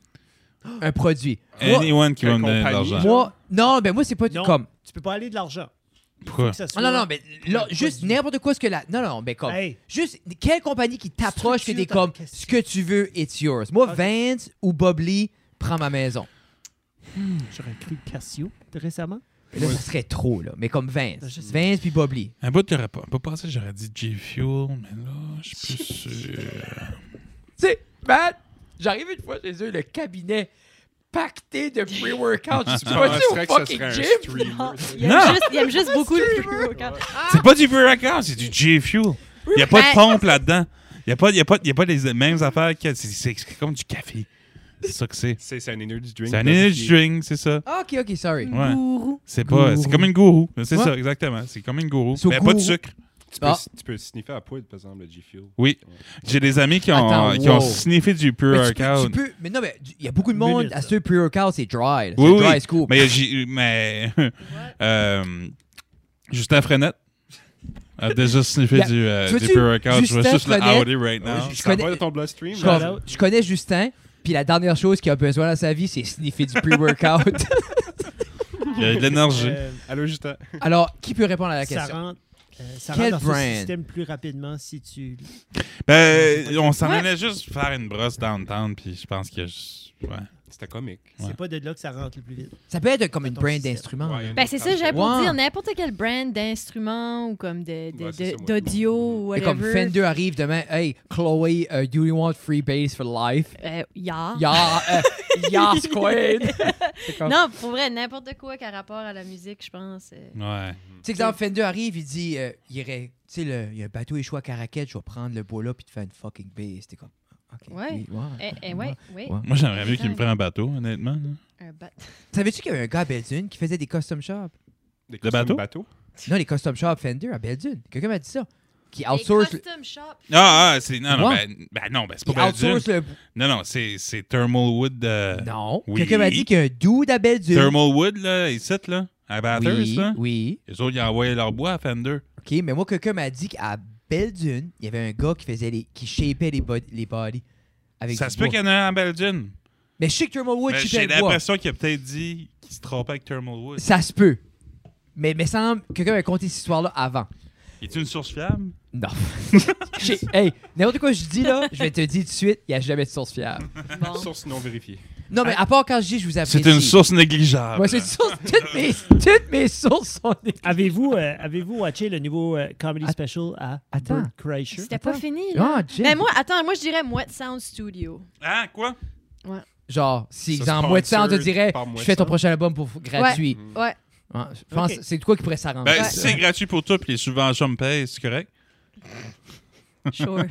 Un produit. Moi, Anyone qui va Quelle me donner de compagnie? l'argent. moi- non, ben moi, c'est pas du- Non. comme. Tu peux pas aller de l'argent. Pourquoi? Que ça Ah soit- non, non, mais là, Un juste produit. n'importe quoi ce que la. Non, non, mais comme. Hey. Juste quelle compagnie qui t'approche que Structure t'es ta comme question. ce que tu veux, it's yours. Moi, Ok. Vance ou Bob Lee, prends ma maison. J'aurais cru Casio récemment. Mais Là, ça serait trop, là. Mais comme Vince. Ben, Je sais. Vince puis Bob Lee. Un bout, t'aurais pas. Un peu passé, j'aurais dit G-Fuel, mais là, je suis plus sûr. Tu sais, Matt, j'arrive une fois chez eux, le cabinet pacté de pre-workout. Je suis Ah, pas c'est au vrai que ça fucking serait un gym. streamer, ça. Il aime Non! juste, il aime juste beaucoup le pre-workout. C'est pas du pre-workout, c'est du G-Fuel. Il n'y a pas de pompe là-dedans. Il n'y a, pas- y a, pas- y a pas les mêmes affaires que. C'est c'est comme du café. C'est ça que c'est. C'est c'est un energy drink. C'est un energy drink, c'est ça. Ah, Ok, ok, sorry. Ouais. Gourou. Mmh. C'est pas. C'est comme une gourou. C'est Ouais. ça, exactement. C'est comme une gourou. So mais pas de gourou. sucre. Tu peux, Ah. tu peux sniffer à poudre, par exemple, le G-Fuel. Oui. J'ai des amis qui ont, Attends, qui ont wow. sniffé du Mais tu peux, tu pre-workout. peux- mais non, mais il y a beaucoup de monde, Minute, à là. ceux pre-workout, c'est dry. là. C'est Oui, oui. dry scoop. Mais, j'ai- mais euh, Justin Frenette. I've déjà sniffé Yeah. du, euh, Tu du vois-tu, pre-workout. Je vais Justin juste le Frenette- outer right now. je je connais connais- de ton bloodstream. hein. Je, Shout com- out. je connais Justin, puis la dernière chose qu'il a besoin dans sa vie, c'est sniffer du pre-workout. [laughs] Il y a de l'énergie. Euh, Allô, Justin. Alors, qui peut répondre à la ça question? rentre, euh, ça rentre Quel dans ce brand? système plus rapidement si tu. Ben, on s'en Ouais. allait juste faire une brosse downtown, puis je pense que. je- Ouais. C'était comique. Ouais. C'est pas de là que ça rentre le plus vite. Ça peut être comme une Mettons brand système. d'instruments. là. Ah, Ouais, Ben, c'est ça, j'avais pour Wow. dire n'importe quel brand d'instrument ou comme de- de- Ouais, c'est de- ça, moi. d'audio Mais de, comme whatever. Fender arrive demain, hey, Chloé, euh, do you want free bass for life? Euh, yeah. Yeah, euh, yeah, [laughs] Squid! C'est comme- Non, pour vrai, n'importe quoi qui a rapport à la musique, je pense. euh. Ouais. Tu sais, exemple, Fender arrive, il dit, euh, il irait, tu sais, le- il y a un bateau échoué à Caraquette, je vais prendre le bois là puis te faire une fucking bass. T'es comme, ok. Ouais. oui, Eh, eh, ouais, ouais. Mmh. Ouais. Moi, j'aimerais mieux qu'il me prenne un bateau, honnêtement. là. Un bat. Savais-tu qu'il y avait un gars à Belle-Dune qui faisait des custom shops? Le Des costumes bateau? bateaux. Non, les custom shops Fender à Belle-Dune. Quelqu'un m'a dit ça. Qui Les outsource, le- custom shop. Ah, ah, c'est. Non, non, Ouais. ben, ben non, ben, c'est qui pas Belle Dune. outsource le. Non, non, c'est c'est Thermal Wood. euh, Non. oui. Quelqu'un m'a dit qu'il y a un dude à Belle-Dune. Thermal hein? Wood, là, ici, là, à Bathurst, oui, là. oui. Les autres, ils envoyaient leur bois à Fender. OK, mais moi, quelqu'un m'a dit qu'à Belle-Dune, il y avait un gars qui faisait les, qui shapait les, bod- les bodies. Avec Ça du se peut bois. qu'il y en ait un à Belgium. Mais je sais que Thermal Wood Mais shapait J'ai le bois. l'impression qu'il a peut-être dit qu'il se trompait avec Thermal Wood. Ça se peut. Mais mais semble que quelqu'un m'a conté cette histoire-là avant. est une source fiable? Non. [laughs] J'ai- hey, n'importe quoi que je dis là, je vais te dire tout de suite, il n'y a jamais de source fiable. Bon. Source non vérifiée. Non, mais à part quand je dis je vous apprécie. C'est une source négligeable. Moi, c'est une source. Toutes mes, toutes mes sources sont des. Avez-vous euh, avez-vous watché le nouveau euh, comedy special à attends. Bert Kreischer? C'était pas fini, là. Ah, Jim. Ben moi, attends, moi je dirais Moët Sound Studio. Ah, quoi? Genre, si, Ça, exemple, sponsor moi, tu sais, on te dirait, par je Moët fais ton Sound. prochain album pour gratuit. Mm. Ouais. Ouais, je pense Ok. que c'est de quoi qui pourrait s'arranger. Ben, Ouais. si c'est gratuit pour toi puis les subventions me payent, c'est correct? [laughs] Sure.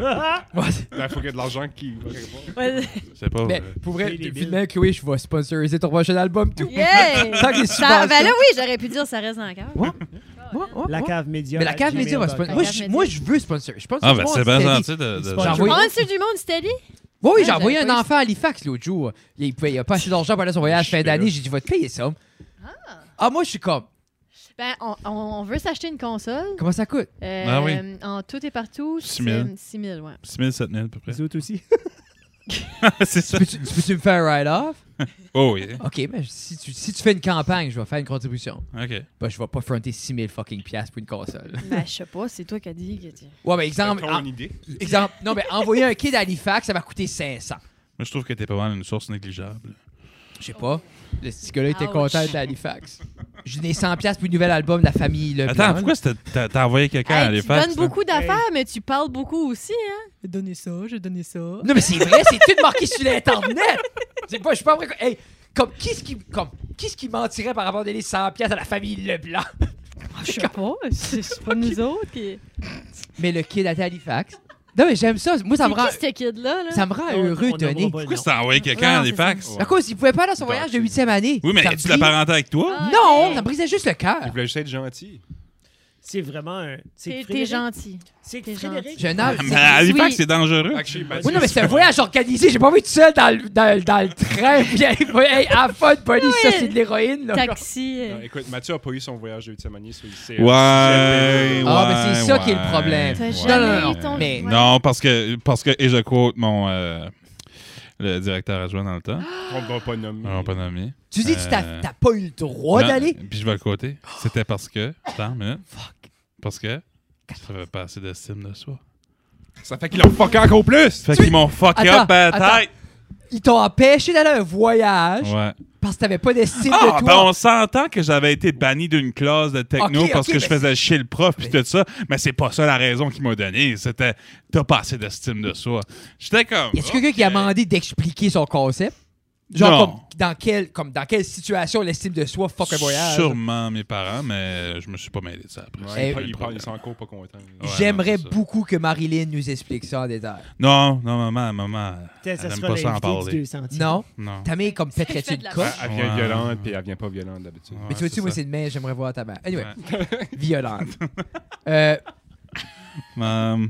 Ouais. Il faut qu'il y ait de l'argent qui. va répondre. Ouais. C'est pas... Mais euh, pour vrai, Paye les depuis bills. demain, Chloé, je vais sponsoriser ton prochain album, tout. Yeah! Tant que les Ça- subventions- ben là, oui, j'aurais pu dire ça reste dans la cave. Ouais. Ouais, ouais, La ouais. cave média. Mais la à cave média va gmail.com. sponsoriser. La Moi, cave je- média. moi, je veux sponsoriser. Je pense Ah, ben c'est bien gentil de... Il se de- passe de- J'envoie- On sur du monde, c'était lui? Oui, Ouais, j'ai envoyé j'avais un pas eu enfant à Halifax l'autre jour. Il n'y a pas assez d'argent pour aller à son voyage fin J'étais d'année. là. J'ai dit, va te payer ça. Ah, moi, je suis comme, Ben, on, on- on veut s'acheter une console. comment ça coûte? Euh, Ah oui. En tout et partout, 6 000. c'est 6 000, ouais. 6 000, 7 000 à peu près. Les autres aussi. [laughs] c'est ça. Peux-tu tu peux-tu me faire un write-off? Oh, yeah. OK, mais si tu, si tu fais une campagne, je vais faire une contribution. OK. Ben, je vais pas fronter 6000 fucking piastres pour une console. [laughs] Ben, je sais pas, c'est toi qui as dit. que tu- Ouais, mais C'est exemple, ah. ton idée. en- exemple, non, mais envoyer un kid à Halifax, ça m'a coûté 500. Moi, je trouve que t'es pas mal une source négligeable. Je sais pas. Le petit gars-là était Ouch. content d'être à Halifax. Je donné 100 piastres pour le nouvel album de la famille Leblanc. Attends, pourquoi c'était- t'as t'as envoyé quelqu'un à Hey, tu Halifax? donnes là? beaucoup d'affaires, mais tu parles beaucoup aussi, hein? J'ai donné ça, j'ai donné [laughs] ça. Non, mais c'est vrai, c'est tout marqué sur l'Internet. C'est pas, je suis pas vrai. que- Hey, comme, qui ce qui, comme, qui ce qui mentirait par rapport à donner 100 piastres à la famille Leblanc? Je sais pas, [laughs] c'est c'est pas nous autres. Qui... Mais le kid était à Halifax. Non, mais j'aime ça. Moi, ça me C'est rend, qui, ce kid-là? Là? ça me rend heureux, On- Tony. on n'aura pas le Pourquoi nom. t'as envoyé quelqu'un Non, à c'est Halifax? À cause, il pouvait pas aller à son voyage de 8e année. Oui, mais Ça me es-tu la brise- parenté avec toi? Ah, Non, ok. ça me brisait juste le Il cœur. voulait juste être gentil. C'est vraiment un. c'est T'es- T'es Frédéric- gentil. [laughs] C'est T'es que Frédéric. J'ai un âge. Ah, [laughs] Mais à Halifax, Ah, Oui. c'est dangereux. Actually, Mathieu, Oui, non, mais c'est un voyage organisé. J'ai pas envie de ça dans, le- dans, dans le train. [laughs] Puis, hey, boy, hey, have fun, buddy. Ça, c'est de l'héroïne. là. Taxi. euh, Non, écoute, Mathieu a pas eu son voyage de 8e année, so il sait. Ouais, ouais. Ah, mais c'est ça qui est le problème. T'as ouais. jamais Non, non, eu non, ton... mais- Ouais. Non, parce que, parce que, et je quote mon, euh, le directeur adjoint dans le [gasps] temps, On va pas nommer. on pas nommé. Tu dis, tu Euh, t'as t'as pas eu le droit Non, d'aller. Puis je vais le côté. C'était parce [gasps] que, attends une minute, parce que je n'avais pas assez d'estime de soi. Ça fait qu'il en fuck encore plus! Fait Tu- qu'ils m'ont fuck Attends, up à attends. la tête. Ils t'ont empêché d'aller à un voyage Ouais. parce que t'avais pas d'estime Ah, de ben toi. on s'entend que j'avais été banni d'une classe de techno Ok, parce ok, que je mais- faisais chier le prof puis Mais- tout ça, mais c'est pas ça la raison qu'ils m'ont donnée. C'était t'as pas assez d'estime de soi. J'étais comme. Y a-tu quelqu'un qui a ok. demandé d'expliquer son concept? Genre, Non. comme dans, quelle, comme dans quelle situation l'estime de soi fuck un voyage? Sûrement mes parents, mais je me suis pas mêlé de ça après. Ouais, C'est pas il Eh, parle- le il, parle, problème. il s'en court pas content. Ouais, J'aimerais non, c'est ça. beaucoup que Marilyn nous explique ça en détail. Non, non, maman, maman. Putain, elle ça aime sera pas ça en l'invité parler. du 200 Non? Non. Ta [laughs] mère, comme, pèterait-tu fait de une la coche? merde. Elle vient Ouais. violente, puis elle vient pas violente d'habitude. Mais tu Ouais, vois-tu, moi, c'est c'est de main, j'aimerais voir ta mère. Anyway, Ouais. [laughs] [laughs] violente. Euh, Um,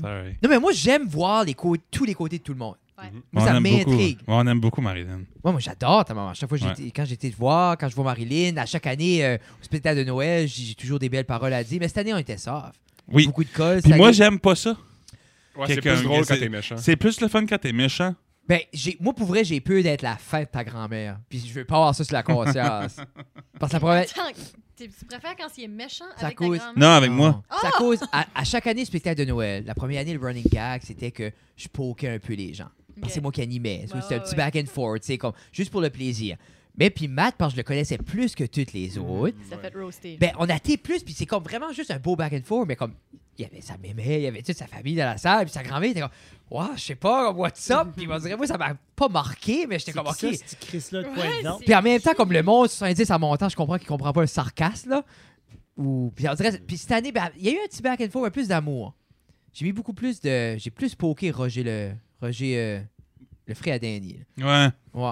sorry. non, mais moi, j'aime voir les cô- tous les côtés de tout le monde. Ouais. Ouais. Moi, Mhm. on ça aime beaucoup. m'intrigue. Ouais, on aime beaucoup Marilyn. Ouais, moi, j'adore ta maman. À chaque fois, que j'ai Ouais. été- quand j'étais te voir, quand je vois Marilyn, à chaque année, euh, au spectacle de Noël, j'ai j'ai toujours des belles paroles à dire. Mais cette année, on était soft. Oui. Beaucoup de calls. Puis ça moi, gueule. j'aime pas ça. Ouais, c'est Quelqu'un- plus drôle quand c'est- t'es méchant. C'est plus le fun quand t'es méchant. Ben, j'ai- moi, pour vrai, j'ai peur d'être la fête de ta grand-mère. Puis je veux pas avoir ça sur [laughs] la conscience. Parce que la première... Attends, tu tu préfères quand il est méchant Ça avec cause- ta grand-mère? Non, avec moi. C'est à cause, à, à chaque année, spectacle de Noël, la première année, le running gag, c'était que je poquais un peu les gens. Parce que c'est Ok. moi qui animais. Ouais, C'était un ouais, petit ouais. back and forth, tu sais, comme, juste pour le plaisir. Mais puis Matt, parce que je le connaissais plus que toutes les autres, Ça fait roaster. ben on a été plus, puis c'est comme vraiment juste un beau back and forth, mais comme, il y avait sa mémé, il y avait toute sa famille dans la salle, puis sa grand-mère était comme, wow, je sais pas, comme, what's up? Puis on dirait, moi, ça m'a pas marqué, mais j'étais comme, ok. ça, ce Chris-là, de quoi Ouais, dedans? c'est- Puis en même temps, comme le monde 70 en montant, je comprends qu'il comprend pas le sarcasme, là. Ou, puis, on dirait- puis cette année, ben, il y a eu un petit back and forth, un plus d'amour. J'ai mis beaucoup plus de. J'ai plus poké Roger le. Roger. euh, le frère à Danny. là. Ouais. Ouais.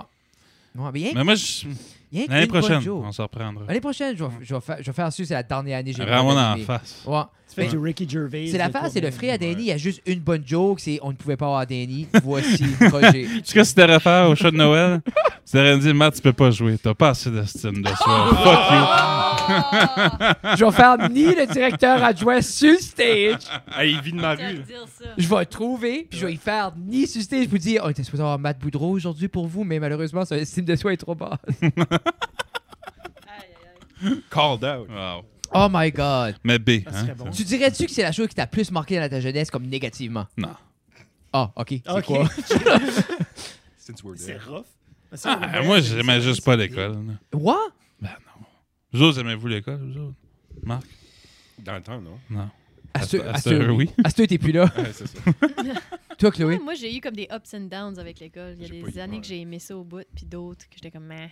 Ouais, mais rien, Mais moi, je- que- rien l'année qu'une bonne prochaine, jour. on s'en reprendra. L'année prochaine, je vais, je vais faire, je vais faire sûr, c'est la dernière année que j'ai Vraiment vraiment en animé. face. Ouais. Tu fais Mais- du Ricky Gervais. C'est l'affaire, de c'est le toi-même. frère à Danny, Ouais. il y a juste une bonne joke, c'est on ne pouvait pas avoir Danny. [laughs] Voici Roger. Tu sais ce que tu devrais faire au show de Noël? [laughs] tu devrais dire, Matt, tu peux pas jouer. T'as pas assez d'estime de soi. [laughs] Ah! Je vais faire ni le directeur adjoint sur le stage. Ah, il vit de ma T'as à rue. dire ça. Je vais le trouver, puis je vais y faire ni susciter. Je vous dis, on était supposé avoir Matt Boudreau aujourd'hui pour vous, mais malheureusement, son estime de soi est trop basse. Aïe, aïe, aïe. Called out. [laughs] Wow. Oh my god. Mais B, Ça Ah, serait hein? bon. Tu dirais-tu que c'est la chose qui t'a plus marqué dans ta jeunesse, comme négativement? Non. Ah, ok. C'est Ok. quoi? Since we're [laughs] C'est there. rough. Ah, moi, j'aimais juste pas l'école. là. What? Vous autres, aimez-vous l'école, vous autres? Marc? Dans le temps, non? Non. À ce, À à ce- ce- oui. À ce, t'es plus là. [laughs] Ouais, [laughs] c'est ça. Toi, Ouais, Chloé? moi, j'ai eu comme des ups and downs avec l'école. Il y a J'ai des pas eu de années peur. que j'ai aimé ça au bout, puis d'autres que j'étais comme, meh.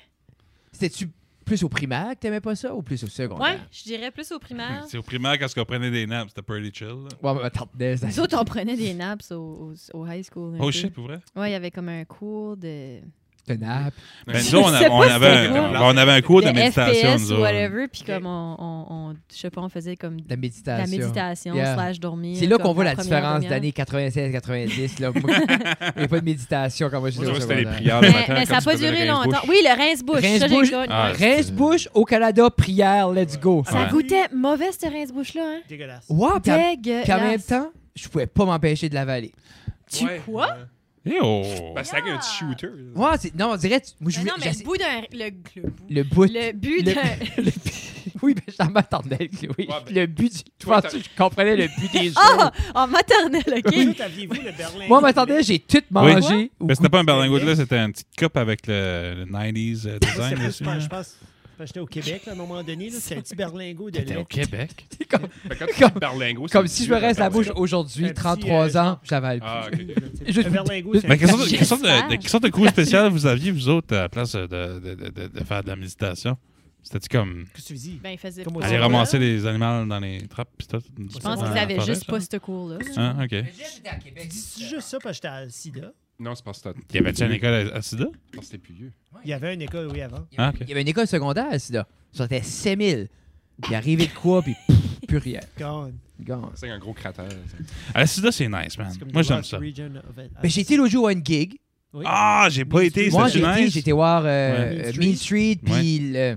C'était-tu plus au primaire que t'aimais pas ça ou plus au Ouais, secondaire? je dirais plus [laughs] au primaire. C'est au primaire, quand on prenait des naps, c'était pretty chill. là. Ouais, mais attendez, ça- Nous autres, on prenait des naps au, au- au high school. un Oh peu. shit, pour vrai? Ouais, il y avait comme un cours de. de nappe. Ben, Je nous, on, sais avait- pas on c'est avait un, ben, quoi. on avait un cours de, de méditation, FPS nous ou autres. whatever, puis comme on, on, on- je sais pas, on faisait comme de la de la méditation. méditation Yeah. slash dormir. C'est là comme qu'on voit la première différence demi-heure. d'années 96-90. [laughs] là. Moi, Il n'y a pas de méditation quand moi je Moi, je suis vois au que c'était les prières secondaire. Ah, le Mais, matin. mais ça comme n'a tu pas faisais duré le rince-bouche. longtemps. Oui, le rince-bouche. ça, j'ai Rince-bouche. connu. Ah, Rince-bouche au Canada, prière, let's go. Ça Ouais. goûtait mauvais, ce rince-bouche-là. Hein? Dégueulasse. Wow, puis en- Dégueulasse. puis en même temps, je pouvais pas m'empêcher de l'avaler. Tu Ouais. quoi? Eh oh! Ben, c'est avec un petit shooter. là. Ouais, c'est- non, on dirait. tu- Moi, je Mais voulais- non, mais j'essa- le bout d'un. Le, le bout. le bout. Le but le- d'un. le- [laughs] oui, ben, je m'attendais, Chloé. ben- Le but du. Tu Toi, penses-tu que je comprenais le but [laughs] des jeux? Ah! [laughs] en maternelle, Vous OK? autres, aviez-vous le Berlin? Moi, m'attendais, j'ai tout mangé. au Mais Ben, c'était goût- pas un berlingot de là, c'était une petite coupe avec le, le 90s euh, Moi, c'était design plus, aussi. je pense- là. je pense. parce que J'étais au Québec là, à un moment donné, là, c'est un petit berlingot de T'étais lait. au Québec. C'est comme, Fait que quand tu Comme- fais le berlingot, c'est [laughs] comme le si je dur me à reste la parler. bouche aujourd'hui, Un petit, 33 euh, ans, j'avale plus. Ah, ok. Juste- Un berlingot, c'est Mais un Ben, quelle sorte, J'espère. quelle sorte de, de- quelle sorte de cours spécial vous aviez, vous autres, à la place de, de- de- de- de faire de la méditation? C'était-tu comme Qu'est-ce que tu dis? Ben, il faisait Comme au pas aller Ouais. ça. ramasser les animaux dans les trappes? pis tout, Je pense Ouais. qu'ils avaient Ouais. juste pas ce cours-là. Ah, ok. Tu dis juste ça parce que j'étais à SIDA. Non, c'est parce que Y t'as- avait-tu une école à, à Sida? je pense que t'es plus vieux. Il y avait une école, oui, avant. Ah, ok. Il y avait une école secondaire, à Sida. Ils étaient 7000. Puis arrivé de quoi, puis pff, plus rien. God. Gone. C'est un gros cratère. ça. À Sida, Ah, c'est nice, man. C'est comme Moi, the j'aime Lost ça. Region of it. Mais Ben, j'ai été l'autre jour à une gig. Oui. Ah, j'ai pas été, Moi, c'était j'ai été, nice. j'étais voir euh, Ouais. euh, Mean Street, puis le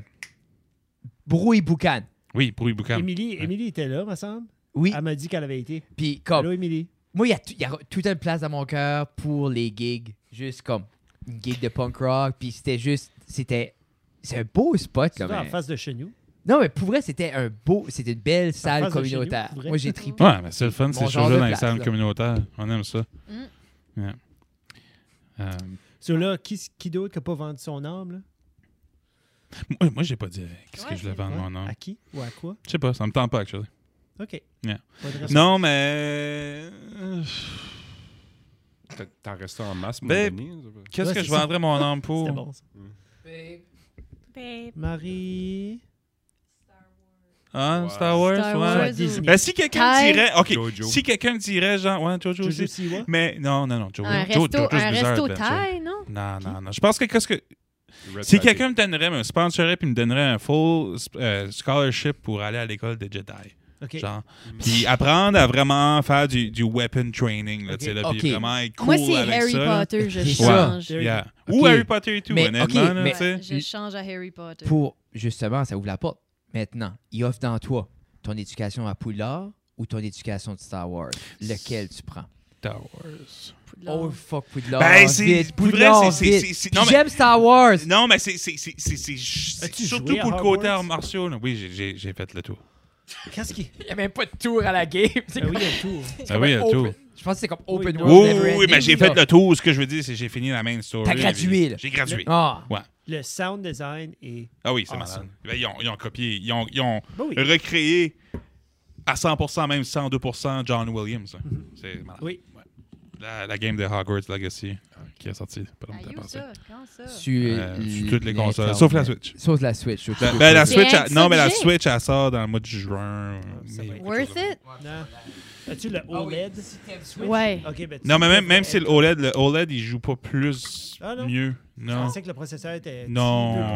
Brouille Boucan. Oui, pour Iboucan. Émilie, Émilie était là, me semble. Oui, Elle m'a dit qu'elle avait été. puis Ah. Allô, Ah. comme, Émilie. moi, il y a tout- il y, a toute une place dans mon cœur pour les gigs. Juste comme une gig de punk rock, puis c'était juste, c'était, c'est un beau spot, Tu là, es en mais- face de chez nous. Non, mais pour vrai, c'était un beau, c'était une belle salle face de chez nous, communautaire. pour vrai. Moi, j'ai trippé. Ouais, mais c'est le fun, Mon ces genre choses-là de dans les place, salles là. communautaires. On aime ça. Mm. Yeah. Euh, So là, qui, qui d'autre qui n'a pas vendu son âme? Là? moi, moi, j'ai pas dit euh, qu'est-ce Ouais, que je voulais vendre, Ouais. mon nom. À qui ou à quoi? Je sais pas, ça me tente pas, actually. OK. Yeah. Pas de raison. Non, mais. T'as- T'en restes en masse, mon Ben, ami. Qu'est-ce Ouais, que c'est je ça. vendrais mon âme pour C'était bon, ça. Marie. Hein, Ouais. Star Wars, Star ouais. Wars. Soit Disney. Ben, si quelqu'un me Kyle. dirait. Ok, Jojo. si quelqu'un me dirait, genre, ouais, Jojo Jojo aussi. Siwa. Mais non, non, non, Jojo. Un Jo- resto, Jojo's Bizarre un resto Adventure. taille, non? Non, non, non. Je pense que qu'est-ce que. Si quelqu'un me donnerait, me sponsorait puis me donnerait un full euh, scholarship pour aller à l'école des Jedi, OK. Genre. Puis apprendre à vraiment faire du, du weapon training, là, Ok. tu sais, là, Ok. puis vraiment être cool Moi, c'est avec Harry ça. là. Potter, je Ouais. change. Harry Yeah. Ok. Ou Harry Potter et tout, Mais- honnêtement, ok, là, mais- tu sais. Ouais, je change à Harry Potter. Pour, justement, ça ouvre la porte. Maintenant, il offre dans toi ton éducation à Poudlard ou ton éducation de Star Wars. Lequel tu prends? Star Wars. Poudlard. Oh, fuck Poudlard, Ben, c'est- vite, pour vrai, Poudlard, c'est- c'est- vite. c'est- c'est- Puis non, mais- J'aime Star Wars. Non, mais c'est c'est- c'est- c'est- c'est- c'est As-tu surtout joué à pour le côté Hogwarts? arts martiaux. là. Oui, j'ai- j'ai j'ai fait le tour. Qu'est-ce [laughs] qui. Il n'y a même pas de tour à la game. C'est Ben oui, il y a tout. Ah oui, le tour. Je pense que c'est comme open Oui, Oui, world. oui, never oui, ending, mais j'ai là. fait le tour. Ce que je veux dire, c'est que j'ai fini la main story. T'as gradué, là. J'ai gradué. Ah, Le sound design est. Ah oui, c'est Awesome. malade. Ben, ils, ont, ils ont copié, ils ont, ils ont Ben oui. recréé à 100%, même 102% John Williams. là. C'est malade. Mhm. Oui. Ah, Ouais. La, la game de Hogwarts Legacy qui est sortie pas longtemps Aïe, où passé. ça? Quand ça? sur, Euh, sur toutes les l'Internet. consoles, sauf la Switch. Sauf la Switch. ok. La, ben, la C'est Switch, elle- un non, mais la sujet. Switch, elle sort dans le mois de juin. Ça mai, va être- Worth it? Non. As-tu le Ah oui, OLED? si t'aimes Switch. Ouais. Ok, ben, tu- Non, mais même, même si le OLED, le OLED, il joue pas plus Ah, non. mieux. Je Non. pensais que le processeur était. Non. C'est- Non,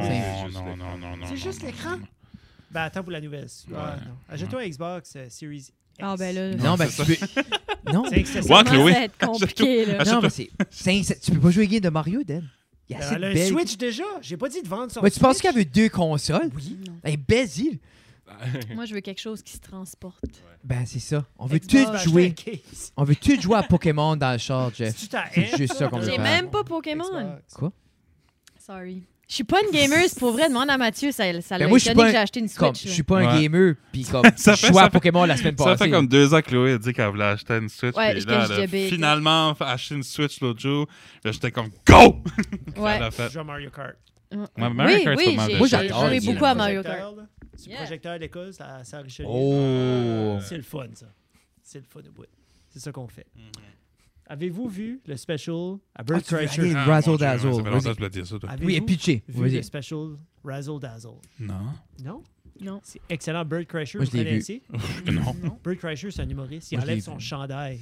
juste non, l'écran. non, non, non. C'est juste non, l'écran. Ben, attends pour la nouvelle. Ah, Ouais. non. Achète-toi un Xbox euh, Series X. Ah, ben là. Non, ben, c'est tu peux... [laughs] non, C'est excessif. Ouais, ça commence Chloé. à être compliqué, là. non, mais c'est... c'est- c'est- Tu peux pas jouer au game de Mario, Dan. Il y a Ben, cette Elle a un belle... Switch déjà. J'ai pas dit de vendre son Ouais, tu penses Switch. qu'elle veut deux consoles? Ben, Oui. Elle est baisée. [laughs] Moi, je veux quelque chose qui se transporte. Ben, c'est ça. On veut Tu tous jouer. On veut tous jouer à Pokémon dans le char, Jeff. C'est-tu ta C'est haine, juste ça qu'on toi? veut J'ai faire. même pas Pokémon. Xbox. Quoi? Sorry. Je suis pas une gamer, c'est pour vrai. Demande à Mathieu, ça, ça l'a Ben, moi, je suis étonné pas que j'ai un- acheté une Comme, Switch. je là. suis pas un Ouais. gamer, puis comme, [laughs] Ça je fait- joue ça à fait- Pokémon la semaine Ça passée. fait comme deux ans que Chloé a dit qu'elle voulait acheter une Switch. Ouais, puis je- là, je elle a diabète. finalement acheté une Switch l'autre jour. Là, j'étais comme GO! Ouais. Elle a Je fait. joue à Mario Kart. Ma mère, Oui, quand elle se oui, demandait- j'ai Moi, j'ai j'adore joué les beaucoup à jeux. Mario Kart. Projecteur, là. C'est le Yeah. projecteur à l'école, c'est à Saint-Richelieu. Euh, Oh. C'est le fun, ça. C'est le fun au bout. C'est ça qu'on fait. Mhm. Avez-vous vu le special à Bird tu veux Crusher? aller- Ah, Razzle mon Dieu, dazzle, Ça fait longtemps que vas-y. je voulais dire ça, toi. Avez-vous Oui, et pitché. vu le Vas-y. special Razzle Dazzle? Non. Non? Non. C'est excellent. Bird Crusher, Moi, vous je l'ai vu. connaissez? non. Bird Crusher, c'est un humoriste. Il Moi, je l'ai enlève vu. son chandail.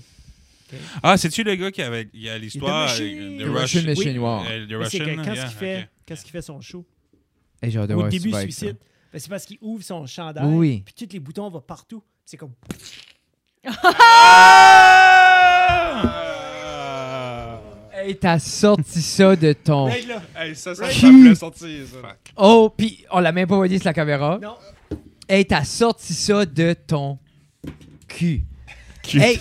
Ah, c'est-tu le gars qui avait. Il y a l'histoire. Machine. euh, The The Russian Rush- Machine War. euh, The Mais C'est Russian. que quand yeah, il fait, ok. quand il fait son show, Hey, j'ai hâte de au voir si début tu vas être suicide, ben, c'est parce qu'il ouvre son chandail, Oui. puis tous les boutons vont partout. C'est comme... Ah! ça. Hey, t'as sorti ça de ton... Hey, là, Hey, ça, ça, Right. ça me l'a sorti, ça. Oh, puis on l'a même pas voyé sur la caméra. Non. Hey, t'as sorti ça de ton [laughs] cul. Hey,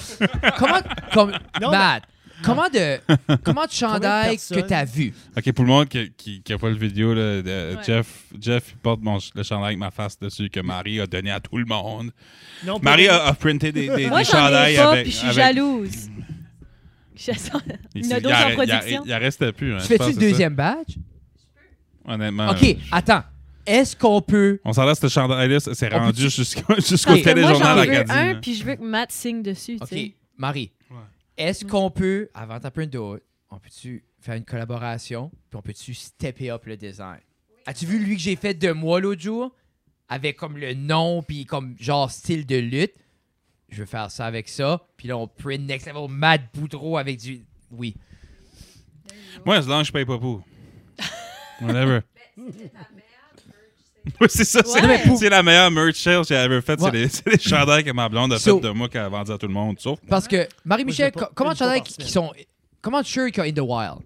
comment, comme, Non, Matt, comment [laughs] de, comment de chandail que personnes- t'as vu? Ok, pour le monde qui, qui, qui a pas le vidéo, là, de- euh, Ouais. Jeff, Jeff il porte mon, le chandail avec ma face dessus que Marie a donné à tout le monde. Non, pas Marie vrai. a, a printé des, des, Moi, des j'en ai chandails pas, avec. puis je suis avec- [laughs] jalouse. Je sens- Il y en a Il d'autres en arrête- il arrête- production. Il en restait plus. hein, Tu je fais-tu pense, le c'est ça. deuxième badge? Honnêtement. OK, euh, attends. Est-ce qu'on peut... On s'en laisse, ce chandail-là, c'est- c'est On rendu peut-tu- jusqu'au [laughs] jusqu'au Parce que moi, téléjournal j'en à veux un, Cadine. puis je veux que Matt signe dessus. tu OK, sais. Marie, Ouais. est-ce qu'on peut, avant un peu d'autre, on peut-tu faire une collaboration, puis on peut-tu stepper up le design? As-tu vu lui que j'ai fait de moi l'autre jour? Avec comme le nom, puis comme genre style de lutte. Je veux faire ça avec ça. Puis là, on print next level Matt Boudreau avec du... Oui. Moi, ce langue, je paye pas [laughs] pour. Whatever. Ben, Oui, c'est ça. Ouais. Non, mais C'est, c'est la meilleure merch sale que j'ai ever faite. Ouais. C'est, les, c'est les chandails que ma blonde a fait So- de moi qu'elle a vendu à tout le monde. Sauf. Parce que, Marie-Michel, Moi, je l'ai pas- Euh, co- comment une de fois chandails par qui, semaine. qui sont. Comment de shirts qu'il y a in the wild?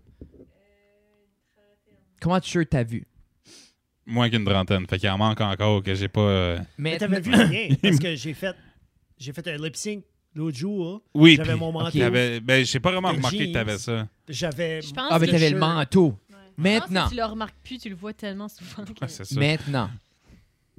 Comment de shirts t'as vu? Moins qu'une trentaine. Fait qu'il en manque encore que j'ai pas. euh, Mais [laughs] t'avais vu rien, parce que j'ai fait, j'ai fait un lip sync l'autre jour. Oui. J'avais puis- mon manteau. puis t'avais- Ben, j'ai pas vraiment Tes remarqué que t'avais jeans. ça. J'avais. Je pense Ah, mais que- t'avais le manteau. Je pense Maintenant, que tu le remarques plus, tu le vois tellement souvent. que- Ouais, Ah, c'est ça. maintenant,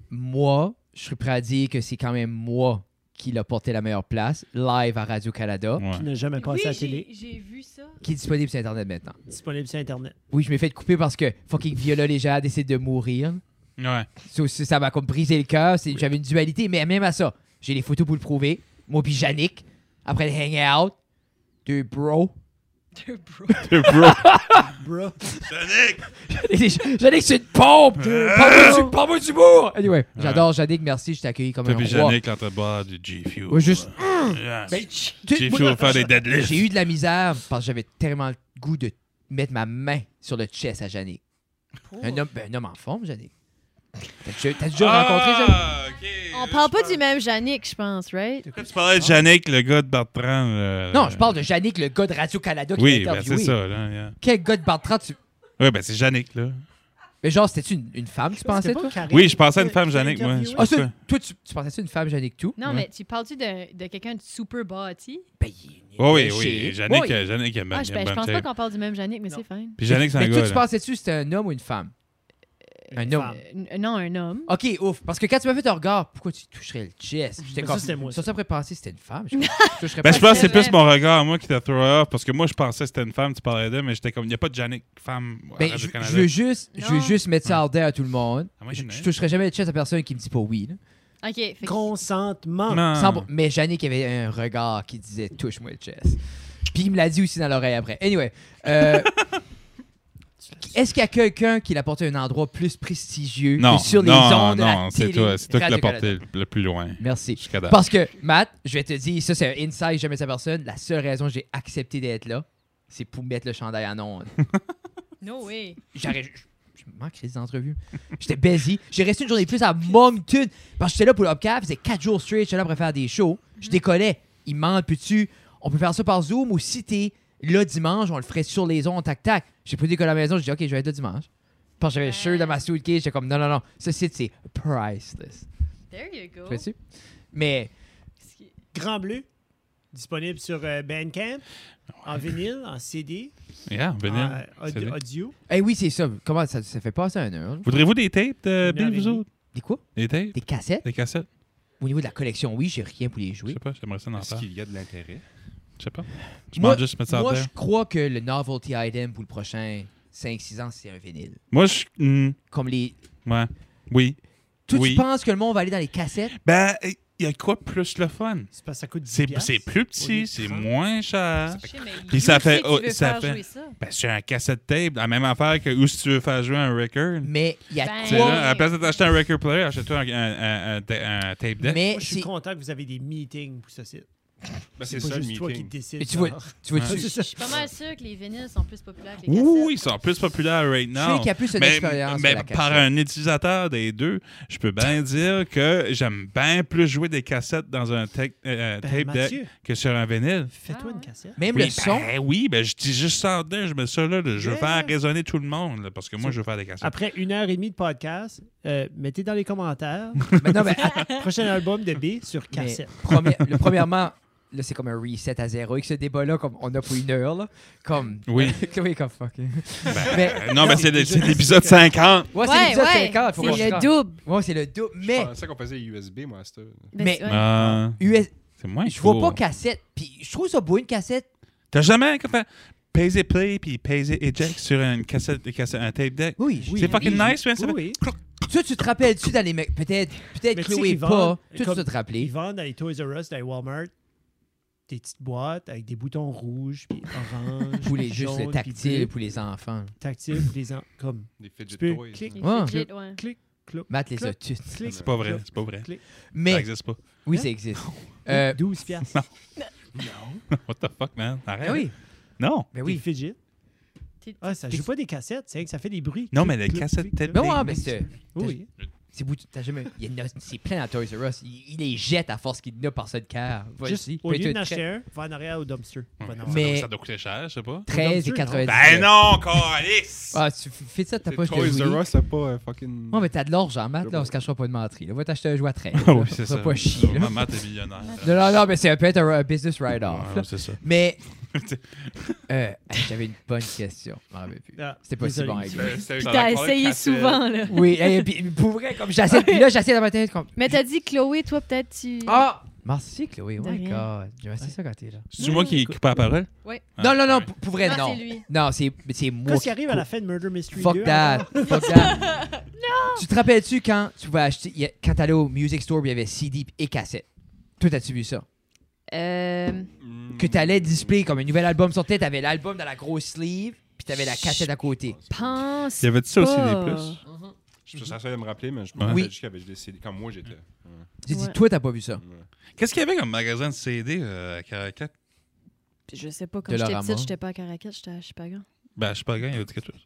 moi, je suis prêt à dire que c'est quand même moi qui l'a porté la meilleure place, live à Radio-Canada, Ouais. qui n'a jamais passé Oui, à la j'ai- télé, j'ai vu ça. qui est disponible sur Internet maintenant. disponible sur Internet. Oui, je m'ai fait couper parce que fucking Viola Léger décide de mourir. Ouais. Ça aussi, ça m'a comme brisé le cœur. C'est- J'avais une dualité, mais même à ça, j'ai les photos pour le prouver. Moi puis Yannick, après le hangout, deux bros. [laughs] Deux bros. Hey, bro. Bro. Yannick, c'est une pompe! Pompe-moi du, pompe du bourg! Anyway, j'adore Yannick, merci, je t'ai accueilli comme T'as un vu roi. Yannick l'entre boire du G Fuel. Ouais, juste- Yeah. Ben, G Fuel faire des deadlifts. J'ai eu de la misère parce que j'avais tellement le goût de mettre ma main sur le chest à Yannick. Ah! Un homme, ben, un homme en forme, Yannick. T'as déjà, t'as déjà rencontré Yannick? Ah, ok. On parle pas du même Yannick, je pense, right? Quand tu parlais de Yannick, le gars de Bertrand. euh, Non, je parle de Yannick, le gars de Radio-Canada qui Oui, l'a ben, c'est interviewé. ça. Là, yeah. Quel gars de Bertrand, tu... Oui, ben c'est Yannick, là. Mais genre, c'était-tu une, une femme, tu pensais, toi? Oui, je pensais à une femme, Yannick, moi. Ah, pense ça, pas. toi, tu, tu pensais-tu une femme, Yannick, tout? Non, Ouais. mais tu parles-tu de, de quelqu'un de super bâti? Ben, il- Oh, oui, il- oui. chez- Yannick, Oui. euh, Yannick aime bien. Ah, je, ben, je pense pas qu'on parle du même Yannick, mais Non. c'est fine. Puis Yannick, c'est un Mais toi, gars. tu là. pensais-tu que c'était un homme ou une femme? Un homme. Euh, n- non, un homme. Ok, ouf. Parce que quand tu m'as fait ton regard, pourquoi tu toucherais le chest? J'étais Ben, comme- ça, c'était moi, Sur ça. ça, après penser que c'était une femme. [laughs] Je, je toucherais Ben, pas. je pense que c'est C'est vrai. plus mon regard, moi, qui t'a throw off. Parce que moi, je pensais que c'était une femme, tu parlais d'elle, mais j'étais comme, il n'y a pas de Yannick, femme. euh, à Ben, je, Radio-Canada. je veux juste, je veux Non. juste mettre ça out there à tout le monde. Ah, moi, je, j'en ai je un. toucherais jamais le chest à personne qui me dit pas oui. là. Ah. OK. fait que- Consentement. Non. Sans bro- Mais Yannick avait un regard qui disait touche-moi le chest. Puis il me l'a dit aussi dans l'oreille après. Anyway, euh, est-ce qu'il y a quelqu'un qui l'a porté à un endroit plus prestigieux Non, que sur les non, ondes de la non, c'est télé toi, c'est toi qui l'as Radio-Canada? porté le plus loin. Merci. Jusqu'à date. Parce que, Matt, je vais te dire, ça c'est un inside jamais sa personne. La seule raison que j'ai accepté d'être là, c'est pour mettre le chandail en ondes. No way. J'aurais. Je je m'en crise d'entrevue. J'étais busy. J'ai resté une journée de plus à Moncton. Parce que j'étais là pour le Hubcap. C'était quatre jours straight. J'étais là pour faire des shows. Je décollais. Il ment, peux-tu? On peut faire ça par Zoom ou si t'es là dimanche, on le ferait sur les ondes, tac, tac. J'ai pris des décoller à la maison. J'ai dit, OK, je vais être là dimanche. Parce que j'avais le shirt dans ma suitcase. J'étais comme, non, non, non. Ce site, c'est priceless. There you go. Tu vois-tu? Mais Qu'est-ce qui- Grand Bleu, disponible sur euh, Bandcamp, en vinyle, en CD, Yeah, venez. Ah, en c'est euh, audio. bien. audio. Eh oui, c'est ça. Comment ça, ça fait passer un heure? là? Voudrez-vous des tapes, de Une heure Bill, et vous demie. autres? Des quoi? Des tapes? Des cassettes? Des cassettes? Au niveau de la collection, oui, j'ai rien pour les Je jouer. sais pas, j'aimerais ça en Est-ce faire. qu'il y a de l'intérêt? Je sais pas. Je pense juste mettre ça en moi, je terre. crois que le novelty item pour le prochain 5-6 ans, c'est un vinyle. Moi, je. hmm, Comme les. Ouais. Oui. Toi, Oui. tu penses que le monde va aller dans les cassettes? Ben, il y a quoi plus le fun? C'est parce que ça coûte 10 C'est piastres. c'est plus Au lieu petit, de c'est 30. moins cher. Je sais, mais Puis you ça fait- sais que tu oh, veux ça faire fait- jouer ça. Ben, c'est un cassette tape, la même affaire que où si tu veux faire jouer un record. Mais il y a Ben, Tu sais, Ouais. là, à quoi? la place de t'acheter un record player, achète-toi un, un- un- un ta- un tape Ben, deck. Mais Moi, je suis c'est- content que vous avez des meetings pour ce site. Ah, Ben, C'est pas juste toi qui décide. Mais tu vois, genre. tu vois, Ah, tu [laughs] c'est ça. Je suis pas mal sûr que les vinyles sont plus populaires que les cassettes. Oui, ils sont plus populaires right je now. sais qu'il y a plus une Mais, expérience mais que la par cassette. un utilisateur des deux, je peux [laughs] bien dire que j'aime bien plus jouer des cassettes dans un tec- euh, Ben, tape Mathieu, deck que sur un vinyle. fais-toi Ah, une ouais. cassette. Même oui, le son. ben oui, ben je dis juste ça en dedans, je mets ça là, là, je veux Yeah. faire résonner tout le monde, là, parce que moi je veux faire des cassettes. Après une heure et demie de podcast, euh, mettez dans les commentaires Mais [laughs] non, mais, attends, prochain album de B sur mais cassette. premi- le, premièrement, là, c'est comme un reset à zéro. Avec ce débat-là, comme on a pour une heure, là. Comme. Oui. Chloé, [laughs] comme fuck. Ouais, Ben, Mais- euh, non, mais c'est le- mais c'est je- [laughs] l'épisode 50. c'est Ouais, l'épisode ouais, 50. faut qu'on se C'est le rende. double. Ouais, c'est le double. Je Mais. pensais qu'on faisait USB, moi, à cette heure. Ben, Mais- Ah. c'est- ouais. Euh, US... c'est moins Je vois cool. pas cassette. Puis je trouve ça beau, une cassette. T'as jamais comme fait paiser play puis paiser eject sur une cassette, une cassette- un tape deck? Oui, Oui. c'est fucking oui. nice, man. ça Oui, fait- oui. Toi, tu te rappelles-tu dans les mecs Peut-être, peut-être Mais tu sais Chloé qu'ils pas. Toi, vendent tu comme- dois te rappeler. Ils vendent dans les Toys R Us, dans les Walmart, des petites boîtes avec des boutons rouges, puis oranges. Pour [laughs] les puis juste le jaunes, puis tactile, bleus. pour les enfants. Tactile, puis les en- comme Des fidget Tu peux toys. cliquer. Les Ouais. fidgets, ouais. Matt les a toutes. clic. C'est pas vrai, c'est pas vrai. Ça Mais existe pas. [laughs] oui, ça [laughs] existe. Euh, 12 piastres. What the fuck, man? Arrête. ben oui, Non. ben Oui, oui. fidget. T'es- Ah, ça joue pas des cassettes, c'est que ça fait des bruits. Non, mais Clic, les clic, cassettes clic, tape- clic. Ben ouais, mais c'est. Oui. C'est bout- t'as jamais. il y en a- C'est plein à Toys R Us. Il, il les jette à force qu'il n'a par ça de cœur. Juste, Voici. au lieu Peut-être d'en acheter un, va en arrière au dumpster. Va en Ça arrière. Mais- euh, doit- Ça doit coûter cher, je sais pas. 13 et Non. 90. Ben non, [laughs] Carlis! Ah, tu f- fais ça de ta C'est poche de Toys Louis. R Us, c'est pas euh, fucking. Ouais, mais t'as de l'argent, Matt, là, on se cachera pas de menterie. Là, va t'acheter un jouet [laughs] à 13. Ah [laughs] là. oui, c'est Fais ça. pas chier. là. Maman, t'es millionnaire. Non, non, non, mais c'est peut-être un, un business write-off. là. c'est ça. [laughs] Mais. Euh, J'avais une bonne question. Je m'en rappelle plus. Ah, C'était pas si désolé. bon avec lui. Puis t'as essayé souvent, là. Oui, et puis pour vrai, comme [laughs] j'essaie. Puis là, j'essaie dans ma tête comme. Mais t'as dit, Chloé, toi, peut-être, tu... Ah! Merci, Chloé. Oh De my rien. god. J'ai assez ça quand t'es là. C'est moi qui coupe la parole? Ouais. Ah, non, non, non, ouais. pour, pour vrai, Non, non. c'est lui. Non, c'est c'est moi. Qu'est-ce qui arrive à la fin de Murder Mystery 2? Fuck that. alors? Fuck that. [laughs] Tu te rappelles-tu quand tu vas acheter. il y a- Quand t'allais au Music Store, il y avait CD et cassette. Toi, t'as-tu vu ça? Euh, Que Mm. t'allais display comme un nouvel album sortait, t'avais l'album dans la grosse sleeve, puis t'avais la cassette à côté. pense... Y avait-tu ça aussi pas. des plus? Je suis sûr de me rappeler, mais je me Oui. rappelle juste qu'il y avait des CD quand moi j'étais. J'ai dit, Ouais. toi, t'as pas vu ça. Qu'est-ce qu'il y avait comme magasin de CD euh, à Caracat? Puis Je sais pas, quand De j'étais Lorama. petite, j'étais pas à Caracas, j'étais à Chipagan. Ben, je sais pas, gars, il y avait quelque chose.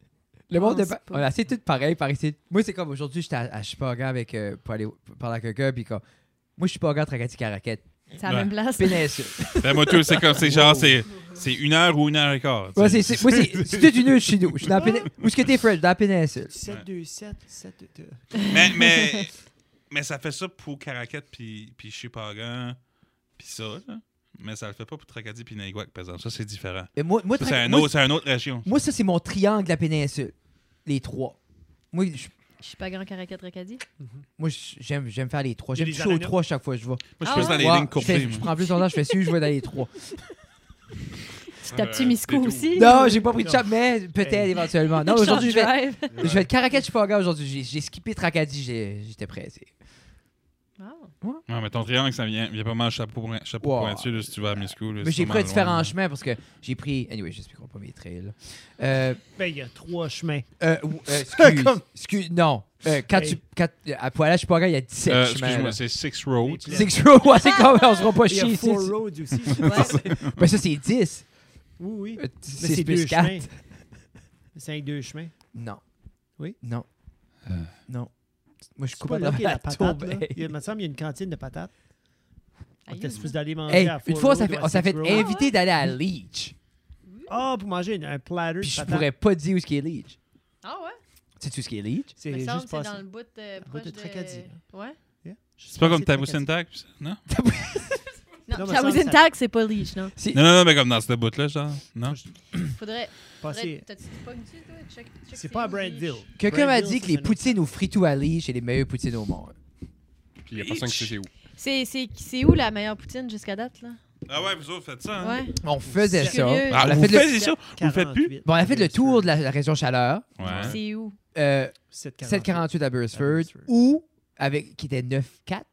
Le monde pense est pas- pas. On a assez tout pareil par ici. Moi, c'est comme aujourd'hui, j'étais à, à Chipaga avec, euh, pour aller parler à quelqu'un, puis comme, Moi, je suis pas encore Tracati Caraquette. C'est à Ouais. la même place. [laughs] Péninsule. La moto, Ben, c'est comme, c'est genre, c'est c'est une heure ou une heure et quart. tu Moi, sais. c'est c'est- moi, c'est- c'est toute une île chez nous. Je suis dans la péninsule. Où est-ce que t'es, Fred? Dans la péninsule. 7, 2, 7, 7, 2. mais, mais, mais ça fait ça pour Caraquette puis puis Chipagan puis ça, là. Mais ça le fait pas pour Tracadie puis Naguac, par exemple. Ça, c'est différent. Mais moi, moi, Ça, c'est Trac- un moi, autre, c'est une autre région. Moi, ça, c'est mon triangle de la péninsule. Les trois. Moi, je- Je suis pas grand caracat Tracadie. moi, je- j'aime j'aime faire les trois. Il y a J'aime des toucher aux araignées. trois chaque fois que je vais. Moi, je suis Ah plus ouais? dans les Ouais, lignes je, fais- courbées. je moi. prends plus ton temps, je fais sûr, je vais dans les trois. Tu tapes-tu Euh, Misco c'est tout. aussi? [laughs] Non, j'ai pas pris de Non. chap, mais peut-être Hey. éventuellement. Non, Charles aujourd'hui, [laughs] je vais, Drive. je vais être Caracat Chipaga aujourd'hui. J'ai- J'ai skippé Tracadie, j'ai- j'étais pressé. Wow. Ouais, mais ton triangle, ça vient, vient pas mal chapeau, point- chapeau Wow. pointu là, si tu vas à Miscou. là, Mais c'est j'ai pas pris mal différents loin. chemins parce que j'ai pris. Anyway, j'expliquerai pas mes trails. Euh, Ben, il y a trois chemins. euh, ou- [laughs] euh, excuse, Comme- excuse. Non. Euh, quand Hey. tu, quand, à Poilage Chipaga, il y a 17 Euh, chemins. Excuse-moi, là. c'est Six Roads. C'est que je ouais, c'est comme on sera pas Il y a chier. Four c'est- Roads [laughs] aussi. Ouais. Mais ça, c'est 10. Oui, oui. Euh, Mais 6 c'est plus deux 4. chemins. [laughs] C'est avec deux chemins. Non. Oui? Non. Euh. Non. Moi, je C'est coupe pas à là qu'il y a la la ben. patate. tombe. là. Il y a- il me semble qu'il y a une cantine de patates. On Aïe, était supposé d'aller manger Hey, à Four une fois, on s'est Roads fait, ou à on s'est Six fait Roads. inviter d'aller à Leech. Ah, pour manger une- un platter Puis de je patates. pourrais pas dire où est-ce qu'il est Leech. Ah ouais? Sais-tu où est-ce qu'il est Leech? C'est me semble juste que c'est passé. dans le bout de bout proche de de... Tracadie, Ouais? Yeah. C'est pas comme Passé de Tabou Syntax, pis ça, non? Non, Non, mais Chabousin ça- Tag, c'est pas Leash, non? C'est- Non, non, non, mais comme dans ce bout-là, genre, non? Faudrait... Passé- faudrait- T'as-tu pas une toi? Check- check C'est pas à où, Brandville. Leash. Quelqu'un m'a Brandville, dit ça, que les c'est une- poutines au fritou à Leech, c'est les meilleures poutines au monde. Puis il y a personne qui sait c'est où. C'est- C'est c'est où la meilleure poutine jusqu'à date, là? Ah ouais, vous autres faites ça, Ouais. On faisait Je suis ça. curieuse. Ah, on, a vous fait le... faites ça? Vous le faites plus? 48. bon, on a fait le tour de la, la région chaleur. Ouais. C'est où? Euh, 7,48. 748 à À Beresford. Beresford. Ou, avec, qui était 9-4.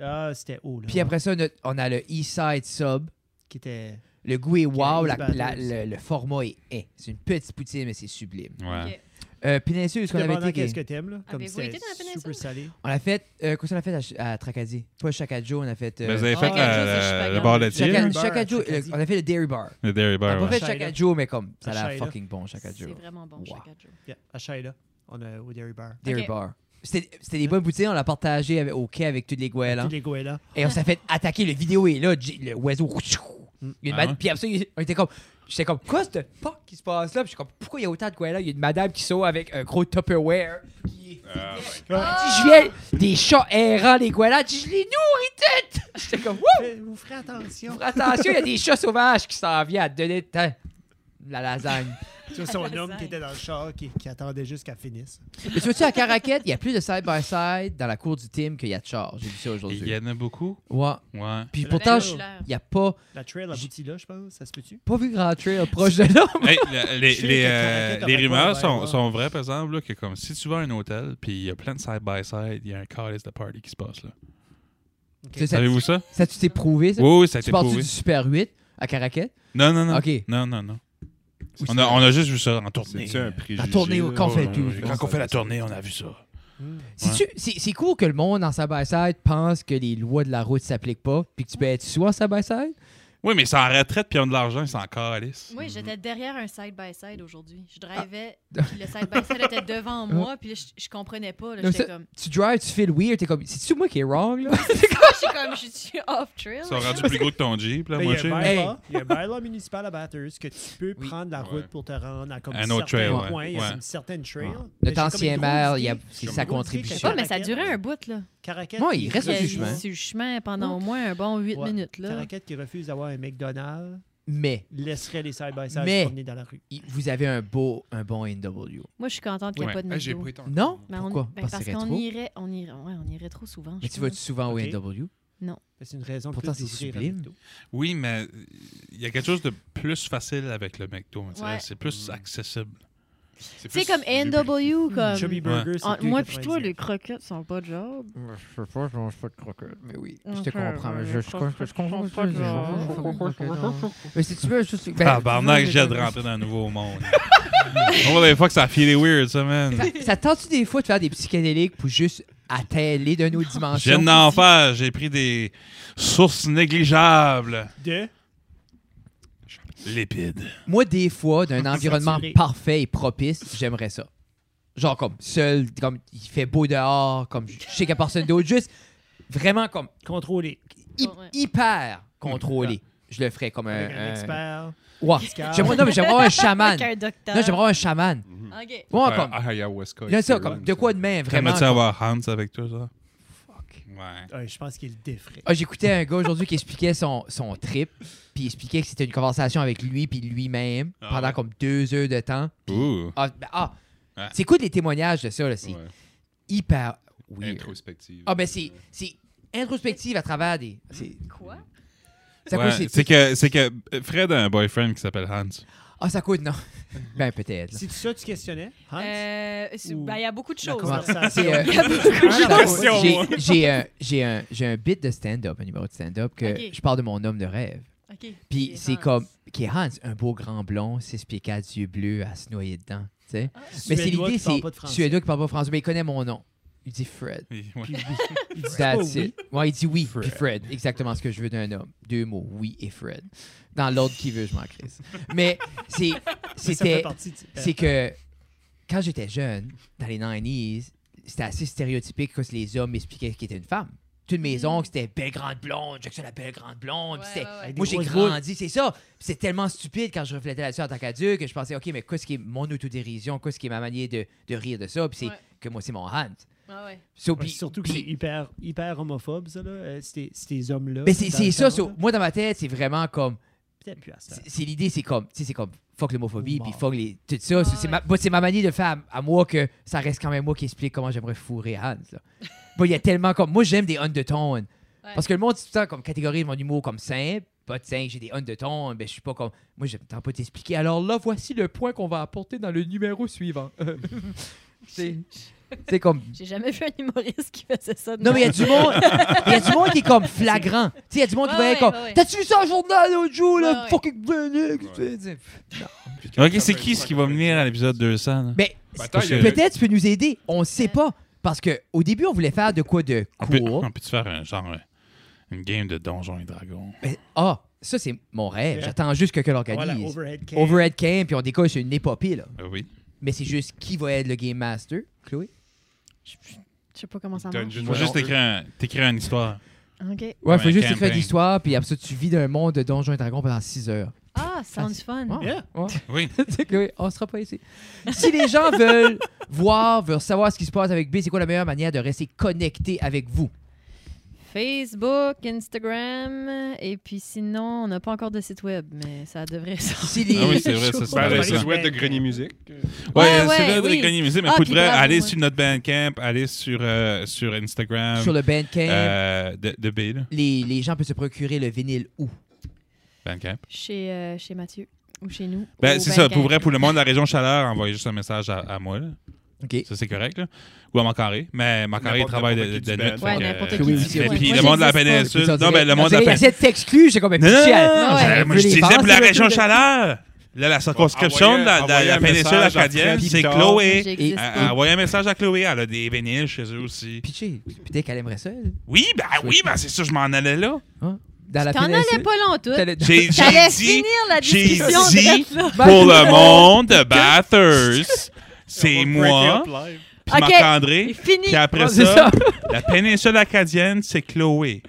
Ah, c'était haut. Là, Puis après ça, notre- on a le East Side Sub. Qui était... Le goût est wow, la- Qui arrive la- batteuse. le, le format est est. C'est une petite poutine, mais c'est sublime. Ouais. Ok. Euh, péninsule, ce qu'on avait Dépendant été. qu'est-ce que t'aimes, là. Comme Avez-vous c'était été dans la péninsule? super salé. On a fait. Euh, Qu'est-ce qu'on a fait à, Ch- à Tracadie Pas Chacadjo, on a fait. Euh, Mais vous avez Ah, fait ok, la- ça, c'est la- super le bar grave. laitier, Chaca- là? Bar à Chacadjo, euh, Tracadie. on a fait le Dairy Bar. le Dairy on Bar, a ouais. pas fait Shida. Chacadjo, mais comme. Ça À a l'air Shida. fucking bon, C'est Chacadjo. vraiment bon, Wow. Chacadjo. Yeah, à Shida, on a au Dairy Bar. Dairy Ok. Bar. C'était c'était des bonnes poutines, on l'a partagé avec- au quai avec tous les goélands. Tous les goélands. Et on s'est fait attaquer. Le vidéo est là. J- Le oiseau. Il y a une Ah mad- ouais? Puis après ça, il- on était comme. J'étais comme, quoi ce fuck qui se passe là? Puis je suis comme, pourquoi il y a autant de quoi là? Il y a une madame qui sort avec un gros Tupperware. Qui... Euh, Ah, Je viens des chats errants, les goélands. Je dis, je les nourris toutes! [laughs] J'étais comme, wouh! Euh, fais- Vous ferez attention. Attention, il y a des chats sauvages qui s'en viennent à te donner de temps. La lasagne. Tu vois son La homme qui lasagne. était dans le char, qui, qui attendait juste qu'elle finisse. Mais tu vois-tu, à Caraquette, il y a plus de side-by-side dans la cour du team qu'il y a de chars. J'ai vu ça Il y aujourd'hui. en a beaucoup. Ouais. Ouais. Puis La pourtant, nature. je- il n'y a pas, La trail aboutit là, je pense. Ça se peut-tu? pas vu grand trail proche de là. [laughs] Hey, la- les, Je sais les, que euh, Caraquet, t'as les pas le rumeurs droit, sont, ouais. sont vraies, par exemple, là, que comme si tu vas à un hôtel, puis il y a plein de side-by-side, il y a un calice de party qui se passe là. Tu sais, ça- Savez-vous ça? Ça, tu t'es prouvé, ça? Oui, oui, ça a tu été parles prouvé. du Super 8 à Caraquet? Non, non, non. OK. Non, non, non. Ou On c'est- a, on a juste vu ça en tournée. C'est un préjugé. La tournée là? qu'on fait Ouais, plus. ouais, Quand on fait la tournée, on a vu ça. Si tu- C'est c'est cool que le monde en side-by-side pense que les lois de la route s'appliquent pas, puis que tu peux être soit en side-by-side. Oui, mais c'est en retraite, puis ils ont de l'argent, c'est en calice. Moi, j'étais derrière un side-by-side aujourd'hui. Je [laughs] drivais, puis le side-by-side était devant moi, puis là, je, je comprenais pas. là. Non, J'étais ça- comme... [laughs] Tu drives, tu fais le weird, t'es comme, c'est-tu moi qui est wrong, là? Je suis comme, je suis off-trail. Ils sont rendus plus gros que ton Jeep, là, Mais moi, il, y tu a un sais. Hey. bylaw- il y a un bylaw municipal à Bathurst que tu peux Oui. prendre la Ouais. route pour te rendre à comme Un autre certains trail, ouais. points, il y a Ouais. une certaine trail. Ouais. Mais j'ai Notre comme ancien une maire, grosse il a- idée- c'est comme sa une grosse idée contribution. que Je sais pas, mais ça Caraquet- durait un bout, là. Caraquet Ouais, il qui reste sur le refuse- chemin. sur le chemin pendant au moins un bon 8 Ouais. minutes, là. Caraquet qui refuse d'avoir un McDonald's Mais, laisserait les side-by-side Mais- se promener dans la rue. il- vous avez un beau, un bon NW. Moi, je suis contente qu'il n'y ait Ouais. pas de Ah, J'ai métro. pas été en- Non? Mais on- Pourquoi? ben, parce que parce c'est qu'on rétro? irait, on irait, ouais, on irait trop souvent. Mais je tu crois. vas souvent Ok. au NW? C'est une raison de Pourtant, plus c'est d'ouvrir un sublime. McDo. Oui, mais euh, il y a quelque chose de plus facile avec le McDo. on dirait. Ouais. C'est Mm. plus accessible. C'est Tu sais, plus comme lubrifiant. NW, Euh, Chubby comme. Burger, c'est Ah, moi, pis 2,99. toi, les croquettes sont pas de job. Je sais pas, je mange pas de croquettes. Mais oui, je te Ok, comprends. mais ouais, je, je je, crois- je, pense- comprends. je pense que je- Mais si tu veux, juste. ben, Tabarnak, je- j'ai de rentrer dans un nouveau [laughs] monde. Oh, les fois que ça a filé weird, ça, man. Ça tente-tu des fois de faire des psychédéliques pour juste atteler de nos Je dimensions? viens d'en faire, j'ai pris des sources négligeables. De Lipides. Moi, des fois, d'un environnement Saturé. parfait et propice, j'aimerais ça. Genre comme seul, comme il fait beau dehors, comme je sais qu'il n'y a personne d'autre, juste vraiment comme Contrôler. hy- Ouais. hyper contrôlé, je le ferais comme un. Avec un expert. [laughs] Ouais. Fiscal. J'aimerais, non, mais j'aimerais avoir un [laughs] chaman. Avec un docteur. Non, j'aimerais avoir un chaman. OK. Moi, Faire comme. Ah, ayahuasca Là, ça, experience. comme, de quoi de main, vraiment. T'aimerais-tu avoir Hans avec toi, ça? Fuck. Ouais. Ouais, je pense qu'il le défrait. Ah, J'écoutais un gars aujourd'hui qui expliquait son, son trip, puis il expliquait que c'était une conversation avec lui puis lui-même Ah pendant ouais. comme deux heures de temps. Ouh. Ah, ben, ah Ouais. t'écoutes les témoignages de ça, là, c'est Ouais. hyper weird. Introspective. Ah, ben c'est c'est introspective à travers des... c'est- Quoi? Ça Ouais, coûte... c'est- C'est que, c'est que euh, Fred a un boyfriend qui s'appelle Hans. Ah, ça coûte, non. [laughs] ben, peut-être. là. C'est ça que tu questionnais, Hans? Euh, c'est- Ou- ben, Il y a beaucoup de La choses. Ouais. là. [laughs] conversation. C'est, euh, Il y a beaucoup de Ah, la choses. question, J'ai- moi. J'ai un, j'ai un, j'ai un bit de stand-up, un numéro de stand-up, que Ok. je parle de mon homme de rêve. OK. Puis Ok, c'est Hans. comme... Qui est Hans, un beau grand blond, 6 pieds 4, yeux bleus, à se noyer dedans, tu sais. Mais c'est Suédois l'idée, qui parle c'est pas de français. Suédois qui parle pas français, mais il connaît mon nom. Il dit Fred. Ouais. [laughs] Il dit pas [laughs] That's Oh, oui. it. Ouais, il dit oui, puis Fred. Exactement ce que je veux d'un homme. Deux mots, oui et Fred. Dans l'ordre qu'il veut, je m'en crisse. Mais c'est- Mais [laughs] ça fait c'était. partie euh, de- C'est que quand j'étais jeune, dans les 90s, c'était assez stéréotypique que les hommes m'expliquaient qu'ils étaient une femme. Toute Mm. maison, c'était belle grande blonde, Jackson la belle grande blonde. puis Ouais, c'était- ouais, ouais. Avec des Moi, j'ai grosses boules. grandi, c'est ça. Puis C'est tellement stupide quand je reflétais là-dessus en tant qu'adulte que je pensais, OK, mais qu'est-ce qui est mon autodérision, qu'est-ce qui est ma manière de, de rire de ça, puis c'est Ouais. que moi, c'est mon hand. Ah ouais. So, Ouais, puis- surtout que puis- c'est hyper, hyper homophobe, ça, là, euh, ces, ces hommes-là. Mais c'est dans c'est le ça, temps, so, là. moi, dans ma tête, c'est vraiment comme. Peut-être plus à ça. c'est- C'est l'idée, c'est comme. Tu sais, c'est comme. Fuck l'homophobie, Ou puis mort. fuck les, tout ça. So, c'est ma, moi, c'est ma manière de le faire à, à moi que ça reste quand même moi qui explique comment j'aimerais fourrer Hans. là. Bon, il y a tellement comme. Moi, j'aime des undertones. Parce que le monde, c'est tout le temps comme catégorie mon humour comme simple. Pas de simple, j'ai des undertones, mais je suis pas comme. Moi, je ne pas t'expliquer. Alors là, voici le point qu'on va apporter dans le numéro suivant. [laughs] c'est c'est comme. J'ai jamais vu un humoriste qui faisait ça. de Non, mais il y a même. du monde. Il y a du monde qui est comme flagrant. Tu sais, il y a du monde qui Ouais, va être ouais, comme. ouais, ouais. T'as-tu vu ça au journal l'autre jour, là? Ouais, ouais. Fucking Blahnik? Tu sais, Ok, c'est qui ce qui va venir à l'épisode 200? là? Mais Ben, attends, il y a- peut-être tu peux nous aider. On sait pas. Parce que au début, on voulait faire de quoi de On peut- court. On peut-tu faire un genre euh, une game de Donjons et Dragons? Mais- Ah, ça, c'est mon rêve. Ah Ouais. J'attends juste que quelqu'un Voilà, l'organise. overhead cam. Overhead Camp, puis on décolle sur une épopée, là. Ah oui. Mais c'est juste qui va être le Game Master, Chloé? Je je sais pas comment ça marche. Dungeon Faut juste Master. t'écrire un- t'écrire une histoire. OK. Ouais, faut Ouais, juste campaign. écrire l'histoire, puis après ça, tu vis d'un monde de donjons et dragons pendant 6 heures. Ah, sounds fun. Wow. Yeah. Ouais. Oui. C'est que oui, on sera pas ici. Si les gens veulent voir, veulent savoir ce qui se passe avec B, c'est quoi la meilleure manière de rester connecté avec vous? Facebook, Instagram, et puis sinon, on n'a pas encore de site web, mais ça devrait [laughs] sortir. Si les... Ah oui, c'est vrai, ça, c'est Ben, vrai, le ça. site web de Grenier Musique. Ouais, Ouais, euh, c'est ouais, là de oui. Grenier Musée, mais Ah, pour de puis vrai, bravo, allez ouais. sur notre Bandcamp, allez sur, euh, sur Instagram Sur le Bandcamp, euh, de, de B, là. les, les gens peuvent se procurer le vinyle où? Bandcamp. Chez, euh, chez Mathieu ou chez nous. Ben, au c'est ça, Bandcamp. pour vrai, pour le monde de la région Chaleur, envoyez juste un message à, à moi, là. OK. Ça, c'est correct, là. Ou à Mancaré. Mais Mancaré, il N'importe- travaille de, de, n'importe qui de du nuit, band. Ouais, fait que- n'importe qui Oui. du Mais band. Puis Moi, le monde de la j'existe pas. péninsule. Non, mais le monde de la Il péninsule. essaie de t'exclure, j'ai comme un Non, non, petit non, Ouais. c'est- moi, je les disais penses, pour la c'est région le- chaleur. Là, la circonscription de la, de la- Envoyez un péninsule message à acadienne, Fred c'est Pittard. Moi, Chloé. j'existe Et- pas. Euh, Envoyez un message à Chloé. Elle a des vinyles chez eux aussi. Pitché, peut-être qu'elle aimerait ça, elle. Oui, ben oui, ben c'est ça, je m'en allais là. Hein? Dans la T'en allais pas long tout. T'allais- [laughs] J'ai j'ai T'allais dit finir la j'ai [laughs] discussion dit- de là. pour le monde de Bathurst, c'est moi, puis Ok. Marc-André. Fini. Puis après Ouais, Ah, c'est ça, ça. la péninsule acadienne, c'est Chloé.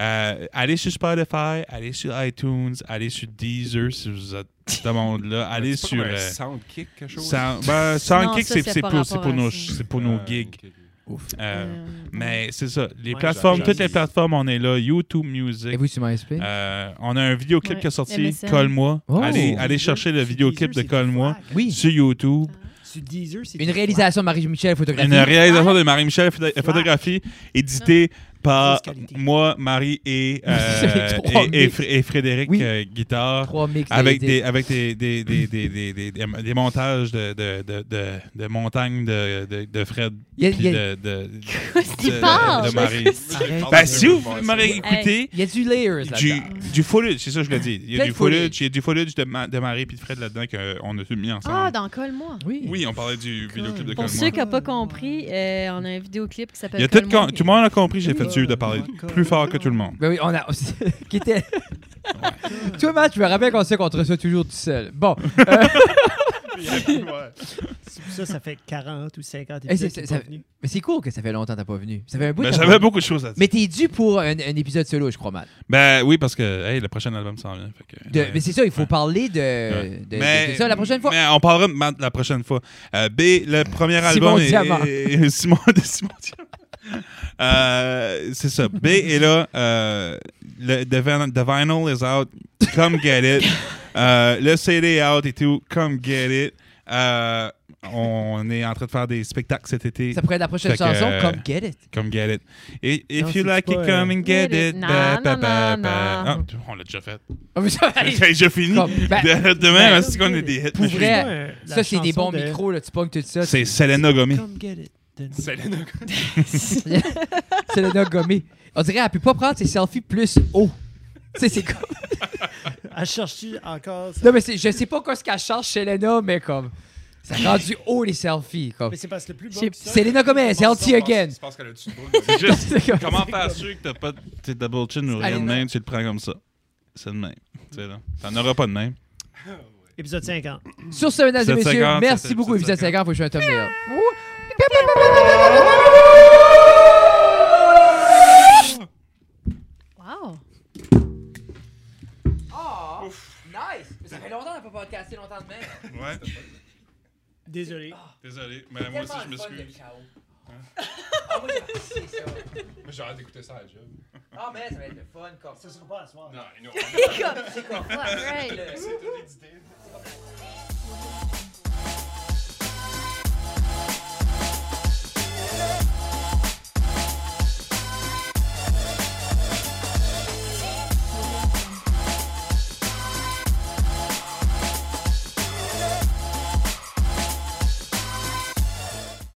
Euh, allez sur Spotify, allez sur iTunes, allez sur Deezer si vous êtes ce monde-là. Allez C'est pas sur. comme un euh, Soundkick, quelque chose. Sound- ben, Soundkick, ça, c'est c'est c'est par pour, c'est rapport pour à nos, ça. c'est pour nos Ah, gigs. ok. Euh, Euh, mais c'est ça. Les Ouais, plateformes, j'avais- toutes les plateformes, on est là. YouTube Music. Et vous, sur MySpace? Euh, on a un vidéoclip Ouais, qui est sorti, MSN. Colle-moi. Oh. Allez, allez chercher le Sur vidéoclip de Deezer, c'est Colle-moi du flag. oui. sur YouTube. Sur Deezer, c'est Une du réalisation de Marie-Michel Une photographie. réalisation de Marie-Michel Photo- Photographie, éditée par Grosse qualité. moi, Marie et, euh, [laughs] C'est trois et, et mix. Fr- et Frédéric Oui. euh, Guitare. Trois mix. Avec des, avec des, des, des, des, des, des- des- des montages de, de, de, de, de montagnes de, de, de Fred Il y a- puis il y a- Bah, de, de, Qu'est-ce de- qu'il parle? euh, de Marie. Arrête. Ben, si vous m'aurez écouté, Il y a du layers du, là-dedans. du footage, c'est ça que je le dis. Il y a Plein du de folies. footage, il y a du footage de, Ma- de Marie puis de Fred là-dedans qu'on a tout mis ensemble. [laughs] Ah, dans Colle-moi. Oui. Oui, on parlait du vidéoclip de Pour Colle-moi. ceux qui n'ont pas compris, euh, on a un vidéoclip qui s'appelle Il y a tout, Colle-moi. con- tout le monde a compris, j'ai fait Oui. dur de parler plus fort que tout le monde. Ben oui, on a. [laughs] qui était. Toi, Matt, je me rappelle qu'on s'est contre ça toujours tout seul. Bon. euh, Il y a plus, ouais. Ça, ça fait 40 ou 50 Eh, c'est- épisodes. qui c'est- est ça- pas venu. Mais c'est cool que ça fait longtemps que t'as pas venu. Ça fait un bout Ben, que t'as j'avais pas- beaucoup de choses à dire. Mais t'es dû pour un, un épisode solo, je crois mal. Ben oui, parce que hey, le prochain album s'en vient. fait que- De- ouais. Mais c'est ça, il faut Ouais. parler de, Ouais. de- de- de ça la prochaine fois. Mais on parlera de Matt la prochaine fois. Euh, B, le premier Simon album. est- Diamant. est- est- [laughs] Simon, de Simon Diamant. Euh, c'est ça. B est là. euh, le, the, Vin- the vinyl is out. Come get [laughs] it. Euh, le CD est out et tout. Come get it. Euh, on est en train de faire des spectacles cet été. Ça pourrait être la prochaine Fait que, chanson, euh, comme Get It. Come get it. I- if Non, you c'est like it, pas, come euh, and get Get it. it. Non, Ba, ba, non, ba, non, ba. non. Ah, on l'a déjà fait. Ah, mais ça- [laughs] C'est déjà fini. Comme- ben, De- Ben, [laughs] Demain, c'est qu'on est des hits. Pour vrai, pas, euh, [laughs] la ça, c'est des chanson bons de- micros, là, tu pognes tout ça. C'est Selena Gomez. Come get it. Selena Gomez. C'est le gommé. On dirait qu'elle peut pas prendre ses selfies plus haut. Tu sais, c'est comme. Elle cherche-tu Ah, encore ça? Non, mais c'est- je sais pas quoi ce qu'elle cherche chez Lena, mais comme. Ça a rendu haut les selfies. Comme. Mais c'est parce que le plus bon. J'ai- que ça, Selena Gomez, c'est Je healthy pense- again. Je pense qu'elle a du trouble. Juste, [laughs] C'est comme- comment faire sûr que t'as pas de- tes double chin ou rien Allez, de non. même, tu le prends comme ça. C'est le même. Tu sais, là. T'en auras pas de même. Épisode 50. [laughs] Sur ce, mesdames et 750, messieurs, merci 750. beaucoup. Épisode 50, faut que je fasse un thumbnail. Wow. Oh, nice! Ça fait longtemps qu'on n'a pas podcasté longtemps de même. Ouais. Désolé. Désolé, mais moi aussi, je m'excuse. Ah, moi, j'ai ça. Moi, j'arrête d'écouter ça à la job. Ah, mais ça va être le fun, comme ça. sera pas à soir. Non, il nous Fuck, right. c'est tout